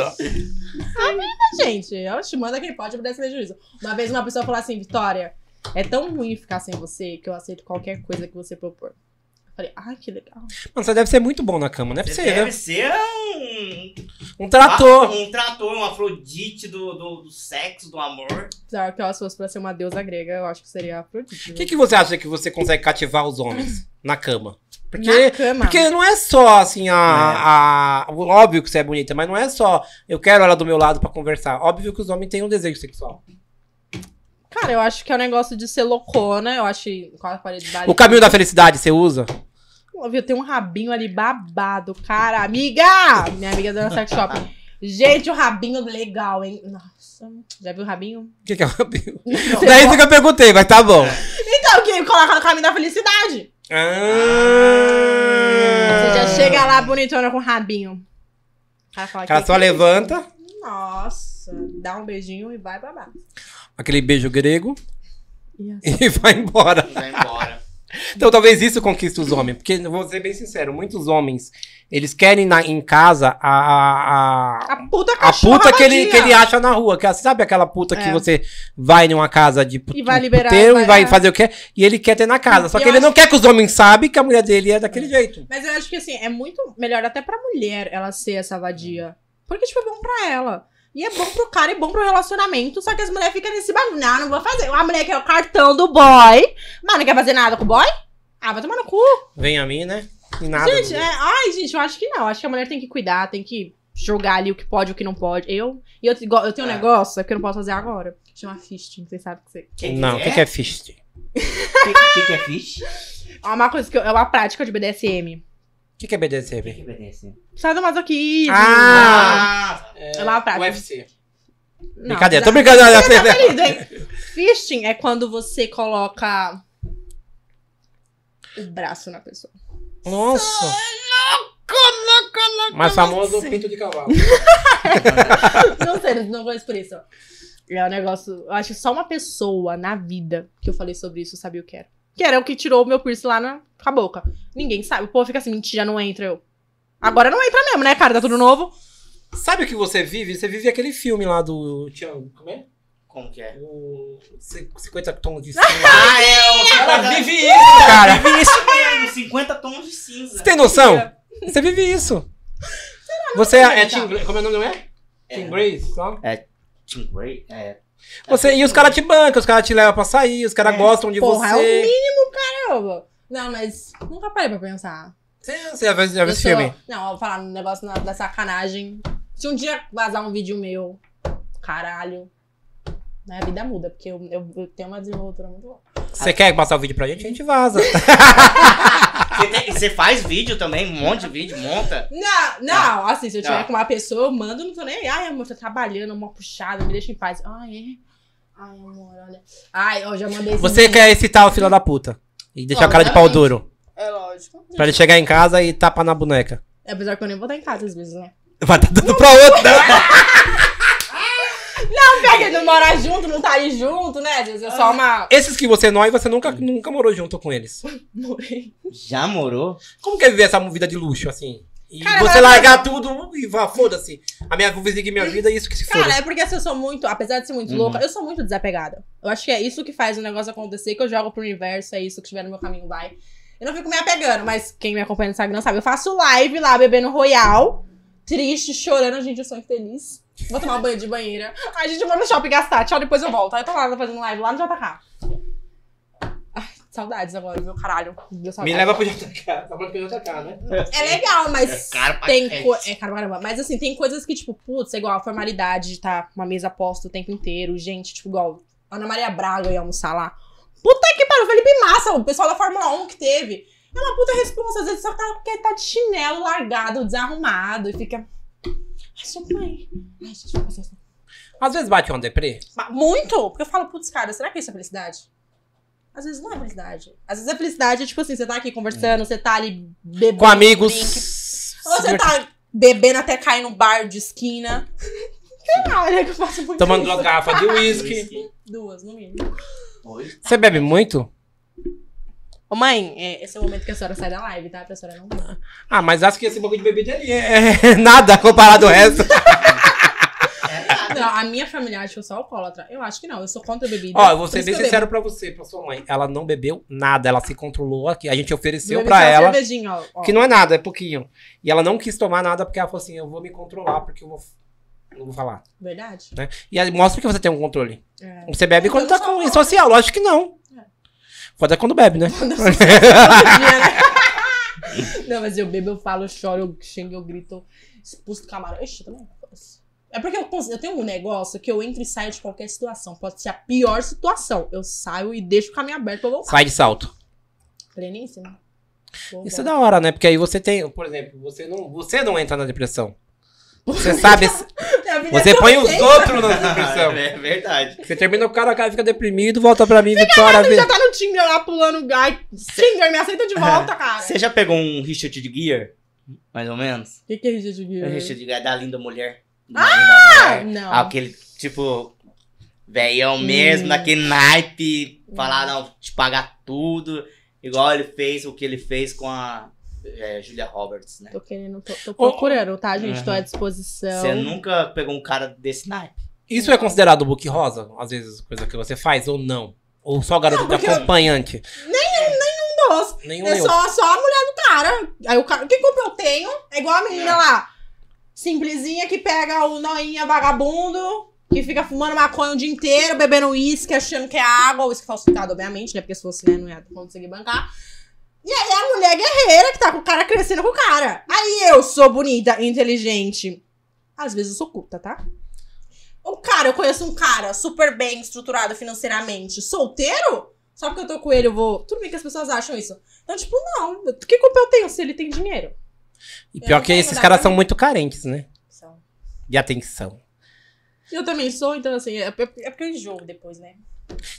[SPEAKER 3] Ah, Gente, eu te manda quem pode, obedece meu juízo. Uma vez uma pessoa falou assim, Vitória, é tão ruim ficar sem você que eu aceito qualquer coisa que você propor. Eu falei, ai, que legal.
[SPEAKER 2] Mano, você deve ser muito bom na cama, não é
[SPEAKER 1] Você
[SPEAKER 2] possível,
[SPEAKER 1] deve
[SPEAKER 2] né?
[SPEAKER 1] ser um...
[SPEAKER 2] Um trator.
[SPEAKER 1] Um trator, um afrodite do, do, do sexo, do amor.
[SPEAKER 3] Apesar que ela, se fosse pra ser uma deusa grega, eu acho que seria Afrodite.
[SPEAKER 2] O
[SPEAKER 3] né?
[SPEAKER 2] que, que você acha que você consegue cativar os homens na cama?
[SPEAKER 3] Na
[SPEAKER 2] Porque,
[SPEAKER 3] cama.
[SPEAKER 2] porque não é só, assim, a, a- o Óbvio que você é bonita, mas não é só eu quero ela do meu lado pra conversar. Óbvio que os homens têm um desejo sexual.
[SPEAKER 3] Cara, eu acho que é um negócio de ser loucona. Eu acho que com a parede de Bali-
[SPEAKER 2] O caminho da felicidade você usa?
[SPEAKER 3] Pô, viu, tem um rabinho ali babado, cara. Amiga! Minha amiga da Sex Shop.
[SPEAKER 2] Ah, tá.
[SPEAKER 3] Gente, o rabinho legal, hein? Nossa, já viu o rabinho?
[SPEAKER 2] O que, que é o caminho? Daí isso que eu perguntei, mas tá bom. Ah.
[SPEAKER 3] Então, que coloca no caminho da felicidade. Você já chega lá bonitona com o rabinho. O cara fala,
[SPEAKER 2] O cara
[SPEAKER 3] "Que
[SPEAKER 2] só
[SPEAKER 3] que é
[SPEAKER 2] levanta,
[SPEAKER 3] isso?" Nossa, dá um beijinho e vai pra baixo.
[SPEAKER 2] aquele beijo grego
[SPEAKER 3] E assim,
[SPEAKER 2] e vai embora.
[SPEAKER 1] Vai embora.
[SPEAKER 2] Então talvez isso conquista os homens. Porque, vou ser bem sincero, muitos homens, eles querem na, em casa a- a- a
[SPEAKER 3] A puta
[SPEAKER 2] a
[SPEAKER 3] cachorra
[SPEAKER 2] puta que ele,
[SPEAKER 3] vadia.
[SPEAKER 2] que ele acha na rua. Que, é- sabe aquela puta que
[SPEAKER 3] É.
[SPEAKER 2] você vai numa casa de put-
[SPEAKER 3] E vai liberar,
[SPEAKER 2] puteiro
[SPEAKER 3] vai-
[SPEAKER 2] e vai
[SPEAKER 3] é.
[SPEAKER 2] fazer o que E ele quer ter na casa. Só
[SPEAKER 3] Eu
[SPEAKER 2] que ele
[SPEAKER 3] acho
[SPEAKER 2] não quer que os homens sabem que a mulher dele é daquele jeito.
[SPEAKER 3] Mas eu acho que assim, é muito melhor até pra mulher ela ser essa vadia. Porque, tipo, é bom pra ela. E é bom pro cara, é bom pro relacionamento. Só que as mulheres ficam nesse bagulho. "Ah, Não, não vou fazer. A mulher quer o cartão do boy. Mas não quer fazer nada com o boy? Ah, vai tomar no cu.
[SPEAKER 2] Vem a mim, né? E nada.
[SPEAKER 3] Gente, é, ai, gente, eu acho que não. Acho que a mulher tem que cuidar, tem que jogar ali o que pode e o que não pode. Eu. E eu, te- go- eu tenho um
[SPEAKER 1] É.
[SPEAKER 3] negócio é que eu não posso fazer agora. Chama fisting, vocês sabem que você.
[SPEAKER 2] não, o que, que é fist?
[SPEAKER 1] O que, que é fish?
[SPEAKER 3] É uma coisa que eu- é uma prática de BDSM.
[SPEAKER 2] O que, que é BDC,
[SPEAKER 1] O que
[SPEAKER 2] velho?
[SPEAKER 1] que obedece?
[SPEAKER 3] Sadomasoquismo.
[SPEAKER 2] Ah!
[SPEAKER 3] É uma prática.
[SPEAKER 4] UFC.
[SPEAKER 3] Não,
[SPEAKER 2] Brincadeira, tô
[SPEAKER 3] sabe-
[SPEAKER 2] brincando. olha,
[SPEAKER 3] Você tá
[SPEAKER 2] você-
[SPEAKER 3] feliz, hein? Fisting é quando você coloca o braço na pessoa.
[SPEAKER 2] Nossa! Mais famoso
[SPEAKER 4] pinto de cavalo.
[SPEAKER 3] Não sei, não conheço por isso. É um negócio. Eu acho que só uma pessoa na vida que eu falei sobre isso sabia o que era. Que era o que tirou o meu piercing lá na com a boca. Ninguém sabe. O povo fica assim, mentira, não entra eu. Agora não entra mesmo, né, cara? Tá tudo novo.
[SPEAKER 2] Sabe o que você vive? Você vive aquele filme lá do.
[SPEAKER 4] Tiago, como é?
[SPEAKER 1] Como que é?
[SPEAKER 2] o 50 tons de cinza.
[SPEAKER 1] Ah, é o
[SPEAKER 4] Ela
[SPEAKER 1] 50
[SPEAKER 4] vive isso!
[SPEAKER 2] Cara,
[SPEAKER 1] mesmo, 50 tons de cinza.
[SPEAKER 2] Você tem noção? Você vive isso. Você é,
[SPEAKER 4] É Tim Grace. Como é o nome, não é?
[SPEAKER 1] um
[SPEAKER 4] Tim Grace, só?
[SPEAKER 1] Tim Gray? É.
[SPEAKER 2] Você, e os caras te bancam, os caras te levam pra sair, os caras
[SPEAKER 1] É.
[SPEAKER 2] gostam de
[SPEAKER 3] Porra, é o
[SPEAKER 2] você.
[SPEAKER 3] mínimo, caramba. Não, mas nunca parei pra pensar.
[SPEAKER 2] Você você já viu já viu
[SPEAKER 3] Eu
[SPEAKER 2] esse
[SPEAKER 3] sou-
[SPEAKER 2] filme?
[SPEAKER 3] Não, eu vou falar no negócio na- da sacanagem. Se um dia vazar um vídeo meu, caralho. Minha vida muda, porque eu, eu- eu tenho uma desenvoltura muito boa.
[SPEAKER 2] Você quer passar o vídeo pra gente? A gente vaza.
[SPEAKER 1] Você, tem- você faz vídeo também, um monte de vídeo, monta.
[SPEAKER 3] Não, não,
[SPEAKER 2] Ah.
[SPEAKER 3] assim, se eu tiver
[SPEAKER 1] Não.
[SPEAKER 3] com uma pessoa, eu mando, não tô nem. aí. Ai, amor, tô trabalhando, uma puxada, me deixa em paz. Ai, é. Ai, amor, olha. Ai, eu já mandei esse
[SPEAKER 2] Você
[SPEAKER 3] vídeo.
[SPEAKER 2] quer excitar o filho da puta. E deixar o cara de pau duro.
[SPEAKER 3] É lógico.
[SPEAKER 2] Pra ele chegar em casa e tapar na boneca.
[SPEAKER 3] É apesar que eu nem vou estar em casa às vezes, né?
[SPEAKER 2] Vai dar tudo pra outra.
[SPEAKER 3] Pior que não morar junto, não tá ali junto, né? Às vezes é
[SPEAKER 2] Ah.
[SPEAKER 3] só uma.
[SPEAKER 2] Esses que você não é, você nunca, nunca morou junto com eles.
[SPEAKER 3] Morei.
[SPEAKER 1] Já morou?
[SPEAKER 2] Como que é viver essa vida de luxo, assim? E
[SPEAKER 3] Cara,
[SPEAKER 2] você
[SPEAKER 3] mas-
[SPEAKER 2] largar tudo e vá, foda-se. A minha vou seguir minha vida e isso que se foda.
[SPEAKER 3] Cara, é porque assim, eu sou muito, apesar de ser muito
[SPEAKER 1] Uhum.
[SPEAKER 3] louca, eu sou muito desapegada. Eu acho que é isso que faz o negócio acontecer, que eu jogo pro universo, é isso que estiver no meu caminho vai. Eu não fico me apegando, mas quem me acompanha no Instagram sabe, eu faço live lá bebendo Royal, triste, chorando, gente, eu sou infeliz. Vou tomar um banho de banheira. Ai, gente, eu vou no shopping gastar, tchau, depois eu volto. Aí eu tô lá fazendo live lá no JK. Ai, saudades agora, meu caralho. Deu
[SPEAKER 2] Me
[SPEAKER 3] saudade.
[SPEAKER 2] leva pro
[SPEAKER 4] Tá
[SPEAKER 2] jantar.
[SPEAKER 4] falando que eu já tá, né?
[SPEAKER 3] É legal, mas
[SPEAKER 1] É caro pra
[SPEAKER 3] tem
[SPEAKER 1] cacete.
[SPEAKER 3] co- é caro pra caramba. Mas assim, tem coisas que, tipo, putz, é igual a formalidade de estar uma mesa posta o tempo inteiro, gente, tipo, igual Ana Maria Braga ia almoçar lá. Puta que pariu, Felipe Massa, o pessoal da Fórmula 1 que teve. É uma puta responsa, às vezes só tá, quer tá de chinelo largado, desarrumado, e fica. Ai, sua mãe. Ai, gente, não consigo.
[SPEAKER 2] Às vezes bate uma deprê.
[SPEAKER 3] Mas Muito! Porque eu falo, putz, cara, será que isso é felicidade? Às vezes não é felicidade. Às vezes a felicidade é tipo assim, você tá aqui
[SPEAKER 1] É.
[SPEAKER 3] conversando, você tá ali bebendo.
[SPEAKER 2] Com amigos.
[SPEAKER 3] drink, ou você tá bebendo até cair num bar de esquina. Caralho, é que eu faço muito
[SPEAKER 2] Tomando
[SPEAKER 3] isso.
[SPEAKER 2] uma garrafa de uísque.
[SPEAKER 1] Whisky.
[SPEAKER 3] Duas, no mínimo.
[SPEAKER 1] Oi.
[SPEAKER 2] Você bebe muito?
[SPEAKER 3] Ô, mãe, é, esse é o momento que a senhora sai da live, tá? Pra senhora não ver.
[SPEAKER 2] Ah, mas acho que esse bagulho de bebida ali é, é nada comparado ao resto.
[SPEAKER 3] Ah, Não, a minha família acha que eu sou alcoólatra. Eu acho que não, eu sou contra a bebida.
[SPEAKER 2] Ó, eu vou ser
[SPEAKER 3] Por isso
[SPEAKER 2] bem
[SPEAKER 3] que eu
[SPEAKER 2] sincero pra você, pra sua mãe. Ela não bebeu nada, ela se controlou aqui. A gente
[SPEAKER 3] bebo.
[SPEAKER 2] ofereceu
[SPEAKER 3] Bebo
[SPEAKER 2] pra
[SPEAKER 3] só uma
[SPEAKER 2] ela,
[SPEAKER 3] cervejinha, ó, ó.
[SPEAKER 2] que não é nada, é pouquinho. E ela não quis tomar nada porque ela falou assim: eu vou me controlar, porque eu vou. Não vou falar.
[SPEAKER 3] Verdade?
[SPEAKER 2] E aí mostra que você tem um controle.
[SPEAKER 3] É.
[SPEAKER 2] Você bebe quando
[SPEAKER 3] Eu É. não
[SPEAKER 2] tá com, em social, lógico que não. Foda quando bebe, né?
[SPEAKER 3] Todo dia, né? não, mas eu bebo, eu falo, eu choro, eu xingo, eu grito, expulso do camarão. Ixi, eu também faço. É porque eu, cons- eu tenho um negócio que eu entro e saio de qualquer situação. Pode ser a pior situação. Eu saio e deixo o caminho aberto pra eu voltar.
[SPEAKER 2] Sai de salto.
[SPEAKER 3] Pleníssimo. Vou
[SPEAKER 2] Isso é
[SPEAKER 3] voltar.
[SPEAKER 2] da hora, né? Porque aí você tem, por exemplo, você não, você não entra na depressão. Você sabe,
[SPEAKER 3] Minha vida é
[SPEAKER 2] você
[SPEAKER 3] tão
[SPEAKER 2] põe os
[SPEAKER 3] feia.
[SPEAKER 2] outros na depressão.
[SPEAKER 1] É verdade.
[SPEAKER 2] Você termina o cara, o cara fica deprimido, volta pra mim, Vitória.
[SPEAKER 3] Ele
[SPEAKER 2] vê-
[SPEAKER 3] já tá no Tinder lá pulando gai. Tinder, me aceita de volta, cara.
[SPEAKER 1] Você já pegou um Richard Gear? Mais ou menos?
[SPEAKER 3] O que, que é isso de
[SPEAKER 1] O Richard Gear da linda mulher.
[SPEAKER 2] é.
[SPEAKER 1] Ah!
[SPEAKER 3] Não.
[SPEAKER 1] Aquele, tipo, velhão
[SPEAKER 3] Hum.
[SPEAKER 1] mesmo, daquele naipe, falar, não, te pagar tudo. Igual ele fez o que ele fez com a é, Julia Roberts, né?
[SPEAKER 3] Tô querendo, tô, tô procurando, tá, gente? Tô à disposição.
[SPEAKER 1] Você nunca pegou um cara desse naipe.
[SPEAKER 2] Isso é considerado book rosa? Às vezes, coisa que você faz ou não? Ou só garoto de
[SPEAKER 3] porque eu-
[SPEAKER 2] acompanhante?
[SPEAKER 3] Um doce.
[SPEAKER 2] Nenhum
[SPEAKER 3] É
[SPEAKER 2] eu.
[SPEAKER 3] só, só a mulher do cara. Aí o cara, que culpa eu tenho? É igual a menina lá. Simplesinha que pega o noinha vagabundo, que fica fumando maconha o dia inteiro, bebendo uísque, achando que é água, uísque falsificado, obviamente, né? Porque se fosse, né, não ia conseguir bancar. E aí a mulher guerreira que tá com o cara crescendo com o cara. Aí eu sou bonita, inteligente. Às vezes eu sou culta, tá? O cara, eu conheço um cara super bem estruturado financeiramente, solteiro? Só porque eu tô com ele, eu vou. Tudo bem que as pessoas acham isso. Então, tipo, não, que culpa eu tenho se ele tem dinheiro?
[SPEAKER 2] E pior
[SPEAKER 3] eu
[SPEAKER 2] que
[SPEAKER 3] não
[SPEAKER 2] esses
[SPEAKER 3] tenho
[SPEAKER 2] caras
[SPEAKER 3] nada.
[SPEAKER 2] são muito carentes, né? De atenção.
[SPEAKER 3] Eu também sou, então assim, é, é porque eu enjoo depois, né?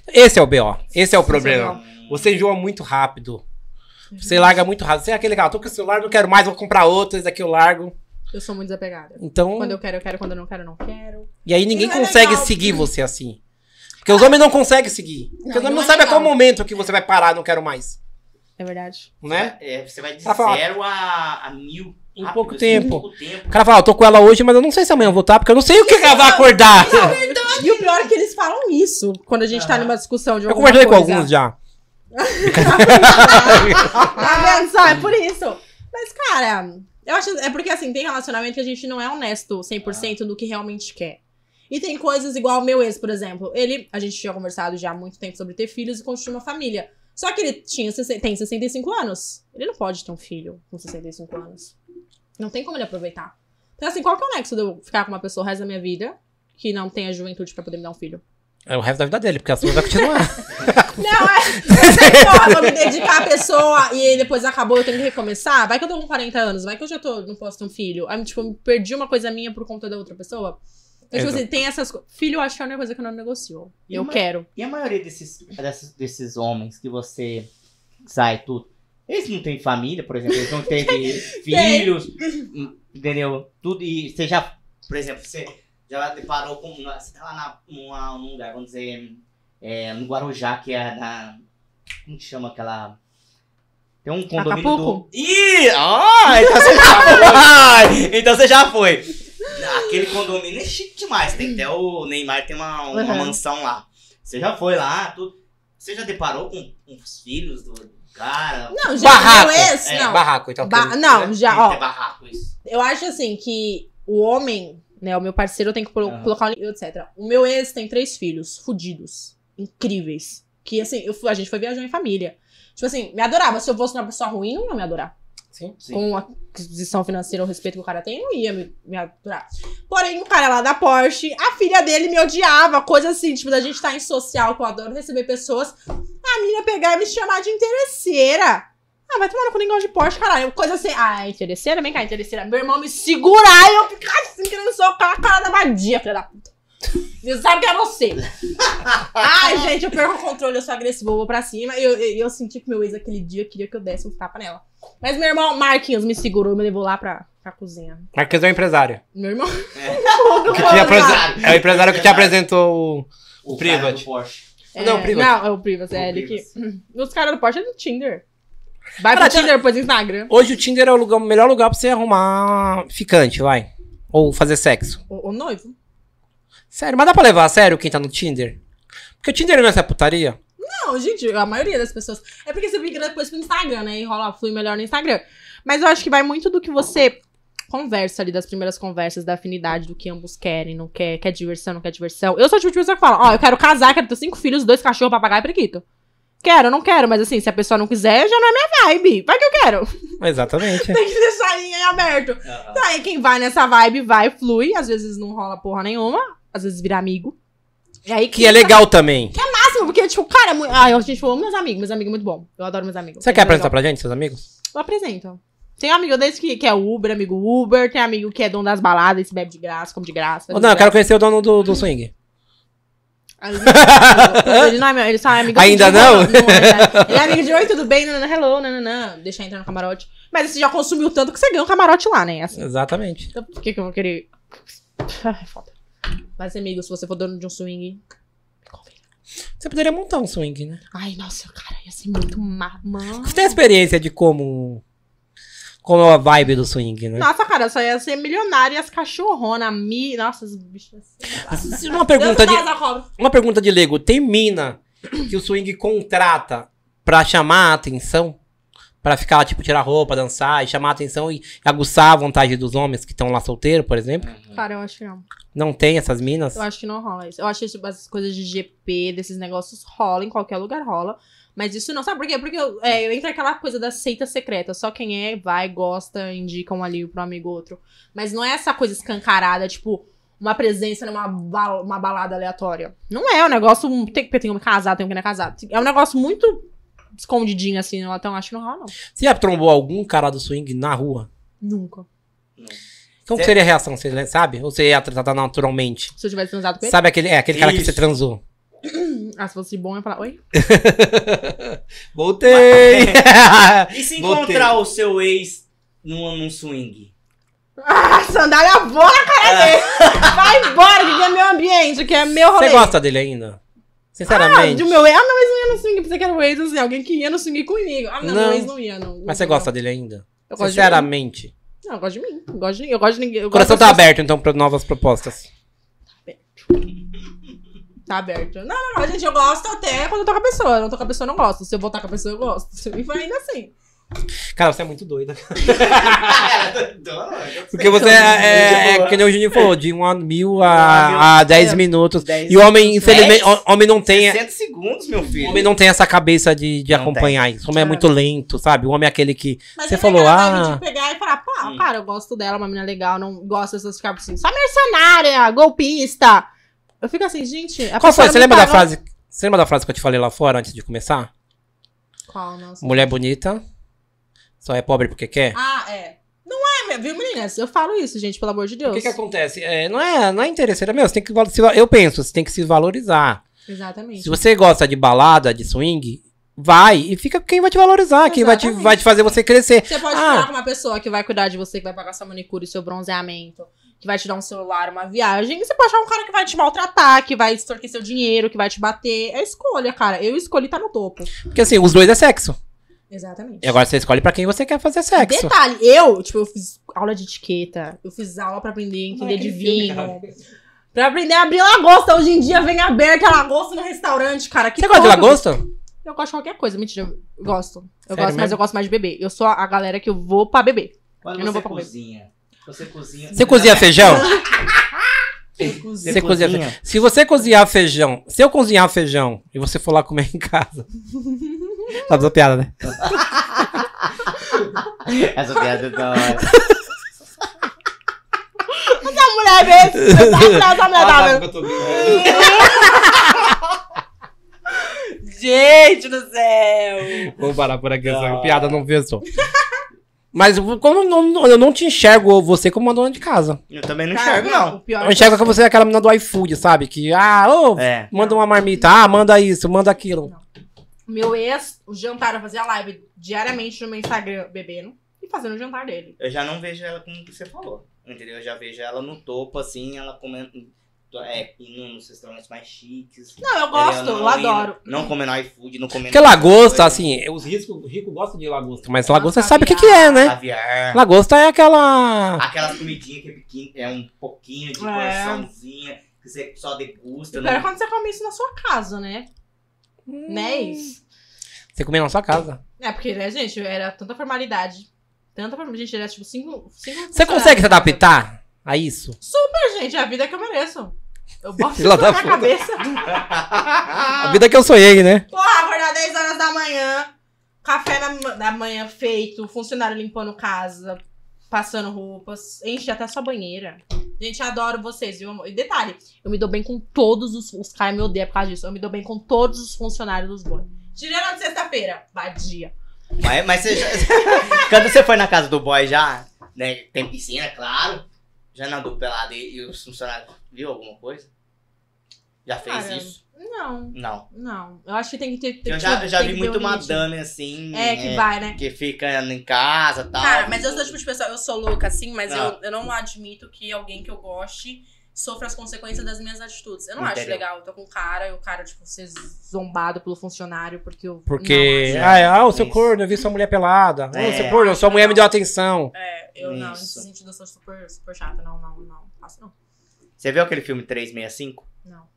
[SPEAKER 2] Esse é o BO. Esse é o problema.
[SPEAKER 1] Hum,
[SPEAKER 2] Você enjoa muito rápido. Você larga muito rápido. Você é aquele cara, tô com o celular, não quero mais, vou comprar outro, esse aqui eu largo.
[SPEAKER 3] Eu sou muito desapegada.
[SPEAKER 2] Então.
[SPEAKER 3] Quando eu quero, eu quero, quando eu não quero, eu não quero.
[SPEAKER 2] E aí ninguém
[SPEAKER 3] Não é
[SPEAKER 2] consegue
[SPEAKER 3] legal.
[SPEAKER 2] seguir você assim. Porque os homens não conseguem seguir. Porque os
[SPEAKER 3] não
[SPEAKER 2] homens não
[SPEAKER 3] é
[SPEAKER 2] sabem a qual
[SPEAKER 3] legal.
[SPEAKER 2] momento que você vai parar, não quero mais.
[SPEAKER 3] É verdade.
[SPEAKER 2] Né?
[SPEAKER 1] é, você vai de
[SPEAKER 2] Tá falando.
[SPEAKER 1] zero a, a mil.
[SPEAKER 2] Em
[SPEAKER 1] rápido,
[SPEAKER 2] pouco
[SPEAKER 1] assim,
[SPEAKER 2] tempo.
[SPEAKER 1] Em pouco tempo.
[SPEAKER 2] O cara fala, "Ó, tô com ela hoje, mas eu não sei se amanhã eu vou estar, porque eu não sei o que, que ela vai acordar.
[SPEAKER 3] E o pior é que eles falam isso quando a gente tá
[SPEAKER 1] Aham.
[SPEAKER 3] numa discussão de
[SPEAKER 2] Eu
[SPEAKER 3] alguma coisa.
[SPEAKER 2] conversei com alguns já.
[SPEAKER 3] Tá vendo só? É por isso. Mas, cara, eu acho. É porque, assim, tem relacionamento que a gente não é honesto 100% do que realmente quer. E tem coisas igual o meu ex, por exemplo. Ele. A gente tinha conversado já há muito tempo sobre ter filhos e construir uma família. Só que ele tinha, 60 tem 65 anos. Ele não pode ter um filho com 65 anos. Não tem como ele aproveitar. Então, assim, qual que é o nexo de eu ficar com uma pessoa o resto da minha vida que não tem a juventude pra poder me dar um filho?
[SPEAKER 2] É o resto da vida dele, porque a sua vai continuar.
[SPEAKER 3] Não, é. Eu sei, porra, vou me dedicar à pessoa e aí depois acabou, eu tenho que recomeçar. Vai que eu tô com 40 anos, vai que eu já tô, não posso ter um filho. Aí, tipo, eu perdi uma coisa minha por conta da outra pessoa. Então, tipo
[SPEAKER 2] Exato.
[SPEAKER 3] assim, tem essas coisas. Filho, eu acho que é a única coisa que eu não negocio.
[SPEAKER 1] E
[SPEAKER 3] eu
[SPEAKER 1] uma-
[SPEAKER 3] quero.
[SPEAKER 1] E a maioria desses, desses, desses homens que você sai tudo, eles não têm família, por exemplo, eles não teve filhos, entendeu? Tudo. E você já, por exemplo, você já deparou com. Você tá lá na, numa- num lugar, vamos dizer, é, no Guarujá, que é na. Como que chama aquela. Tem um condomínio
[SPEAKER 3] Acapulco?
[SPEAKER 1] do. Ih! Ah, então você já foi! então você já foi! Aquele condomínio é chique demais. Tem até o Neymar tem uma, uma
[SPEAKER 3] Uhum.
[SPEAKER 1] mansão lá. Você já foi lá, tudo. Você já deparou com, com os filhos do do cara?
[SPEAKER 3] Não, já
[SPEAKER 2] barraco.
[SPEAKER 3] meu ex,
[SPEAKER 1] É,
[SPEAKER 3] não.
[SPEAKER 2] Barraco, então.
[SPEAKER 3] Ba- não, já,
[SPEAKER 1] Eita,
[SPEAKER 3] ó.
[SPEAKER 1] É barraco isso.
[SPEAKER 3] Eu acho assim que o homem, né? O meu parceiro tem que colo-
[SPEAKER 1] Aham.
[SPEAKER 3] colocar um limite, etc. O meu ex tem três filhos, fudidos, incríveis. Que assim, eu fui- a gente foi viajar em família. Tipo assim, me adorava. Se eu fosse uma pessoa ruim, não ia me adorar.
[SPEAKER 2] Sim.
[SPEAKER 1] Sim.
[SPEAKER 3] Com a aquisição financeira, o respeito que o cara tem, não ia me, me aturar. Porém, o cara lá da Porsche, a filha dele me odiava. Coisa assim, tipo, da gente estar em social, que eu adoro receber pessoas. A menina pegar e me chamar de interesseira. Ah, vai tomar no cu, nem gosto de Porsche, caralho. Coisa assim, ah, interesseira? Vem cá, interesseira. Meu irmão me segurar e eu ficar assim, querendo socar a cara da badia, filha da puta. Você sabe que é você. Ai, gente, eu perco o controle, eu sou agressiva, eu vou pra cima. Eu, eu, eu senti que meu ex aquele dia queria que eu desse um tapa nela. Mas meu irmão Marquinhos me segurou e me levou lá pra, pra cozinha.
[SPEAKER 2] Marquês é o empresário.
[SPEAKER 3] Meu irmão.
[SPEAKER 2] É. O que te apresen-
[SPEAKER 1] Empresário.
[SPEAKER 2] É o empresário que te apresentou. o-
[SPEAKER 1] O
[SPEAKER 2] Privat.
[SPEAKER 1] cara do Porsche.
[SPEAKER 3] É,
[SPEAKER 2] Não, o Privas.
[SPEAKER 3] Não, é o Privas, é
[SPEAKER 1] O
[SPEAKER 3] ele
[SPEAKER 1] Privas.
[SPEAKER 3] que. Os caras do Porsche é do Tinder. Vai pro
[SPEAKER 2] Cara, tem-
[SPEAKER 3] Tinder, depois Instagram.
[SPEAKER 2] Hoje o Tinder é o, lugar- o melhor lugar pra você arrumar ficante, vai. Ou fazer sexo.
[SPEAKER 3] O, o noivo?
[SPEAKER 2] Sério, mas dá pra levar a sério quem tá no Tinder? Porque o Tinder não é essa putaria.
[SPEAKER 3] Não, gente, a maioria das pessoas. É porque você migra depois pro Instagram, né? E rola, flui melhor no Instagram. Mas eu acho que vai muito do que você conversa ali, das primeiras conversas, da afinidade, do que ambos querem, não quer, quer diversão, não quer diversão. Eu sou o tipo de pessoa que fala, ó, eu quero casar, quero ter cinco filhos, dois cachorros, papagaio e periquito. Quero, não quero, mas assim, se a pessoa não quiser, já não é minha vibe. Vai que eu quero.
[SPEAKER 2] Exatamente.
[SPEAKER 3] Tem que deixar em aberto.
[SPEAKER 1] Aham.
[SPEAKER 3] Tá, e quem vai nessa vibe, vai, flui. Às vezes não rola porra nenhuma. Às vezes vira amigo. E aí tá
[SPEAKER 2] que é legal também.
[SPEAKER 3] máximo, porque, tipo, cara, é mu- ai, eu- gente, eu amo meus amigos. Meus amigos é muito bom. Eu adoro meus amigos.
[SPEAKER 2] Você quer
[SPEAKER 3] Legal.
[SPEAKER 2] apresentar pra gente, seus amigos?
[SPEAKER 3] Eu apresento. Tem amigo desde que, que é Uber, amigo Uber. Tem amigo que é dono das baladas, se bebe de graça, come de graça.
[SPEAKER 2] Ou não, eu quero conhecer o dono do, do swing.
[SPEAKER 3] Às vezes não, Ele não é meu, ele só é amigo
[SPEAKER 2] Ainda
[SPEAKER 3] de oi,
[SPEAKER 2] não?
[SPEAKER 3] é. ele é amigo de oi, tudo bem, nanana, hello, nananã. Deixa eu entrar no camarote. Mas você já consumiu tanto que você ganha um camarote lá, né? Assim,
[SPEAKER 2] Exatamente.
[SPEAKER 3] Então, por que, que eu vou querer. Ai, foda. Mas, amigo, se você for dono de um swing, me convida.
[SPEAKER 2] Você poderia montar um swing, né?
[SPEAKER 3] Ai, nossa, cara, ia ser muito má. Mano.
[SPEAKER 2] Você tem experiência de como. Como é a vibe do swing, né?
[SPEAKER 3] Nossa, cara, só ia ser milionária e as cachorronas, mi... Nossa, os bichos. assim.
[SPEAKER 2] é Uma pergunta de.
[SPEAKER 3] Deus da cobra.
[SPEAKER 2] Uma pergunta de Lego. Tem mina que o swing contrata pra chamar a atenção? Pra ficar, tipo, tirar roupa, dançar e chamar a atenção e aguçar a vontade dos homens que estão lá solteiros, por exemplo?
[SPEAKER 3] Cara, eu acho que não.
[SPEAKER 2] Não tem essas minas?
[SPEAKER 3] Eu acho que não rola isso. Eu acho que tipo, essas coisas de GP, desses negócios, rola, em qualquer lugar rola. Mas isso não, sabe por quê? Porque eu, é, eu entro aquela coisa da seita secreta. Só quem é, vai, gosta, indica um ali pro amigo outro. Mas não é essa coisa escancarada, tipo, uma presença numa ba- uma balada aleatória. Não é, é um negócio. um- Tem, que- tem um casado, tem um que não é casado. É um negócio muito escondidinho, assim, não- então acho que não rola, não.
[SPEAKER 2] Você já trombou algum cara do swing na rua?
[SPEAKER 3] Nunca.
[SPEAKER 2] Como que
[SPEAKER 1] Cê-
[SPEAKER 2] seria a reação? Você le- sabe? Ou você ia tratar naturalmente?
[SPEAKER 3] Se eu tivesse transado com ele.
[SPEAKER 2] Sabe aquele, é, aquele cara que
[SPEAKER 1] Isso.
[SPEAKER 2] você transou?
[SPEAKER 3] Ah, se fosse bom, eu ia falar, oi?
[SPEAKER 2] Voltei!
[SPEAKER 1] E se
[SPEAKER 2] Voltei.
[SPEAKER 1] encontrar o seu ex num, num swing?
[SPEAKER 3] Ah, sandália voa na cara dele. Vai embora, que aqui é meu ambiente, que é meu rolê.
[SPEAKER 2] É. você gosta dele
[SPEAKER 3] Ah,
[SPEAKER 2] ainda? Sinceramente.
[SPEAKER 3] do meu ex, ah, meu ex não ia no swing, pensei que era o ex, assim, alguém que ia no swing comigo. Ah, não,
[SPEAKER 2] Não.
[SPEAKER 3] meu ex não ia, não.
[SPEAKER 2] Mas você gosta dele ainda?
[SPEAKER 3] Eu gosto de mim.
[SPEAKER 2] Sinceramente.
[SPEAKER 3] Não, eu gosto de mim. Eu gosto de, eu gosto de ninguém. eu
[SPEAKER 2] O coração
[SPEAKER 3] gosto
[SPEAKER 2] tá
[SPEAKER 3] das pessoas-
[SPEAKER 2] aberto, então, pra novas propostas.
[SPEAKER 3] Tá aberto. Não, não, não, gente, eu gosto até quando eu tô com a pessoa. Eu não tô com a pessoa, eu não gosto. Se eu voltar com a pessoa, eu gosto. Se- E foi ainda assim.
[SPEAKER 2] Cara, você é muito doida.
[SPEAKER 1] Dois
[SPEAKER 2] Porque você é, é, é, que nem o Juninho falou, de 1 a mil a, a 10
[SPEAKER 1] É.
[SPEAKER 2] minuminutos.
[SPEAKER 1] Dez
[SPEAKER 2] E o homem,
[SPEAKER 1] minutos.
[SPEAKER 2] infelizmente,
[SPEAKER 1] Dez?
[SPEAKER 2] o- homem não tem.
[SPEAKER 1] 60 segundos, meu
[SPEAKER 2] O
[SPEAKER 1] filho.
[SPEAKER 2] homem não tem essa cabeça de, de
[SPEAKER 1] Não
[SPEAKER 2] acompanhar isso. O homem é
[SPEAKER 3] Ah.
[SPEAKER 2] muito lento, sabe? O homem é aquele que.
[SPEAKER 3] Mas
[SPEAKER 2] Você
[SPEAKER 3] eu tenho
[SPEAKER 2] falou,
[SPEAKER 3] aquela vibe
[SPEAKER 2] ah.
[SPEAKER 3] de pegar e falar, pá,
[SPEAKER 1] Hum.
[SPEAKER 3] cara, eu gosto dela, é uma menina legal, não gosto dessas ficar assim, só mercenária, golpista. Eu fico assim, gente. a
[SPEAKER 2] Qual foi?
[SPEAKER 3] pessoa
[SPEAKER 2] Você
[SPEAKER 3] me
[SPEAKER 2] lembra da
[SPEAKER 3] pagou-
[SPEAKER 2] frase? Você lembra da frase que eu te falei lá fora antes de começar?
[SPEAKER 3] Qual, nossa?
[SPEAKER 2] Mulher bonita só é pobre porque quer.
[SPEAKER 3] Ah, é. Não é, viu, meninas? Eu falo isso, gente, pelo amor de
[SPEAKER 2] o
[SPEAKER 3] Ah, Deus.
[SPEAKER 2] que que acontece? É, não é, não é interesseira meu, você tem que val- se va- eu penso, você tem que se valorizar.
[SPEAKER 3] Exatamente.
[SPEAKER 2] Se você gosta de balada, de swing, vai e fica com quem vai te valorizar, quem vai te,
[SPEAKER 3] Exatamente.
[SPEAKER 2] vai te fazer você crescer.
[SPEAKER 3] Você pode
[SPEAKER 2] Ah.
[SPEAKER 3] falar com uma pessoa que vai cuidar de você, que vai pagar sua manicure, seu bronzeamento, que vai te dar um celular, uma viagem. E você pode achar um cara que vai te maltratar, que vai extorquir seu dinheiro, que vai te bater. É escolha, cara. Eu escolhi tá no topo.
[SPEAKER 2] Porque assim, os dois é sexo.
[SPEAKER 3] Exatamente.
[SPEAKER 2] E agora você escolhe pra quem você quer fazer sexo.
[SPEAKER 3] Detalhe, eu, tipo, eu fiz aula de etiqueta, eu fiz aula pra aprender
[SPEAKER 1] é
[SPEAKER 3] a entender de vinho, pra aprender a abrir lagosta. Hoje em dia vem aberta a lagosta no restaurante, cara. Que
[SPEAKER 2] Você gosta de
[SPEAKER 3] todo-
[SPEAKER 2] lagosta?
[SPEAKER 3] Eu gosto de qualquer coisa, mentira, eu gosto. Eu
[SPEAKER 2] Sério
[SPEAKER 3] gosto, mas
[SPEAKER 2] mesmo?
[SPEAKER 3] eu gosto mais de beber. Eu sou a a galera que eu vou pra beber.
[SPEAKER 1] Quando
[SPEAKER 3] Eu
[SPEAKER 1] você
[SPEAKER 3] não vou pra comer.
[SPEAKER 1] cozinha. Você cozinha.
[SPEAKER 2] Você cozinha feijão?
[SPEAKER 3] Inclusive.
[SPEAKER 2] Você cozinha feijão. Se você cozinhar feijão, se eu cozinhar feijão e você for lá comer em casa. Sabe essa piada, né?
[SPEAKER 1] Essa piada é da hora.
[SPEAKER 3] Mulher, vê. Eu tava
[SPEAKER 2] tá
[SPEAKER 3] atrás da mulher, tava vendo. Gente do céu!
[SPEAKER 2] Vou parar por aqui, essa
[SPEAKER 1] Ah.
[SPEAKER 2] piada não veio só. Mas como eu não- eu não te enxergo você como uma dona de casa.
[SPEAKER 1] Eu também não enxergo, não.
[SPEAKER 3] O pior
[SPEAKER 2] Eu enxergo que você é aquela menina do iFood, sabe? Que, ah, ô,
[SPEAKER 1] É.
[SPEAKER 2] manda uma marmita, ah, manda isso, manda aquilo.
[SPEAKER 3] Meu ex, o jantar, eu fazia live diariamente no meu Instagram bebendo e fazendo o jantar dele.
[SPEAKER 1] Eu já não vejo ela como que você falou. Entendeu? Eu já vejo ela no topo, assim, ela comendo. É, indo nos restaurantes mais chiques.
[SPEAKER 3] Não, eu gosto,
[SPEAKER 1] Entendeu?
[SPEAKER 3] eu,
[SPEAKER 1] Não indo-
[SPEAKER 3] adoro.
[SPEAKER 1] Não comendo iFood, não comendo.
[SPEAKER 2] Porque lagosta, assim, os ricos rico gostam de lagosta. Mas lagosta
[SPEAKER 3] Nossa,
[SPEAKER 2] sabe o que, que é, né?
[SPEAKER 1] Caviar.
[SPEAKER 2] Lagosta é aquela.
[SPEAKER 1] Aquelas comidinhas que é, pequeno, é um pouquinho de
[SPEAKER 3] É.
[SPEAKER 1] porçãozinha que você só degusta. né?
[SPEAKER 3] Pior é
[SPEAKER 1] Não...
[SPEAKER 3] quando você come isso na sua casa, né? Né?
[SPEAKER 2] Hum.
[SPEAKER 3] isso?
[SPEAKER 2] Você comeu na sua casa.
[SPEAKER 3] É, porque, né, gente, era tanta formalidade. Tanta formalidade. Gente, era tipo cinco. cinco
[SPEAKER 2] Você consegue se
[SPEAKER 3] funcionários.
[SPEAKER 2] adaptar a isso?
[SPEAKER 3] Super, gente, é a vida que eu mereço. Eu boto isso
[SPEAKER 2] Filha
[SPEAKER 3] na
[SPEAKER 2] da
[SPEAKER 3] minha
[SPEAKER 2] puta.
[SPEAKER 3] cabeça.
[SPEAKER 2] A vida que eu sonhei, né?
[SPEAKER 3] Porra, acordar 10 horas da manhã, café na, ma- da manhã feito, funcionário limpando casa, passando roupas, enche até a sua banheira. Gente, adoro vocês, viu, amor? E detalhe, eu me dou bem com todos os. Os caras me odeiam por causa disso. Eu me dou bem com todos os funcionários dos boi. Tirando a de sexta-feira, vadia.
[SPEAKER 1] Mas, mas você já... Quando você foi na casa do boy já, né? Tem piscina, claro. Já nadou pelado e, e os funcionários viu alguma coisa? Já fez
[SPEAKER 3] Cara,
[SPEAKER 1] isso?
[SPEAKER 3] Não,
[SPEAKER 1] Não.
[SPEAKER 3] não. Eu acho que tem que ter. tem
[SPEAKER 1] Eu
[SPEAKER 3] que
[SPEAKER 1] já,
[SPEAKER 3] ter-
[SPEAKER 1] eu já
[SPEAKER 3] tem
[SPEAKER 1] vi
[SPEAKER 3] que ter
[SPEAKER 1] muito
[SPEAKER 3] um limite.
[SPEAKER 1] madame assim.
[SPEAKER 3] É, que vai, né?
[SPEAKER 1] que fica em casa e tal.
[SPEAKER 3] Cara, mas eu sou tipo de pessoa, eu sou louca, assim, mas
[SPEAKER 1] um Ah.
[SPEAKER 3] eu, eu não admito que alguém que eu goste sofra as consequências das minhas atitudes. Eu não
[SPEAKER 1] Entendeu.
[SPEAKER 3] acho legal. Eu tô com um cara e o cara, tipo, ser zombado pelo funcionário porque eu.
[SPEAKER 2] Porque.
[SPEAKER 1] Não,
[SPEAKER 2] ah, é, ah, o seu
[SPEAKER 1] isso.
[SPEAKER 2] corno, eu vi sua mulher pelada. Ah,
[SPEAKER 1] É.
[SPEAKER 2] o seu corno, sua mulher me deu atenção.
[SPEAKER 3] Não, é, eu não.
[SPEAKER 1] Isso.
[SPEAKER 3] Nesse sentido, eu sou super, super chata. Não, não, não. Faço não.
[SPEAKER 1] Você viu aquele filme 365?
[SPEAKER 3] Não.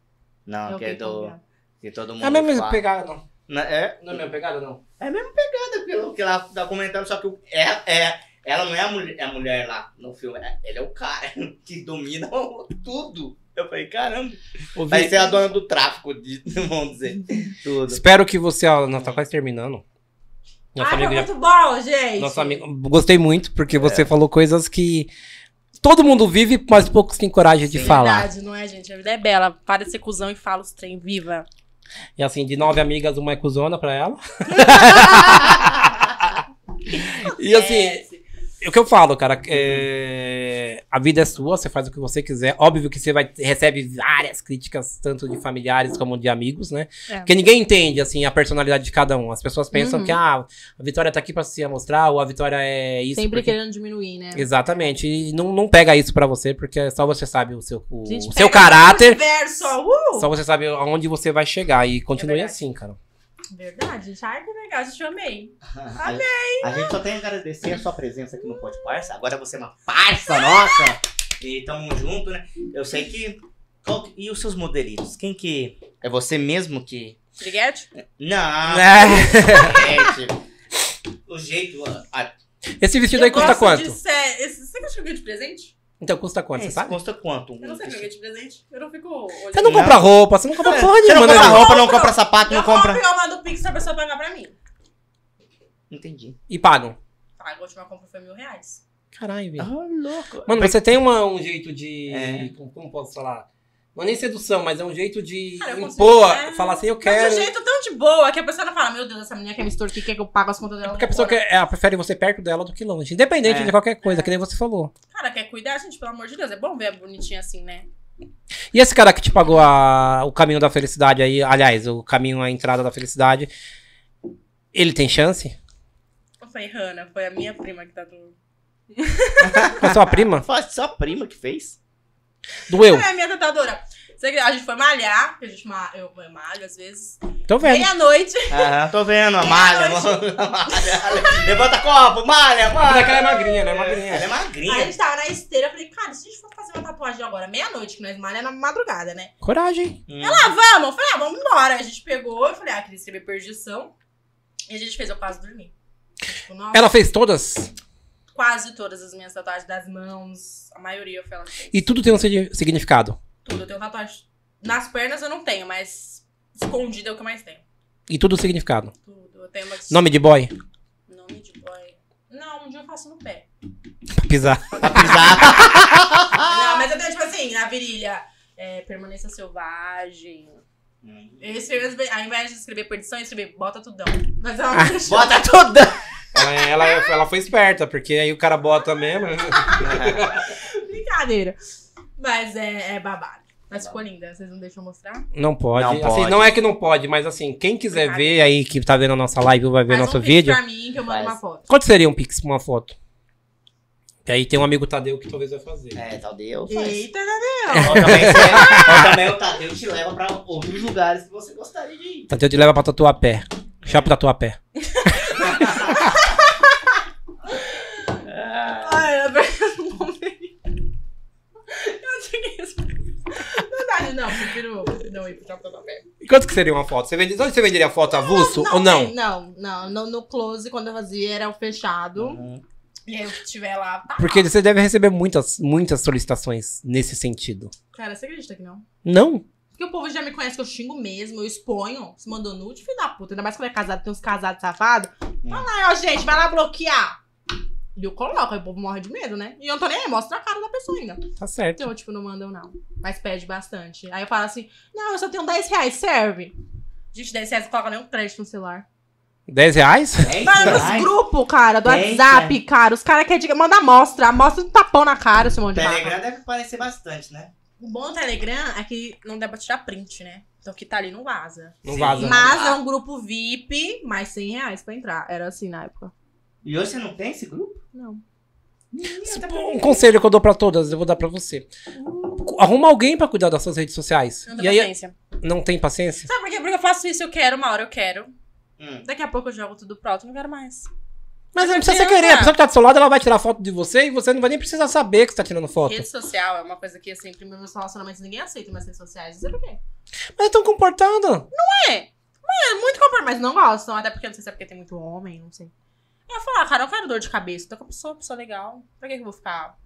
[SPEAKER 1] Não,
[SPEAKER 3] Eu
[SPEAKER 1] que é
[SPEAKER 3] fico
[SPEAKER 1] do.
[SPEAKER 3] com-
[SPEAKER 1] Que todo mundo.
[SPEAKER 2] É a mesma
[SPEAKER 1] fala.
[SPEAKER 2] pegada, não.
[SPEAKER 1] Na- é,
[SPEAKER 2] Não é a mesma pegada, não.
[SPEAKER 1] nada pelo que ela tá comentando, só que o- é, é, ela não é a mulher, é a mulher lá no filme, é- ele é o cara que domina o- tudo. Eu falei, caramba.
[SPEAKER 2] Ô,
[SPEAKER 1] Vai
[SPEAKER 2] Vi,
[SPEAKER 1] ser a dona do tráfico, de, vamos dizer. Tudo.
[SPEAKER 2] Espero que você. ó, Nós tá quase terminando. Nosso
[SPEAKER 3] Ai, foi
[SPEAKER 2] amigo já-
[SPEAKER 3] muito bom, gente.
[SPEAKER 2] Nosso amigo. Gostei muito, porque você falou coisas que todo mundo vive, mas poucos têm coragem de
[SPEAKER 1] Sim.
[SPEAKER 2] falar.
[SPEAKER 3] Verdade, não é, gente? A vida é bela. Para de ser cuzão e fala os trem. Viva.
[SPEAKER 2] E assim, de nove amigas, uma é cuzona pra ela. e assim, o que eu falo, cara, é, a vida é sua, você faz o que você quiser. Óbvio que você vai recebe várias críticas, tanto de familiares como de amigos, né?
[SPEAKER 3] É.
[SPEAKER 2] Porque ninguém entende, assim, a personalidade de cada um. As pessoas pensam
[SPEAKER 3] Uhum.
[SPEAKER 2] que ah, a Vitória tá aqui pra se mostrar, ou a Vitória é isso.
[SPEAKER 3] Sempre
[SPEAKER 2] porque-
[SPEAKER 3] querendo diminuir, né?
[SPEAKER 2] Exatamente, e não, não pega isso pra você, porque é só você sabe o seu, o,
[SPEAKER 3] Gente,
[SPEAKER 2] o
[SPEAKER 3] pega
[SPEAKER 2] seu caráter,
[SPEAKER 3] Universo, uh! É
[SPEAKER 2] só você sabe aonde você vai chegar. E continue
[SPEAKER 3] verdade.
[SPEAKER 2] assim, cara.
[SPEAKER 3] Uh! Verdade, gente. Ai, que legal. Gente, eu amei.
[SPEAKER 1] A gente só tem a agradecer a sua presença aqui no Pode Parça. Agora você é uma parça nossa. E tamo junto, né? Eu sei que. qual que- E os seus modelitos? Quem que. É você mesmo que. Né?
[SPEAKER 3] Briguete?
[SPEAKER 1] Não,
[SPEAKER 2] É.
[SPEAKER 1] gente. Ah, O jeito. A, a,
[SPEAKER 2] Esse vestido aí custa quanto?
[SPEAKER 3] Esse, você acha que eu ganhei de presente?
[SPEAKER 2] Então custa quanto,
[SPEAKER 3] É,
[SPEAKER 2] você
[SPEAKER 1] Esse
[SPEAKER 2] sabe?
[SPEAKER 1] custa é, quanto?
[SPEAKER 3] Eu não sei o que eu ganhei de presente. Eu não fico olhando.
[SPEAKER 2] Você
[SPEAKER 1] Não.
[SPEAKER 2] não
[SPEAKER 3] né?
[SPEAKER 2] compra roupa, você não compra porra
[SPEAKER 1] É. Você não
[SPEAKER 2] nenhuma, né?
[SPEAKER 1] compra
[SPEAKER 2] gente?
[SPEAKER 1] roupa, não compra sapato, não
[SPEAKER 3] Eu
[SPEAKER 1] compra.
[SPEAKER 3] compro e eu mando o Pix pra pessoa pagar pra mim.
[SPEAKER 1] Entendi.
[SPEAKER 2] E pagam.
[SPEAKER 3] Tá, a última compra foi mil reais.
[SPEAKER 2] Caralho, velho.
[SPEAKER 1] Ah, louco.
[SPEAKER 2] Mano, você tem uma- um jeito de.
[SPEAKER 1] É.
[SPEAKER 2] Como, como posso falar? Não é nem sedução, mas é um jeito de
[SPEAKER 3] Cara, eu consigo-
[SPEAKER 2] impor,
[SPEAKER 3] é.
[SPEAKER 2] falar assim, eu
[SPEAKER 3] Mas
[SPEAKER 2] quero.
[SPEAKER 3] de um jeito tão de boa que a pessoa não fala, meu Deus, essa menina quer me extorquir, quer que eu pague as contas dela.
[SPEAKER 2] É Porque a pessoa quer, ela prefere você perto dela do que longe. Independente
[SPEAKER 1] É.
[SPEAKER 2] de qualquer coisa, que nem você falou.
[SPEAKER 3] Cara, quer cuidar, gente, pelo amor de Deus. É bom ver a bonitinha assim, né?
[SPEAKER 2] E esse cara que te pagou a- o caminho da felicidade aí, aliás, o caminho, a entrada da felicidade, ele tem chance?
[SPEAKER 3] Foi Hanna, foi a minha prima que tá do.
[SPEAKER 2] Foi sua prima?
[SPEAKER 1] Foi só a prima que fez?
[SPEAKER 2] Doeu.
[SPEAKER 3] É, minha tentadora. Você acredita? A gente foi malhar, que a gente ma... eu eu malho às vezes.
[SPEAKER 2] Tô vendo.
[SPEAKER 3] Meia-noite.
[SPEAKER 1] Aham, tô vendo, a malha, mano. A malha. Levanta copo, malha,
[SPEAKER 2] Mas é que
[SPEAKER 1] malha.
[SPEAKER 2] ela é magrinha, né?
[SPEAKER 1] Ela
[SPEAKER 2] Magrinha.
[SPEAKER 1] é
[SPEAKER 3] Aí a
[SPEAKER 1] magrinha.
[SPEAKER 3] gente tava na esteira, eu falei, cara, se a gente for fazer uma tatuagem agora, meia-noite, que nós malha na madrugada, né?
[SPEAKER 2] Coragem.
[SPEAKER 1] Hum.
[SPEAKER 3] Ah, vamos! Eu falei, ah, vamos embora. A gente pegou, eu falei, ah, queria escrever perdição. E a gente fez, eu quase dormi. Tipo, nossa,
[SPEAKER 2] Ela fez todas?
[SPEAKER 3] quase todas as minhas tatuagens das mãos, a maioria foi ela que fez.
[SPEAKER 2] E tudo tem um sig- significado.
[SPEAKER 3] Tudo, eu tenho tatuagem. Nas pernas eu não tenho, mas escondida é o que eu mais tenho.
[SPEAKER 2] E tudo significado.
[SPEAKER 3] Tudo. Eu tenho uma
[SPEAKER 2] Nome de boy?
[SPEAKER 3] Nome de boy. Não, um dia eu faço no pé.
[SPEAKER 2] Pra pisar.
[SPEAKER 1] Pisar.
[SPEAKER 3] Não, mas eu tenho, tipo assim, na virilha. É, permaneça selvagem. Eu escrevi, ao invés de escrever perdição, eu escrevi bota tudão. Mas é ela
[SPEAKER 2] Ah,
[SPEAKER 3] não deixou.
[SPEAKER 1] Bota toda.
[SPEAKER 2] Ela, ela, ela foi esperta, porque aí o cara bota mesmo.
[SPEAKER 3] Brincadeira. Mas é, é babado. Mas ficou linda. Vocês não deixam eu mostrar?
[SPEAKER 2] Não pode.
[SPEAKER 1] Não
[SPEAKER 2] assim,
[SPEAKER 1] pode.
[SPEAKER 2] não é que não pode, mas assim, quem quiser ver aí que tá vendo a nossa live ou vai ver
[SPEAKER 3] Faz
[SPEAKER 2] nosso
[SPEAKER 3] um pix
[SPEAKER 2] vídeo,
[SPEAKER 3] pra mim que eu mando
[SPEAKER 1] Faz.
[SPEAKER 3] uma foto.
[SPEAKER 2] quanto seria um pix pra uma foto? E aí tem um amigo Tadeu que talvez vai fazer.
[SPEAKER 1] É, Tadeu faz.
[SPEAKER 3] Eita, né?
[SPEAKER 1] Ou também, você- ou também é o Tadeu te leva pra outros lugares que você gostaria de ir.
[SPEAKER 2] Tadeu te leva pra tatuapé. Shopping tatuapé.
[SPEAKER 3] Ai, eu não comi. Eu tinha isso. Verdade, não. Prefiro não ir pro Tapa da Pé.
[SPEAKER 2] E quanto que seria uma foto? Você vende, onde você venderia foto avulso ou não? é
[SPEAKER 3] Não, não. No, no close, quando eu fazia, era o fechado.
[SPEAKER 1] Uhum.
[SPEAKER 3] E aí, eu tiver lá, tá.
[SPEAKER 2] Porque você deve receber muitas, muitas solicitações nesse sentido.
[SPEAKER 3] Cara, você acredita que não?
[SPEAKER 2] Não?
[SPEAKER 3] Porque o povo já me conhece que eu xingo mesmo, eu exponho. Se mandou nude, filho da puta. Ainda mais quando é casado, tem uns casados safados. Fala aí, ó, gente, vai lá bloquear. E eu coloco, aí o povo morre de medo, né? E eu não tô nem aí, mostra a cara da pessoa ainda.
[SPEAKER 2] Tá certo.
[SPEAKER 3] Então, tipo, não mandam, não. Mas pede bastante. Aí eu falo assim: não, eu só tenho 10 reais, serve. Gente, 10 reais não coloca nenhum crédito no celular.
[SPEAKER 2] 10 reais?
[SPEAKER 1] É
[SPEAKER 3] Mano,
[SPEAKER 1] isso,
[SPEAKER 3] nos grupos, cara, do
[SPEAKER 1] Eita.
[SPEAKER 3] WhatsApp, cara. Os caras querem mandar amostra. Amostra um tapão na cara, seu monte de
[SPEAKER 1] Telegram
[SPEAKER 3] vaca.
[SPEAKER 1] deve aparecer bastante, né?
[SPEAKER 3] O bom do Telegram é que não dá pra tirar print, né? Então, o que tá ali não vaza.
[SPEAKER 2] Não
[SPEAKER 1] Sim.
[SPEAKER 2] vaza.
[SPEAKER 3] Mas é um grupo VIP, mais 100 reais pra entrar. Era assim na época.
[SPEAKER 1] E hoje você não tem esse grupo?
[SPEAKER 3] Não.
[SPEAKER 1] Menina,
[SPEAKER 2] Se-
[SPEAKER 1] tá
[SPEAKER 2] Um conselho que eu dou pra todas, eu vou dar pra você. cu- arruma alguém pra cuidar das suas redes sociais.
[SPEAKER 3] Não tem
[SPEAKER 2] E aí
[SPEAKER 3] paciência.
[SPEAKER 2] não tem paciência?
[SPEAKER 3] Sabe por quê? Porque eu faço isso, eu quero, uma hora eu quero.
[SPEAKER 1] Hum.
[SPEAKER 3] Daqui a pouco eu jogo tudo pro alto, não quero mais.
[SPEAKER 2] Mas não precisa você
[SPEAKER 3] Não,
[SPEAKER 2] querer.
[SPEAKER 3] cara.
[SPEAKER 2] A pessoa que tá do seu lado, ela vai tirar foto de você e você não vai nem precisar saber que você tá tirando foto.
[SPEAKER 3] Rede social é uma coisa que, assim, primeiro nos relacionamentos ninguém aceita mais redes sociais. Não sei por quê.
[SPEAKER 2] Mas é estão comportando.
[SPEAKER 3] É muito comportamento, mas não gostam. Até porque, não sei se é porque tem muito homem, não sei. Eu falo, ah, cara, eu quero dor de cabeça. Tô com uma pessoa, uma pessoa legal. Pra que que eu vou ficar?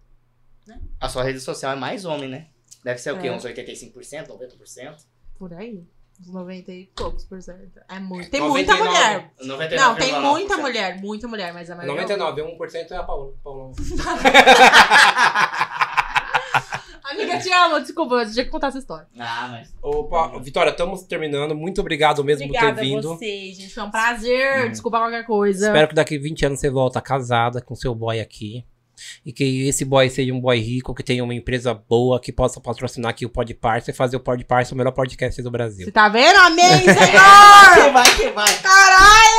[SPEAKER 1] A sua rede social é mais homem, né? Deve ser o quê?
[SPEAKER 3] É.
[SPEAKER 1] Uns 85%, 90%?
[SPEAKER 3] Por aí. Uns 90 e poucos por cento. É muito. Tem muita mulher.
[SPEAKER 1] 99,
[SPEAKER 3] Não, tem muita mulher, muita mulher, mas a maioria.
[SPEAKER 2] 1% é a Paula.
[SPEAKER 3] Amiga, te amo, desculpa, eu tinha que contar essa história.
[SPEAKER 1] Ah, mas.
[SPEAKER 2] Vitória, estamos terminando. Muito obrigado mesmo por ter vindo. É.
[SPEAKER 3] vocês, gente. Foi um prazer. Desculpa qualquer coisa.
[SPEAKER 2] Espero que daqui 20 anos você volta casada com seu boy aqui. E que esse boy seja um boy rico, que tenha uma empresa boa, que possa patrocinar aqui o Podparça e fazer o Podparça o melhor podcast do Brasil.
[SPEAKER 3] Você tá vendo? Amém, Senhor!
[SPEAKER 1] Que vai, que vai.
[SPEAKER 3] Caralho!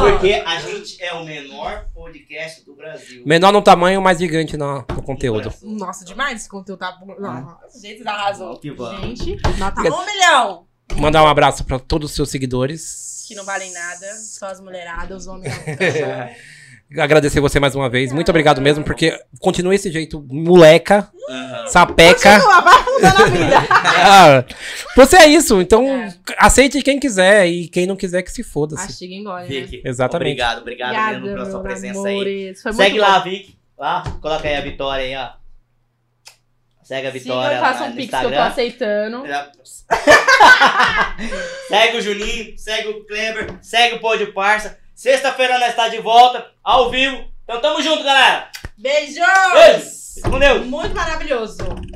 [SPEAKER 1] Porque a gente é o menor podcast do Brasil.
[SPEAKER 2] Menor no tamanho, mais gigante na- no conteúdo.
[SPEAKER 3] Nossa, demais esse conteúdo. Tá...
[SPEAKER 2] Hum.
[SPEAKER 3] bom. Nossa, gente, arrasou.
[SPEAKER 1] Que bom.
[SPEAKER 3] Gente, nota um milhão.
[SPEAKER 2] Mandar um abraço pra todos os seus seguidores.
[SPEAKER 3] Que não valem nada. Só as mulheradas, os homens.
[SPEAKER 2] Agradecer você mais uma vez. Muito obrigado mesmo, porque continua esse jeito moleca,
[SPEAKER 3] Uhum.
[SPEAKER 1] Aham.
[SPEAKER 2] sapeca.
[SPEAKER 3] Continua, vai mudando a vida.
[SPEAKER 2] Ah, você é isso, então
[SPEAKER 3] É.
[SPEAKER 2] aceite quem quiser e quem não quiser que se foda-se.
[SPEAKER 3] Astiga e engole, né?
[SPEAKER 1] Vic,
[SPEAKER 2] Exatamente.
[SPEAKER 1] obrigado, obrigado mesmo pela sua
[SPEAKER 3] meus
[SPEAKER 1] presença aí.
[SPEAKER 3] amores. Foi
[SPEAKER 1] Segue
[SPEAKER 3] muito bom.
[SPEAKER 1] lá, Vic. Lá, coloca aí a Vitória aí, ó. Segue a Vitória
[SPEAKER 3] Sigam e
[SPEAKER 1] lá
[SPEAKER 3] façam
[SPEAKER 1] no
[SPEAKER 3] um pix que eu um tô
[SPEAKER 1] Instagram. É.
[SPEAKER 3] aceitando.
[SPEAKER 1] segue o Juninho, segue o Kleber, segue o Pô de Parça. Sexta-feira nós está de volta, ao vivo. Então tamo junto, galera.
[SPEAKER 3] Beijos!
[SPEAKER 1] Beijo. Fica Com Deus.
[SPEAKER 3] Muito maravilhoso.